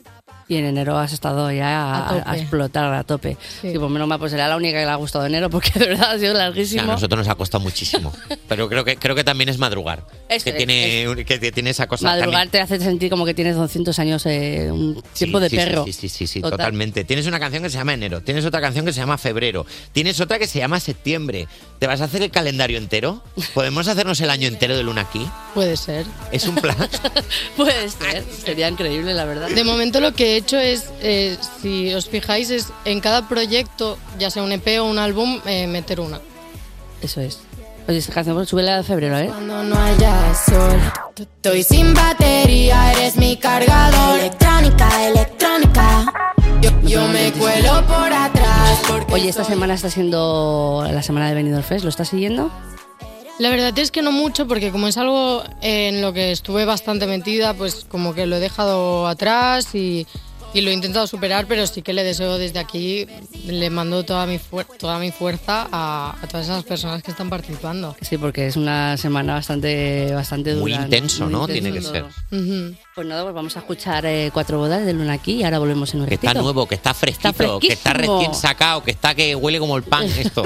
Speaker 4: Y en enero has estado ya
Speaker 14: A
Speaker 4: a,
Speaker 14: tope.
Speaker 4: a explotar a tope. Sí. por menos mal, pues será la única que le ha gustado enero porque de verdad ha sido
Speaker 3: A
Speaker 4: larguísimo.
Speaker 3: nosotros nos ha costado muchísimo. Pero creo que, creo que también es madrugar.
Speaker 4: Eso
Speaker 3: que,
Speaker 4: Este es,
Speaker 3: tiene, que tiene esa cosa. pues, también-
Speaker 4: Madrugar te hace sentir como que tienes 200 años, eh, un tiempo de
Speaker 3: sí, sí,
Speaker 4: perro.
Speaker 3: Sí, sí, sí, sí,
Speaker 4: Total.
Speaker 3: totalmente. Tienes una canción que se llama enero, tienes otra canción que se llama febrero, tienes otra que se llama septiembre. ¿Te vas a hacer el calendario entero? ¿Podemos hacernos el año entero de luna aquí?
Speaker 14: Puede ser.
Speaker 3: Es un plan.
Speaker 4: Puede ser, sería increíble, la verdad.
Speaker 14: De momento lo que he hecho es, eh, si os fijáis, es en cada proyecto, ya sea un EP o un álbum, eh, meter una.
Speaker 4: Eso es. Oye, esta canción pues, súbela de febrero, ¿eh?
Speaker 15: Cuando no haya sol, estoy sin batería, eres mi cargador. Electrónica, electrónica. Yo, yo me cuelo por atrás.
Speaker 4: Oye, esta semana está siendo la semana de Benidorm Fest, ¿lo estás siguiendo?
Speaker 14: La verdad es que no mucho, porque como es algo en lo que estuve bastante metida, pues como que lo he dejado atrás y, y lo he intentado superar, pero sí que le deseo desde aquí, le mando toda mi, fuer- toda mi fuerza a, a todas esas personas que están participando.
Speaker 4: Sí, porque es una semana bastante, bastante dura.
Speaker 3: Muy intenso, ¿no? Tiene que ser.
Speaker 4: Pues nada, pues vamos a escuchar eh, cuatro bodas de Luna aquí y ahora volvemos en un
Speaker 3: Que está
Speaker 4: ratito.
Speaker 3: nuevo, que está fresquito,
Speaker 4: fresquísimo.
Speaker 3: que está recién sacado, que está que huele como el pan esto.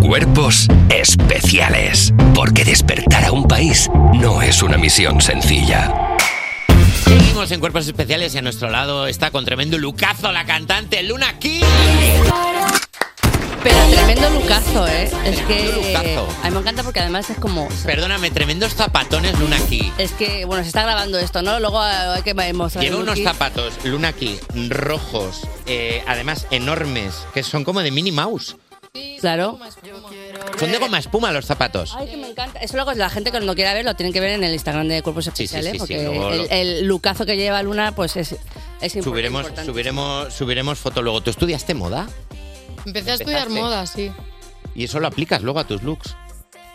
Speaker 8: Cuerpos especiales. Porque despertar a un país no es una misión sencilla.
Speaker 3: Seguimos en Cuerpos Especiales y a nuestro lado está con tremendo lucazo la cantante Luna King.
Speaker 4: Pero tremendo lucazo, ¿eh? Es que
Speaker 3: lucazo.
Speaker 4: a mí me encanta porque además es como...
Speaker 3: Perdóname, tremendos zapatones Luna King.
Speaker 4: Es que, bueno, se está grabando esto, ¿no? Luego eh, hay que mostrar...
Speaker 3: Lleva
Speaker 4: el
Speaker 3: unos
Speaker 4: lookie.
Speaker 3: zapatos Luna King rojos, eh, además enormes, que son como de Minnie Mouse.
Speaker 4: Claro.
Speaker 3: Son de goma espuma los zapatos.
Speaker 4: Ay, que me encanta. Eso luego la gente que no quiera ver lo tienen que ver en el Instagram de Cuerpos Especiales,
Speaker 3: sí, sí,
Speaker 4: porque
Speaker 3: luego lo-
Speaker 4: el, el lucazo que lleva Luna, pues es, es impor-
Speaker 3: Subiremos,
Speaker 4: importante.
Speaker 3: subiremos, subiremos foto luego. ¿Tú estudiaste moda?
Speaker 14: Empecé a estudiar
Speaker 3: Empezaste.
Speaker 14: moda, sí.
Speaker 3: Y eso lo aplicas luego a tus looks.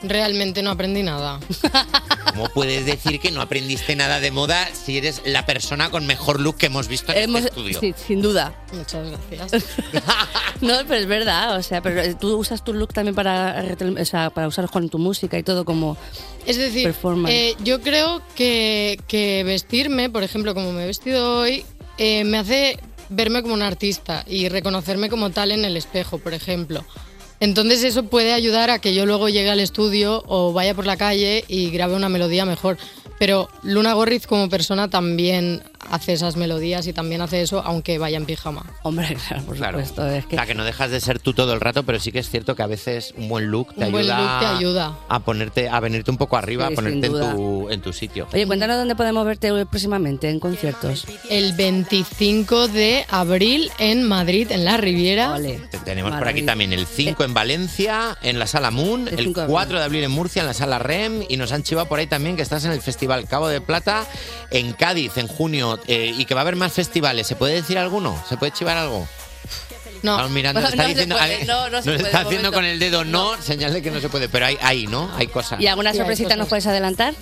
Speaker 14: Realmente no aprendí nada.
Speaker 3: ¿Cómo puedes decir que no aprendiste nada de moda si eres la persona con mejor look que hemos visto en
Speaker 4: Hemos-
Speaker 3: este estudio?
Speaker 4: sí, sin duda.
Speaker 14: Muchas gracias.
Speaker 4: No, pero es verdad, o sea, pero eh, tú usas tu look también para, retel- o sea, para usarlos con tu música y todo como...
Speaker 14: Es decir,
Speaker 4: Performance.
Speaker 14: eh, yo creo que, que vestirme, por ejemplo, como me he vestido hoy, eh, me hace verme como un artista y reconocerme como tal en el espejo, por ejemplo. Entonces eso puede ayudar a que yo luego llegue al estudio o vaya por la calle y grabe una melodía mejor. Pero Luna Gorriz como persona también hace esas melodías y también hace eso aunque vaya en pijama.
Speaker 4: Hombre, claro, por supuesto. Es
Speaker 3: O sea, que no dejas de ser tú todo el rato, pero sí que es cierto que a veces un buen look te,
Speaker 14: Un buen
Speaker 3: ayuda,
Speaker 14: look te ayuda.
Speaker 3: a ponerte, a venirte un poco arriba,
Speaker 4: Sí,
Speaker 3: a ponerte
Speaker 4: sin
Speaker 3: en
Speaker 4: duda.
Speaker 3: tu, en tu sitio.
Speaker 4: Oye, cuéntanos dónde podemos verte próximamente en conciertos.
Speaker 14: El 25 de abril en Madrid, en la Riviera.
Speaker 3: Tenemos por aquí
Speaker 14: Maravilla.
Speaker 3: también
Speaker 4: Eh.
Speaker 3: el 5 en Valencia, en la sala Moon,
Speaker 14: El
Speaker 3: el
Speaker 14: 5 de
Speaker 3: 4 de abril en Murcia, en la sala REM, y nos han chivado por ahí también que estás en el Festival Cabo de Plata, en Cádiz, en junio, eh, y que va a haber más festivales. ¿Se puede decir alguno? ¿Se puede chivar algo?
Speaker 14: No.
Speaker 3: Vamos mirando,
Speaker 4: No
Speaker 3: está
Speaker 4: se
Speaker 3: diciendo-
Speaker 4: puede,
Speaker 3: a ver,
Speaker 4: no, no se
Speaker 3: nos
Speaker 4: puede,
Speaker 3: está
Speaker 4: de
Speaker 3: haciendo
Speaker 4: momento.
Speaker 3: con el dedo no, señal de que no se puede, pero hay, hay ¿no? Hay cosas.
Speaker 4: ¿Y alguna
Speaker 14: Sí, hay
Speaker 4: sorpresita nos puedes adelantar?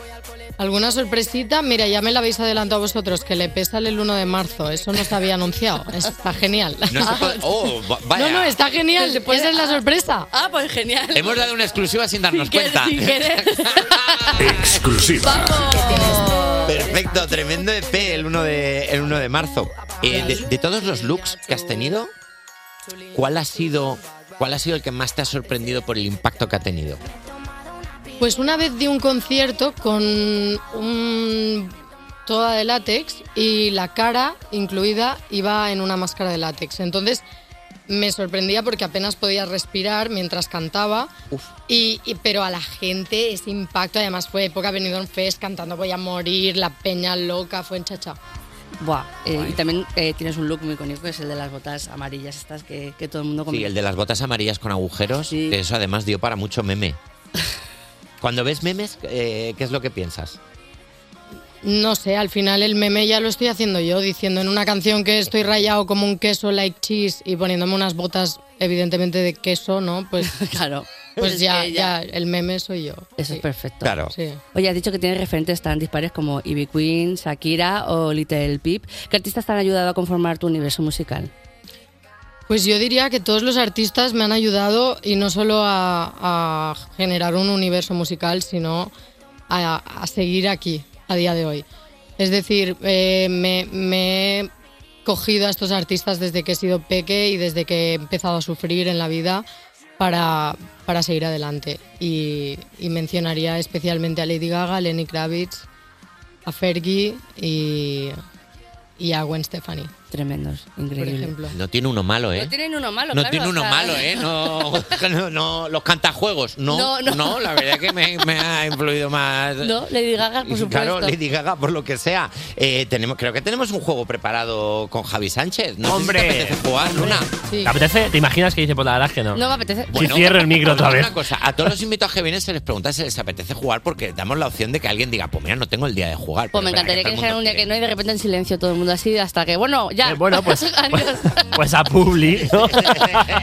Speaker 14: ¿Alguna sorpresita? Mira, ya me la habéis adelantado vosotros, que le pesa el 1 de marzo. Eso no se había anunciado. Está genial.
Speaker 3: No se puede- oh, va- vaya.
Speaker 14: No, no, está genial. Esa es la sorpresa.
Speaker 4: Pues Ah, pues genial.
Speaker 3: Hemos dado una exclusiva sin darnos cuenta.
Speaker 8: Exclusiva.
Speaker 3: Perfecto, tremendo EP el 1 de, el 1 de marzo. Eh, de, de todos los looks que has tenido, ¿cuál ha sido cuál ha sido el que más te ha sorprendido por el impacto que ha tenido?
Speaker 14: Pues una vez di un concierto con un toda de látex y la cara incluida iba en una máscara de látex. Entonces me sorprendía porque apenas podía respirar mientras cantaba. Y, y- pero a la gente ese impacto, además fue época Benidorm Fest cantando Voy a morir, la peña loca, fue en chacha.
Speaker 4: Buah, eh, y también eh, tienes un look muy icónico, que es el de las botas amarillas estas que, que todo el mundo
Speaker 3: Sí,
Speaker 4: comenta.
Speaker 3: el de las botas amarillas con agujeros, que eso además dio para mucho meme. Cuando ves memes, eh, ¿qué es lo que piensas?
Speaker 14: No sé, al final el meme ya lo estoy haciendo yo, diciendo en una canción que estoy rayado como un queso like cheese y poniéndome unas botas evidentemente de queso, ¿no? Pues
Speaker 4: claro.
Speaker 14: Pues
Speaker 4: Es
Speaker 14: ya,
Speaker 4: que
Speaker 14: ya, el meme soy yo.
Speaker 4: Eso es perfecto.
Speaker 14: Claro. Sí.
Speaker 4: Oye, has dicho que tienes referentes tan dispares como Ivy Queen, Shakira o Little Peep. ¿Qué artistas te han ayudado a conformar tu universo musical?
Speaker 14: Pues yo diría que todos los artistas me han ayudado y no solo a, a generar un universo musical, sino a, a seguir aquí a día de hoy. Es decir, eh, me, me he cogido a estos artistas desde que he sido peque y desde que he empezado a sufrir en la vida para, para seguir adelante. Y, y mencionaría especialmente a Lady Gaga, a Lenny Kravitz, a Fergie y, y a Gwen Stefani.
Speaker 4: Tremendos, increíble.
Speaker 14: ejemplo.
Speaker 3: No tiene uno malo, ¿eh?
Speaker 4: tienen uno malo,
Speaker 3: No tiene uno malo, ¿eh? No, no, no, los cantajuegos, no,
Speaker 4: No,
Speaker 3: no,
Speaker 4: no.
Speaker 3: la verdad es que me, me ha influido más.
Speaker 4: No, Lady Gaga, por supuesto.
Speaker 3: Claro, Lady Gaga, por lo que sea. Eh, tenemos, creo que tenemos un juego preparado con Javi Sánchez. No
Speaker 6: Hombre.
Speaker 3: Sé si te apetece jugar, Luna.
Speaker 6: ¿Te apetece? ¿Te imaginas que dice por la verdad es que no?
Speaker 4: No me apetece.
Speaker 6: Si cierro el micro otra vez.
Speaker 3: Una cosa, a todos los invitados que vienen se les pregunta si les apetece jugar porque damos la opción de que alguien diga, pues mira, no tengo el día de jugar.
Speaker 4: Pues
Speaker 3: pero
Speaker 4: me
Speaker 3: espera, que
Speaker 4: encantaría que
Speaker 3: todo el
Speaker 4: dijeran
Speaker 3: mundo
Speaker 4: un día que no y de repente en silencio todo el mundo así hasta que, bueno,
Speaker 11: ya.
Speaker 6: bueno, pues-
Speaker 11: Adiós.
Speaker 6: Pues a Publi, ¿no?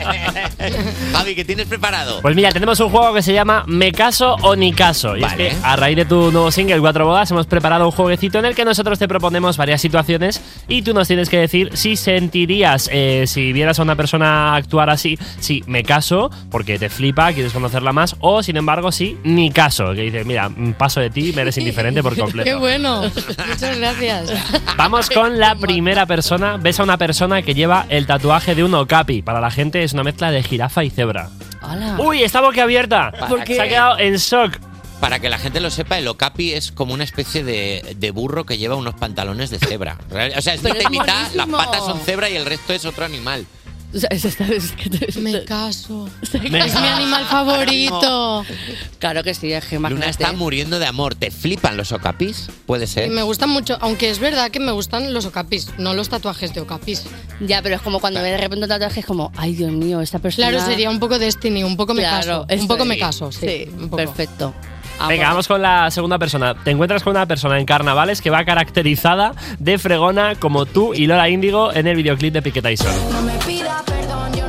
Speaker 3: Javi, ¿qué tienes preparado?
Speaker 6: Pues mira, tenemos un juego que se llama Me caso o ni caso. Y
Speaker 3: Vale.
Speaker 6: es que a raíz de tu nuevo single, Cuatro Bodas, hemos preparado un jueguecito en el que nosotros te proponemos varias situaciones y tú nos tienes que decir si sentirías, eh, si vieras a una persona actuar así, si me caso, porque te flipa, quieres conocerla más, o sin embargo, si ni caso, que dices, mira, mm, paso de ti, me eres indiferente por
Speaker 14: Qué
Speaker 6: completo.
Speaker 14: bueno. Muchas gracias.
Speaker 6: Vamos con la primera persona. Ves a una persona que lleva el tatuaje de un okapi. Para la gente es una mezcla de jirafa y cebra. Uy, está boquiabierta.
Speaker 3: ¿Por qué?
Speaker 6: Se ha quedado en shock.
Speaker 3: Para que la gente lo sepa, el okapi es como una especie de, de burro que lleva unos pantalones de cebra. Real- O sea, es
Speaker 11: Pero
Speaker 3: mitad y
Speaker 11: es
Speaker 3: mitad, las
Speaker 11: buenísimo.
Speaker 3: patas son cebra y el resto es otro animal.
Speaker 11: O sea, eso está- es que te-
Speaker 14: Me caso.
Speaker 3: Me
Speaker 14: Es mi animal favorito.
Speaker 4: Claro que sí, es que
Speaker 3: Luna está muriendo de amor. ¿Te flipan los okapis? Puede
Speaker 14: Y
Speaker 3: ser.
Speaker 14: me gustan mucho, aunque es verdad que me gustan los okapis, no los tatuajes de okapis.
Speaker 4: Ya, pero es como cuando de repente un tatuaje es como, ay Dios mío, esta persona.
Speaker 14: Claro, sería un poco Destiny, un poco me
Speaker 4: Claro,
Speaker 14: caso. Un
Speaker 4: esto
Speaker 14: poco
Speaker 4: sí.
Speaker 14: me caso, sí. un poco.
Speaker 4: Perfecto.
Speaker 6: Venga, vamos con la segunda persona. Te encuentras con una persona en carnavales que va caracterizada de fregona como tú y Lola Índigo en el videoclip de Piquet Tyson.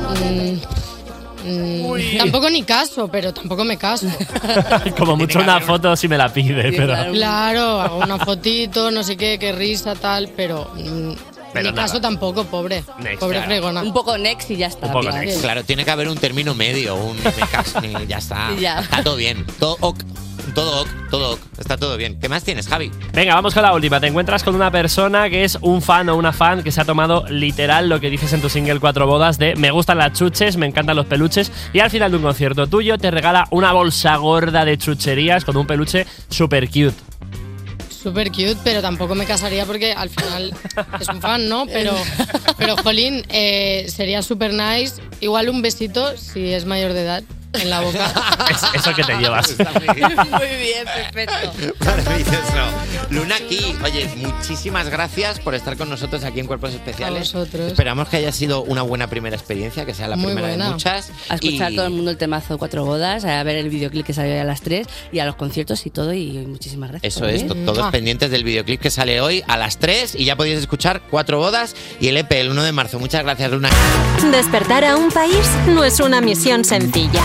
Speaker 14: Mm, tampoco ni caso, pero tampoco me caso.
Speaker 6: como mucho una foto si me la pide, pero...
Speaker 14: Claro, hago una fotito, no sé qué, qué risa, tal, pero. mm,
Speaker 3: Pero
Speaker 14: ni
Speaker 3: nada.
Speaker 14: caso tampoco, pobre.
Speaker 3: Next,
Speaker 14: pobre
Speaker 3: claro.
Speaker 14: fregona.
Speaker 4: Un poco next y ya está.
Speaker 3: Claro, Claro, tiene que haber un término medio, un me caso, ni- ya está.
Speaker 4: Ya.
Speaker 3: Está todo bien. Todo ok, todo ok, todo ok. Está todo bien. ¿Qué más tienes, Javi?
Speaker 6: Venga, vamos con la última. Te encuentras con una persona que es un fan o una fan que se ha tomado literal lo que dices en tu single Cuatro Bodas de me gustan las chuches, me encantan los peluches y al final de un concierto tuyo te regala una bolsa gorda de chucherías con un peluche super cute.
Speaker 14: Súper cute, pero tampoco me casaría porque al final es un fan, ¿no? Pero, pero jolín, eh, sería súper nice. Igual un besito si es mayor de edad en la boca.
Speaker 6: Es- eso que te llevas.
Speaker 4: Muy bien, perfecto.
Speaker 3: Maravilloso. Luna aquí. Oye, muchísimas gracias por estar con nosotros aquí en Cuerpos Especiales.
Speaker 4: A vosotros.
Speaker 3: Esperamos que haya sido una buena primera experiencia, que sea la primera de muchas.
Speaker 4: A escuchar
Speaker 3: Y-
Speaker 4: todo el mundo el temazo Cuatro Bodas, a ver el videoclip que salió ya a las 3 y a los conciertos y todo. Y muchísimas gracias.
Speaker 3: Eso
Speaker 4: por
Speaker 3: es, to-
Speaker 4: venir.
Speaker 3: todos pendientes del videoclip que sale hoy a las 3 y ya podéis escuchar Cuatro Bodas y el EP el 1 de marzo. Muchas gracias, Luna.
Speaker 2: Despertar a un país no es una misión sencilla.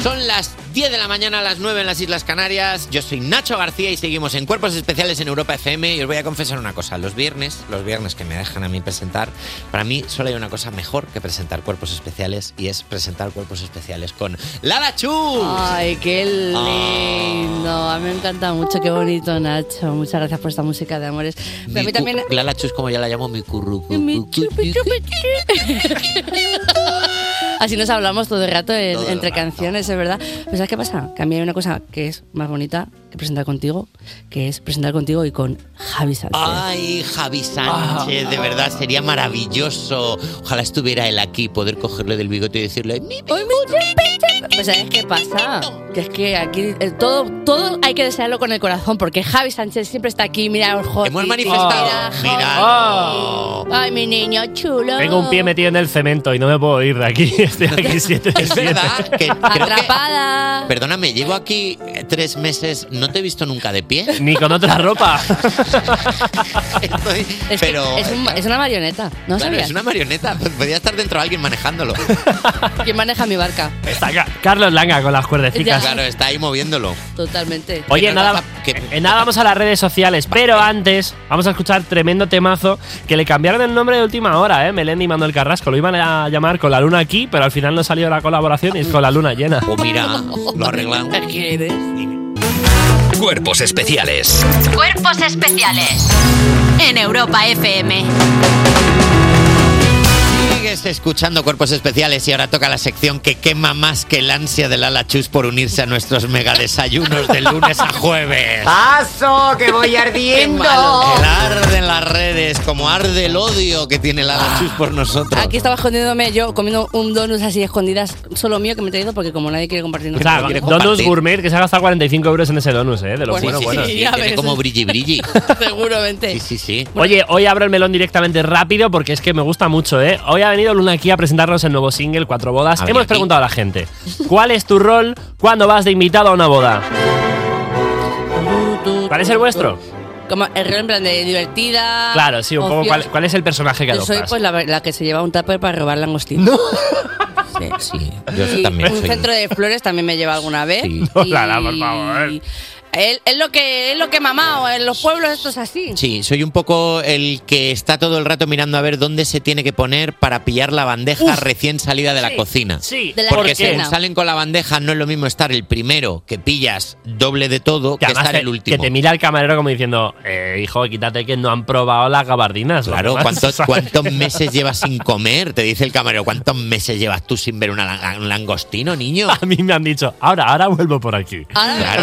Speaker 3: Son las 10 de la mañana, las 9 en las Islas Canarias. Yo soy Nacho García y seguimos en Cuerpos Especiales en Europa FM. Y os voy a confesar una cosa. Los viernes, los viernes que me dejan a mí presentar, para mí solo hay una cosa mejor que presentar Cuerpos Especiales y es presentar Cuerpos Especiales con Lala Chu.
Speaker 4: Ay, qué lindo.
Speaker 3: Ah.
Speaker 4: A mí me encanta mucho, qué bonito, Nacho. Muchas gracias por esta música de amores. Pero a mí también.
Speaker 3: Lala Chu es como ya la llamo, mi curru.
Speaker 4: Así nos hablamos todo el rato en-
Speaker 3: Todo el
Speaker 4: entre
Speaker 3: rato.
Speaker 4: canciones, es verdad. Pero ¿sabes qué pasa? Que a mí hay una cosa que es más bonita que presentar contigo, que es presentar contigo y con Javi Sánchez.
Speaker 3: Ay, Javi Sánchez, de verdad, sería maravilloso. Ojalá estuviera él aquí, poder cogerle del bigote y decirle, "Mi
Speaker 4: Pues ¿sabes qué pasa? Que es que aquí eh, todo, todo hay que desearlo con el corazón, porque Javi Sánchez siempre está aquí, mira el Jordi,
Speaker 6: Hemos manifestado.
Speaker 4: mira, Jordi.
Speaker 6: Mirad.
Speaker 4: Ay, mi niño chulo.
Speaker 6: Oh. Tengo un pie metido en el cemento y no me puedo ir de aquí. Estoy aquí siete de siete.
Speaker 4: Atrapada.
Speaker 3: Perdóname, llevo aquí eh, tres meses, no te he visto nunca de pie.
Speaker 6: Ni con otra ropa.
Speaker 4: Es, que
Speaker 3: pero
Speaker 4: es, un- es una marioneta, ¿no
Speaker 3: claro,
Speaker 4: sabías?
Speaker 3: es una marioneta, podría estar dentro alguien manejándolo.
Speaker 4: ¿Quién maneja mi barca?
Speaker 6: Está Ca- Carlos Langa con las cuerdecicas.
Speaker 3: Claro, está ahí moviéndolo.
Speaker 4: Totalmente.
Speaker 6: Oye, nada, en nada vamos a las redes sociales, pero antes vamos a escuchar tremendo temazo que le cambiaron el nombre de última hora, ¿eh? Melendi y Manuel Carrasco. Lo iban a llamar con la luna aquí, pero al final no salió la colaboración y es con la luna llena.
Speaker 3: Pues mira, lo arreglan.
Speaker 8: Cuerpos especiales.
Speaker 2: Cuerpos especiales en Europa FM.
Speaker 3: Sigues escuchando Cuerpos Especiales y ahora toca la sección que quema más que el ansia del Lala Chus por unirse a nuestros mega desayunos de lunes a jueves.
Speaker 6: Ah,
Speaker 7: ¡Paso, que voy
Speaker 3: Qué malo, que la arden las redes, como arde el odio que tiene
Speaker 6: Ah.
Speaker 3: Lala Chus por nosotros.
Speaker 4: Aquí estaba escondiéndome yo comiendo un donut así escondidas, solo mío que me he traído porque como nadie quiere compartir.
Speaker 6: O sea, Donus Gourmet que se ha gastado 45 euros en ese donus, ¿eh? De lo
Speaker 4: Pues sí,
Speaker 6: bueno,
Speaker 4: sí,
Speaker 6: bueno.
Speaker 4: sí, ya Tiene ves. ¿eh? como
Speaker 3: brilli brilli.
Speaker 4: Seguramente.
Speaker 3: Sí, sí.
Speaker 6: Oye, hoy abro el melón directamente rápido porque es que me gusta mucho, ¿eh? Hoy ha venido Luna aquí a presentarnos el nuevo single, Cuatro Bodas.
Speaker 3: Habría
Speaker 6: Hemos
Speaker 3: aquí.
Speaker 6: preguntado a la gente, ¿cuál es tu rol cuando vas de invitado a una boda? ¿Cuál es el vuestro?
Speaker 4: como el rol en plan de divertida.
Speaker 6: Claro, sí, un poco
Speaker 4: ociosa.
Speaker 6: cuál, cuál es el personaje que
Speaker 4: Yo soy
Speaker 6: adoptas.
Speaker 4: pues la, la que se lleva un tupper para robar langostino.
Speaker 6: Sí,
Speaker 3: Yo
Speaker 4: Y
Speaker 3: también
Speaker 4: un
Speaker 3: soy.
Speaker 4: centro de flores también me lleva alguna vez.
Speaker 3: No, Lala, por favor.
Speaker 4: Es es lo que es lo que he mamado, en los pueblos esto es así.
Speaker 3: Sí, soy un poco el que está todo el rato mirando a ver dónde se tiene que poner para pillar la bandeja recién salida de la
Speaker 4: Sí,
Speaker 3: cocina.
Speaker 4: sí. De la
Speaker 3: porque
Speaker 4: cocina.
Speaker 3: según salen con la bandeja no es lo mismo estar el primero que pillas doble de todo que
Speaker 6: además
Speaker 3: estar
Speaker 6: te-
Speaker 3: el último.
Speaker 6: Que te mira el camarero como diciendo, eh, hijo, quítate que no han probado las gabardinas.
Speaker 3: Claro,
Speaker 6: además,
Speaker 3: ¿cuántos,
Speaker 6: ¿sabes?
Speaker 3: cuántos meses llevas sin comer? Te dice el camarero, ¿cuántos meses llevas tú sin ver una la- un langostino, niño?
Speaker 6: A mí me han dicho, ahora, ahora vuelvo por aquí.
Speaker 3: Ah, Claro.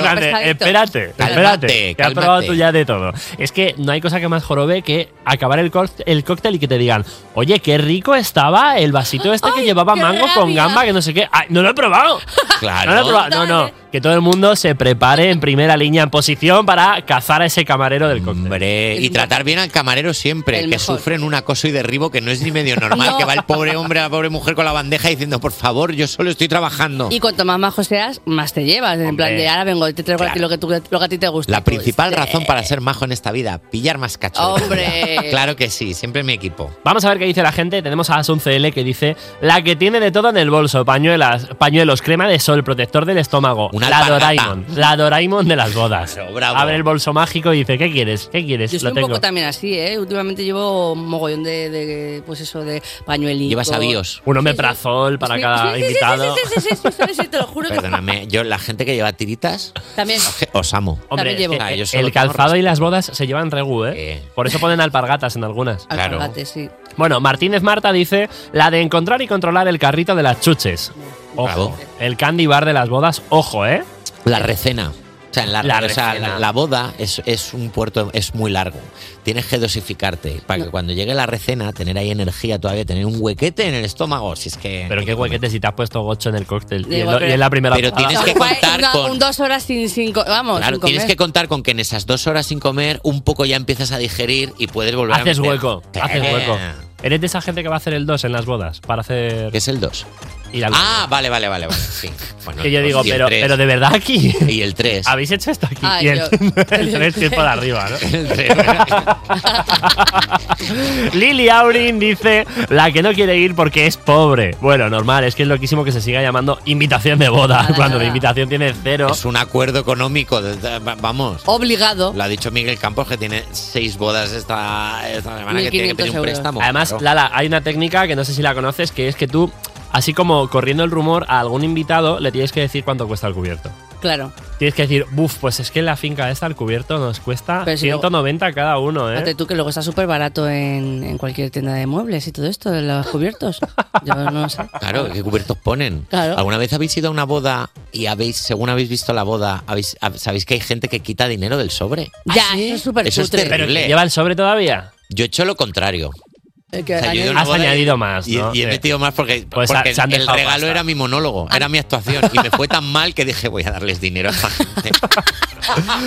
Speaker 6: En plan de,
Speaker 3: pues Pescadito.
Speaker 6: espérate,
Speaker 3: Cálmate,
Speaker 6: espérate. Que has
Speaker 3: cálmate.
Speaker 6: probado tú ya de todo. Es que no hay cosa que más jorobe que acabar el, cóct- el cóctel y que te digan, oye, qué rico estaba el vasito este que llevaba
Speaker 16: qué
Speaker 6: mango con
Speaker 16: rabia!
Speaker 6: gamba, que no sé qué. ¡Ay, no lo he probado!
Speaker 3: Claro.
Speaker 6: No, lo he probado. no, no. Que todo el mundo se prepare en primera línea, en posición para cazar a ese camarero del cóctel.
Speaker 3: Hombre, y tratar bien al camarero siempre, que sufren un acoso y derribo que no es ni medio normal, que va el pobre hombre, la pobre mujer con la bandeja diciendo, por favor, yo solo estoy trabajando.
Speaker 4: Y cuanto más majo seas, más te llevas. En plan de ahora vengo, te traigo a ti lo que, tú- lo que a ti te gusta.
Speaker 3: La principal razón para ser majo en esta vida, pillar más cachorro.
Speaker 4: eh, Hombre.
Speaker 3: Claro que sí, siempre mi equipo.
Speaker 6: Vamos a ver qué dice la gente. Tenemos a L que dice la que tiene de todo en el bolso, pañuelas, pañuelos, crema de sol, protector del estómago, la
Speaker 16: alpargata.
Speaker 6: Doraemon, la Doraemon de las bodas.
Speaker 4: bravo.
Speaker 6: Abre el bolso mágico y dice, "¿Qué quieres? ¿Qué quieres?"
Speaker 4: Yo soy
Speaker 6: Lo
Speaker 4: un
Speaker 6: tengo.
Speaker 4: poco también así, ¿eh? Últimamente llevo un mogollón de, de, pues eso, de pañuelitos.
Speaker 6: Un omeprazol para
Speaker 4: Sí,
Speaker 6: cada
Speaker 4: sí, sí, sí,
Speaker 6: invitado.
Speaker 4: Sí, sí, sí, sí, sí, sí, te lo juro que
Speaker 3: Perdóname, yo la gente que lleva tiritas,
Speaker 4: también.
Speaker 3: os amo.
Speaker 6: Hombre,
Speaker 4: También llevo.
Speaker 6: es que
Speaker 3: Ah, yo solo
Speaker 6: el
Speaker 3: tengo
Speaker 6: calzado y las bodas se llevan regu, ¿eh? Por eso ponen alpargatas en algunas.
Speaker 4: Claro. sí.
Speaker 6: Bueno, Martínez Marta dice la de encontrar y controlar el carrito de las chuches. Ojo. El candy bar de las bodas, ojo, ¿eh?
Speaker 3: La recena. O sea, en la,
Speaker 6: La
Speaker 3: o sea,
Speaker 6: recena.
Speaker 3: la- la boda Ah, es, es un puerto, es muy largo. Tienes que dosificarte para que cuando llegue la recena, tener ahí energía todavía, tener un huequete en el estómago. Si es que.
Speaker 6: Pero qué huequete si te has puesto gocho en el cóctel. Y,
Speaker 4: Da
Speaker 6: es
Speaker 4: igual,
Speaker 6: lo- y es la primera
Speaker 3: Pero tienes que
Speaker 4: Guay,
Speaker 3: contar
Speaker 4: una-
Speaker 3: con.
Speaker 4: un dos horas sin, sin co- vamos,
Speaker 3: Claro,
Speaker 4: sin comer.
Speaker 3: tienes que contar con que en esas dos horas sin comer, un poco ya empiezas a digerir y puedes volver a.
Speaker 6: Haces
Speaker 3: meter.
Speaker 6: hueco, haces
Speaker 3: Claro.
Speaker 6: hueco. ¿Eres de esa gente que va a hacer el 2 en las bodas? Para hacer.
Speaker 3: ¿Qué es el 2?
Speaker 6: Ah,
Speaker 3: vale, vale, vale, vale. Sí. Bueno,
Speaker 6: Que yo
Speaker 3: el
Speaker 6: digo,
Speaker 3: dos y el
Speaker 6: pero,
Speaker 3: tres.
Speaker 6: pero de verdad aquí.
Speaker 3: Y el 3.
Speaker 6: ¿Habéis hecho esto aquí?
Speaker 3: Ay,
Speaker 6: y el,
Speaker 3: yo-
Speaker 6: el 3 que es para arriba, ¿no?
Speaker 3: El tres,
Speaker 6: Lili Aurin dice la que no quiere ir porque es pobre. Bueno, normal, es que es loquísimo que se siga llamando invitación de boda cuando la invitación tiene cero.
Speaker 3: Es un acuerdo económico. de- de- va- Vamos.
Speaker 4: Obligado.
Speaker 3: Lo ha dicho Miguel Campos que tiene seis bodas esta, esta semana que tiene que pedir un préstamo.
Speaker 6: Además,
Speaker 3: claro.
Speaker 6: Lala, hay una técnica que no sé si la conoces, que es que tú, así como corriendo el rumor a algún invitado, le tienes que decir cuánto cuesta el cubierto.
Speaker 4: Claro.
Speaker 6: Tienes que decir, buf, pues es que en la finca esta el cubierto nos cuesta
Speaker 4: Pero si
Speaker 6: 190 cada uno,
Speaker 4: Fíjate
Speaker 6: ¿eh?
Speaker 4: tú que luego está súper barato en, en cualquier tienda de muebles y todo esto, de los cubiertos. Yo no sé.
Speaker 3: Claro, ¿qué cubiertos ponen?
Speaker 4: Claro.
Speaker 3: ¿Alguna vez habéis ido a una boda y habéis, según habéis visto la boda, habéis, hab- sabéis que hay gente que quita dinero del sobre?
Speaker 4: Ya, eso es súper
Speaker 3: Ah, Eso es
Speaker 4: cutre.
Speaker 3: terrible.
Speaker 6: ¿Lleva el sobre todavía?
Speaker 3: Yo he hecho lo contrario.
Speaker 4: Eh, que
Speaker 3: O sea, yo he ido a
Speaker 4: añade-
Speaker 3: una boda y-
Speaker 6: más,
Speaker 3: Y,
Speaker 6: ¿no?
Speaker 3: y he
Speaker 6: Sí.
Speaker 3: metido más porque,
Speaker 6: Pues
Speaker 3: porque
Speaker 6: ha- se han
Speaker 3: el
Speaker 6: dejado
Speaker 3: regalo
Speaker 6: pasta.
Speaker 3: era mi monólogo,
Speaker 4: Ah.
Speaker 3: era mi actuación. Y me fue tan mal que dije, voy a darles dinero a esta gente.
Speaker 4: A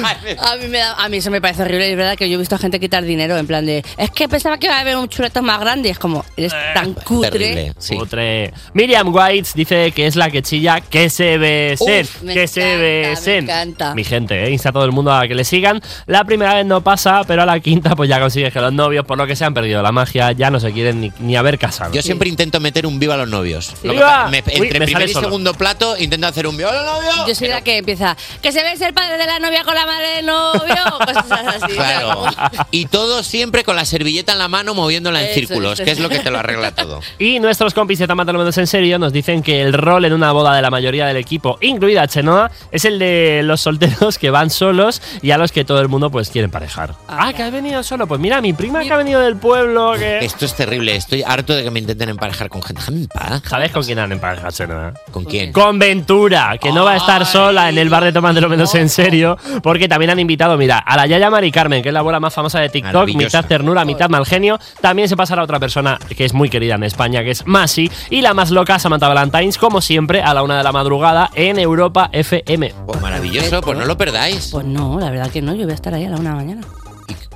Speaker 4: mí, me da- a mí eso me parece horrible. Es verdad que yo he visto a gente quitar dinero en plan de. Es que pensaba que iba a haber un chuleto más grande. Y es como, eres
Speaker 3: Eh,
Speaker 4: tan cutre.
Speaker 6: Cutre. Miriam Whites dice que es la que chilla que se besen.
Speaker 4: Uf, me
Speaker 6: que se besen.
Speaker 4: Me encanta.
Speaker 6: Mi gente, ¿eh? insta a todo el mundo a que le sigan. La primera vez no pasa, pero a la quinta pues ya consigues que los novios, por lo que se han perdido la magia, ya no se quieren ni, ni haber casado.
Speaker 3: Yo siempre intento meter un viva a los novios. Lo que
Speaker 6: ¡Viva!
Speaker 3: pasa- me-
Speaker 6: Uy,
Speaker 3: entre
Speaker 6: me sale
Speaker 3: primer y
Speaker 6: solo.
Speaker 3: segundo plato intento hacer un viva a los novios.
Speaker 4: Yo soy la que empieza. Que se bese el padre de la novia con la madre del novio. Cosas así.
Speaker 3: Claro. Y todo siempre con la servilleta en la mano moviéndola en
Speaker 4: Eso,
Speaker 3: círculos,
Speaker 4: eso.
Speaker 3: que es lo que te lo arregla todo.
Speaker 6: Y nuestros compis de Tamata Menos en Serio nos dicen que el rol en una boda de la mayoría del equipo, incluida Chenoa, es el de los solteros que van solos y a los que todo el mundo pues quiere parejar. Ah, que has venido solo. Pues mira, mi prima que ha venido del pueblo. Que...
Speaker 3: Esto es terrible, estoy harto de que me intenten emparejar con gente. Déjame en paz.
Speaker 6: ¿Sabes con quién han emparejado Chenoa?
Speaker 3: ¿Con quién?
Speaker 6: Con Ventura, que no va a estar sola en el bar de Tomás de lo menos en serio, porque también han invitado, mira, a la Yaya Mari Carmen, que es la abuela más famosa de TikTok,
Speaker 3: Maravillosa.
Speaker 6: mitad ternura, mitad mal genio. También se pasará a otra persona que es muy querida en España, que es Masi, y la más loca, Samantha Valentines, como siempre, a la una de la madrugada en Europa FM.
Speaker 3: Pues maravilloso, pues no lo perdáis.
Speaker 4: Pues no, la verdad que no. Yo voy a estar ahí a la una de la mañana.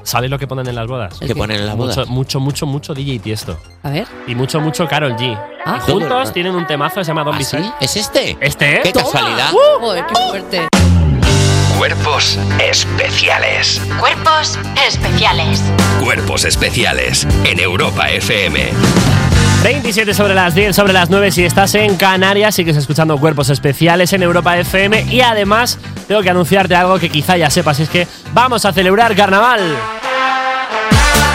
Speaker 6: ¿Sabéis lo que ponen en las bodas?
Speaker 3: ¿Qué ponen en las bodas?
Speaker 6: Mucho, mucho, mucho, mucho DJ Tiesto.
Speaker 4: A ver.
Speaker 6: Y mucho, mucho Carol G.
Speaker 4: Ah.
Speaker 6: Y juntos tienen un temazo que se llama Don
Speaker 3: ¿Ah, sí? ¿Es este?
Speaker 6: Este, ¿eh?
Speaker 3: ¡Qué casualidad!
Speaker 4: Joder, qué fuerte.
Speaker 8: Cuerpos especiales.
Speaker 2: Cuerpos especiales.
Speaker 8: Cuerpos especiales en Europa FM.
Speaker 6: 27 sobre las 10, sobre las 9 si estás en Canarias, sigues escuchando Cuerpos Especiales en Europa FM y además tengo que anunciarte algo que quizá ya sepas, es que vamos a celebrar carnaval.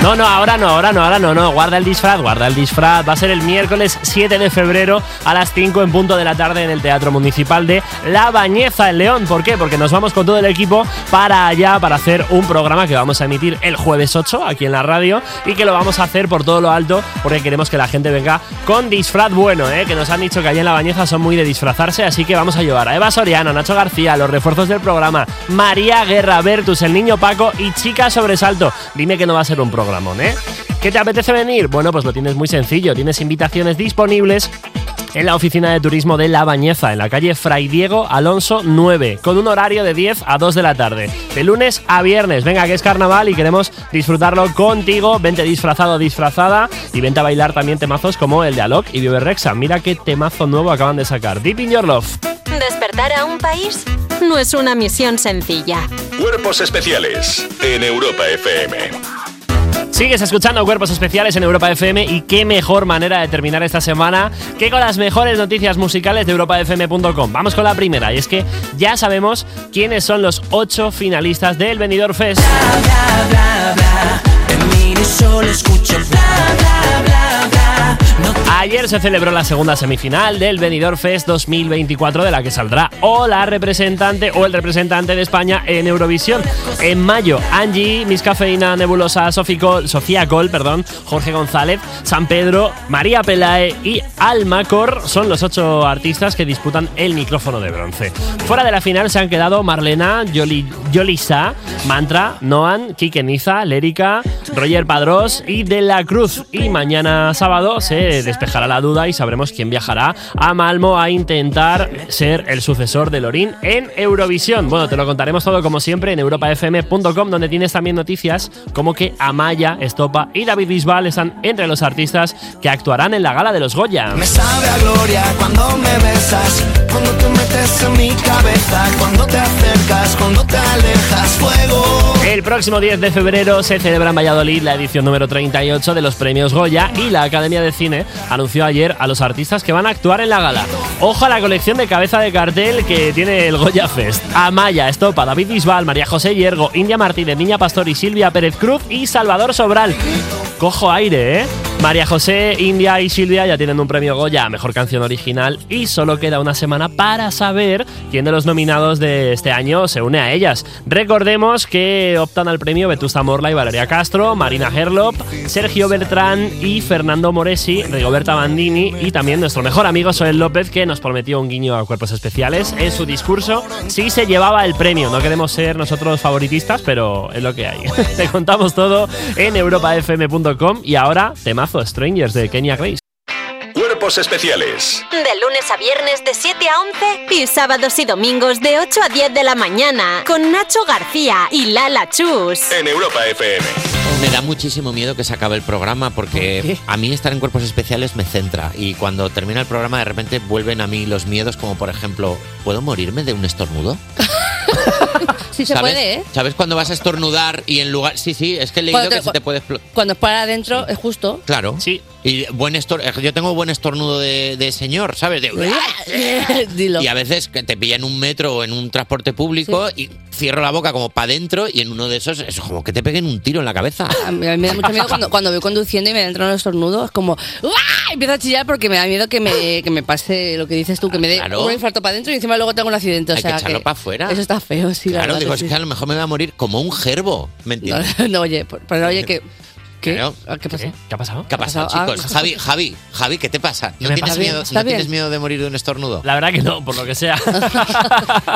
Speaker 6: No, no, ahora no, ahora no, ahora no, no, guarda el disfraz, guarda el disfraz, va a ser el miércoles 7 de febrero a las 5 en punto de la tarde en el Teatro Municipal de La Bañeza en León. ¿Por qué? Porque nos vamos con todo el equipo para allá para hacer un programa que vamos a emitir el jueves 8 aquí en la radio y que lo vamos a hacer por todo lo alto porque queremos que la gente venga con disfraz bueno, ¿eh? que nos han dicho que allá en La Bañeza son muy de disfrazarse, así que vamos a llevar a Eva Soriano, Nacho García, los refuerzos del programa, María Guerra Bertus, el niño Paco y Chica Sobresalto. Dime que no va a ser un programón, ¿eh? ¿Qué te apetece venir? Bueno, pues lo tienes muy sencillo, tienes invitaciones disponibles en la oficina de turismo de La Bañeza, en la calle Fray Diego Alonso 9, con un horario de 10 a 2 de la tarde, de lunes a viernes. Venga, que es carnaval y queremos disfrutarlo contigo. Vente disfrazado, disfrazada y vente a bailar también temazos como el de Alok y Vive Rexa. Mira qué temazo nuevo acaban de sacar. Deep in Your Love.
Speaker 2: Despertar a un país no es una misión sencilla.
Speaker 19: Cuerpos especiales en Europa FM.
Speaker 6: Sigues escuchando Cuerpos Especiales en Europa FM y qué mejor manera de terminar esta semana que con las mejores noticias musicales de europafm.com. Vamos con la primera y es que ya sabemos quiénes son los ocho finalistas del Benidorm Fest. Ayer se celebró la segunda semifinal del Benidorm Fest 2024, de la que saldrá o la representante o el representante de España en Eurovisión. En mayo, Angie, Miss Cafeína, Nebulosa, Sophie Col- Sofía Col, perdón, Jorge González, San Pedro, María Pelae y Almacor son los ocho artistas que disputan el micrófono de bronce. Fuera de la final se han quedado Marlena, Yoli- Yolisa, Mantra, Noan, Kike Niza, Lérica, Roger Padrós y De la Cruz. Y mañana sábado se despejará la duda y sabremos quién viajará a Malmo a intentar ser el sucesor de Lorín en Eurovisión. Bueno, te lo contaremos todo como siempre en europafm.com, donde tienes también noticias como que Amaya, Estopa y David Bisbal están entre los artistas que actuarán en la gala de los Goya.
Speaker 7: Me sabe a gloria cuando me besas, cuando te metes en mi cabeza, cuando te acercas, cuando te alejas, fuego.
Speaker 6: El próximo 10 de febrero se celebra en Valladolid la edición número 38 de los premios Goya y la Academia de Cine anunció ayer a los artistas que van a actuar en la gala. Ojo a la colección de cabeza de cartel que tiene el Goya Fest. Amaya, Estopa, David Bisbal, María José Yergo, India Martínez, Niña Pastor y Silvia Pérez Cruz y Salvador Sobral. Cojo aire, ¿eh? María José, India y Silvia ya tienen un premio Goya a Mejor Canción Original y solo queda una semana para saber quién de los nominados de este año se une a ellas. Recordemos que optan al premio Vetusta Morla y Valeria Castro, Marina Herlop, Sergio Bertrán y Fernando Moresi, Rigoberta Bandini y también nuestro mejor amigo Soel López que nos prometió un guiño a cuerpos especiales en su discurso si se llevaba el premio. No queremos ser nosotros favoritistas, pero es lo que hay. Te contamos todo en europafm.com y ahora temazo Strangers de Kenya Grace.
Speaker 19: Cuerpos especiales
Speaker 2: De lunes a viernes de 7 a 11 y sábados y domingos de 8 a 10 de la mañana con Nacho García y Lala Chus.
Speaker 19: en Europa FM.
Speaker 3: Me da muchísimo miedo que se acabe el programa porque a mí estar en cuerpos especiales me centra y cuando termina el programa de repente vuelven a mí los miedos como por ejemplo, ¿puedo morirme de un estornudo?
Speaker 4: Sí se
Speaker 3: ¿Sabes?
Speaker 4: puede, ¿eh?
Speaker 3: ¿Sabes cuando vas a estornudar y en lugar... Sí, sí, es que he leído
Speaker 4: Cuando te-
Speaker 3: que se te puede... explo-
Speaker 4: Cuando es para adentro, es justo.
Speaker 3: Claro. Sí. Y buen estor... eh, Yo tengo buen estornudo de, de señor, ¿sabes? De... ¡Ah!
Speaker 4: Dilo.
Speaker 3: Y a veces que te pilla en un metro o en un transporte público y cierro la boca como para adentro y en uno de esos es como que te peguen un tiro en la cabeza.
Speaker 4: A mí, a mí me da mucho miedo cuando, cuando voy conduciendo y me entran los estornudos, es como ¡Uah! empiezo a chillar porque me da miedo que me, que me pase lo que dices tú, que me dé
Speaker 3: Claro.
Speaker 4: un infarto para adentro y encima luego tengo un accidente. O
Speaker 3: Hay que
Speaker 4: sea,
Speaker 3: echarlo para afuera.
Speaker 4: Eso está feo, sí, la
Speaker 3: Claro,
Speaker 4: verdad
Speaker 3: digo,
Speaker 4: que
Speaker 3: es
Speaker 4: sí.
Speaker 3: que a lo mejor me voy a morir como un gerbo. ¿Me entiendes?
Speaker 4: No, no, oye, por- pero oye que... ¿Qué? ¿Qué pasó?
Speaker 6: ¿Qué ha pasado?
Speaker 3: ¿Qué ha pasado,
Speaker 4: pasado? Ah.
Speaker 3: chicos? Javi, Javi, Javi, ¿qué te pasa? ¿No,
Speaker 6: me
Speaker 3: tienes,
Speaker 6: pasa?
Speaker 3: miedo,
Speaker 6: ¿Está
Speaker 3: ¿no
Speaker 6: bien?
Speaker 3: tienes miedo de morir de un estornudo?
Speaker 6: La verdad que no, por lo que sea.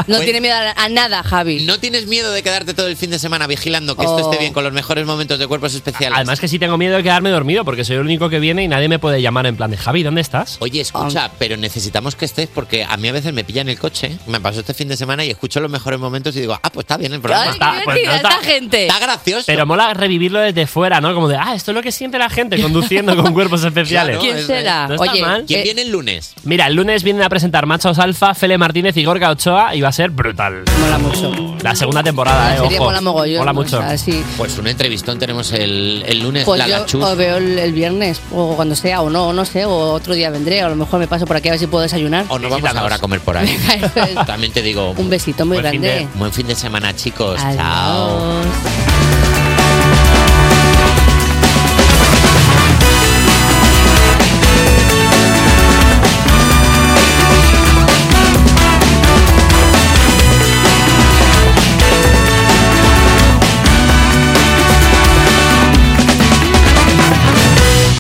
Speaker 4: No tiene miedo a, a nada, Javi.
Speaker 3: ¿No tienes miedo de quedarte todo el fin de semana vigilando que
Speaker 4: Oh.
Speaker 3: esto esté bien con los mejores momentos de cuerpos especiales?
Speaker 6: Además que sí tengo miedo de quedarme dormido porque soy el único que viene y nadie me puede llamar en plan de Javi, ¿dónde estás?
Speaker 3: Oye, escucha, pero necesitamos que estés porque a mí a veces me pillan el coche. Me pasó este fin de semana y escucho los mejores momentos y digo, ah, pues está bien el programa.
Speaker 4: Ay, qué divertida esta gente.
Speaker 3: Está gracioso.
Speaker 6: Pero mola revivirlo desde fuera, ¿no? Como de, ah, esto es lo que siente la gente conduciendo con cuerpos especiales.
Speaker 4: ¿Quién será?
Speaker 6: No está
Speaker 4: Oye,
Speaker 6: mal.
Speaker 4: ¿quién eh,
Speaker 3: viene el lunes?
Speaker 6: Mira, el lunes vienen a presentar Machos Alfa, Fele Martínez y Gorka Ochoa y va a ser brutal.
Speaker 4: Mola mucho.
Speaker 6: La segunda temporada, eh,
Speaker 4: Sería
Speaker 6: ojo.
Speaker 4: mola mogollón,
Speaker 6: Mola
Speaker 4: ¿no?
Speaker 6: mucho.
Speaker 4: O sea, sí.
Speaker 3: Pues un entrevistón tenemos el, el lunes,
Speaker 4: Pues
Speaker 3: ¿eh? la
Speaker 4: yo
Speaker 3: Lachuz.
Speaker 4: os veo el, el viernes, o cuando sea, o no, no sé, o otro día vendré, a lo mejor me paso por aquí a ver si puedo desayunar.
Speaker 3: O no vamos ahora a comer por ahí. También te digo.
Speaker 4: Un besito muy
Speaker 3: buen fin
Speaker 4: grande.
Speaker 3: de- buen fin de semana, chicos.
Speaker 4: Adiós.
Speaker 3: Chao.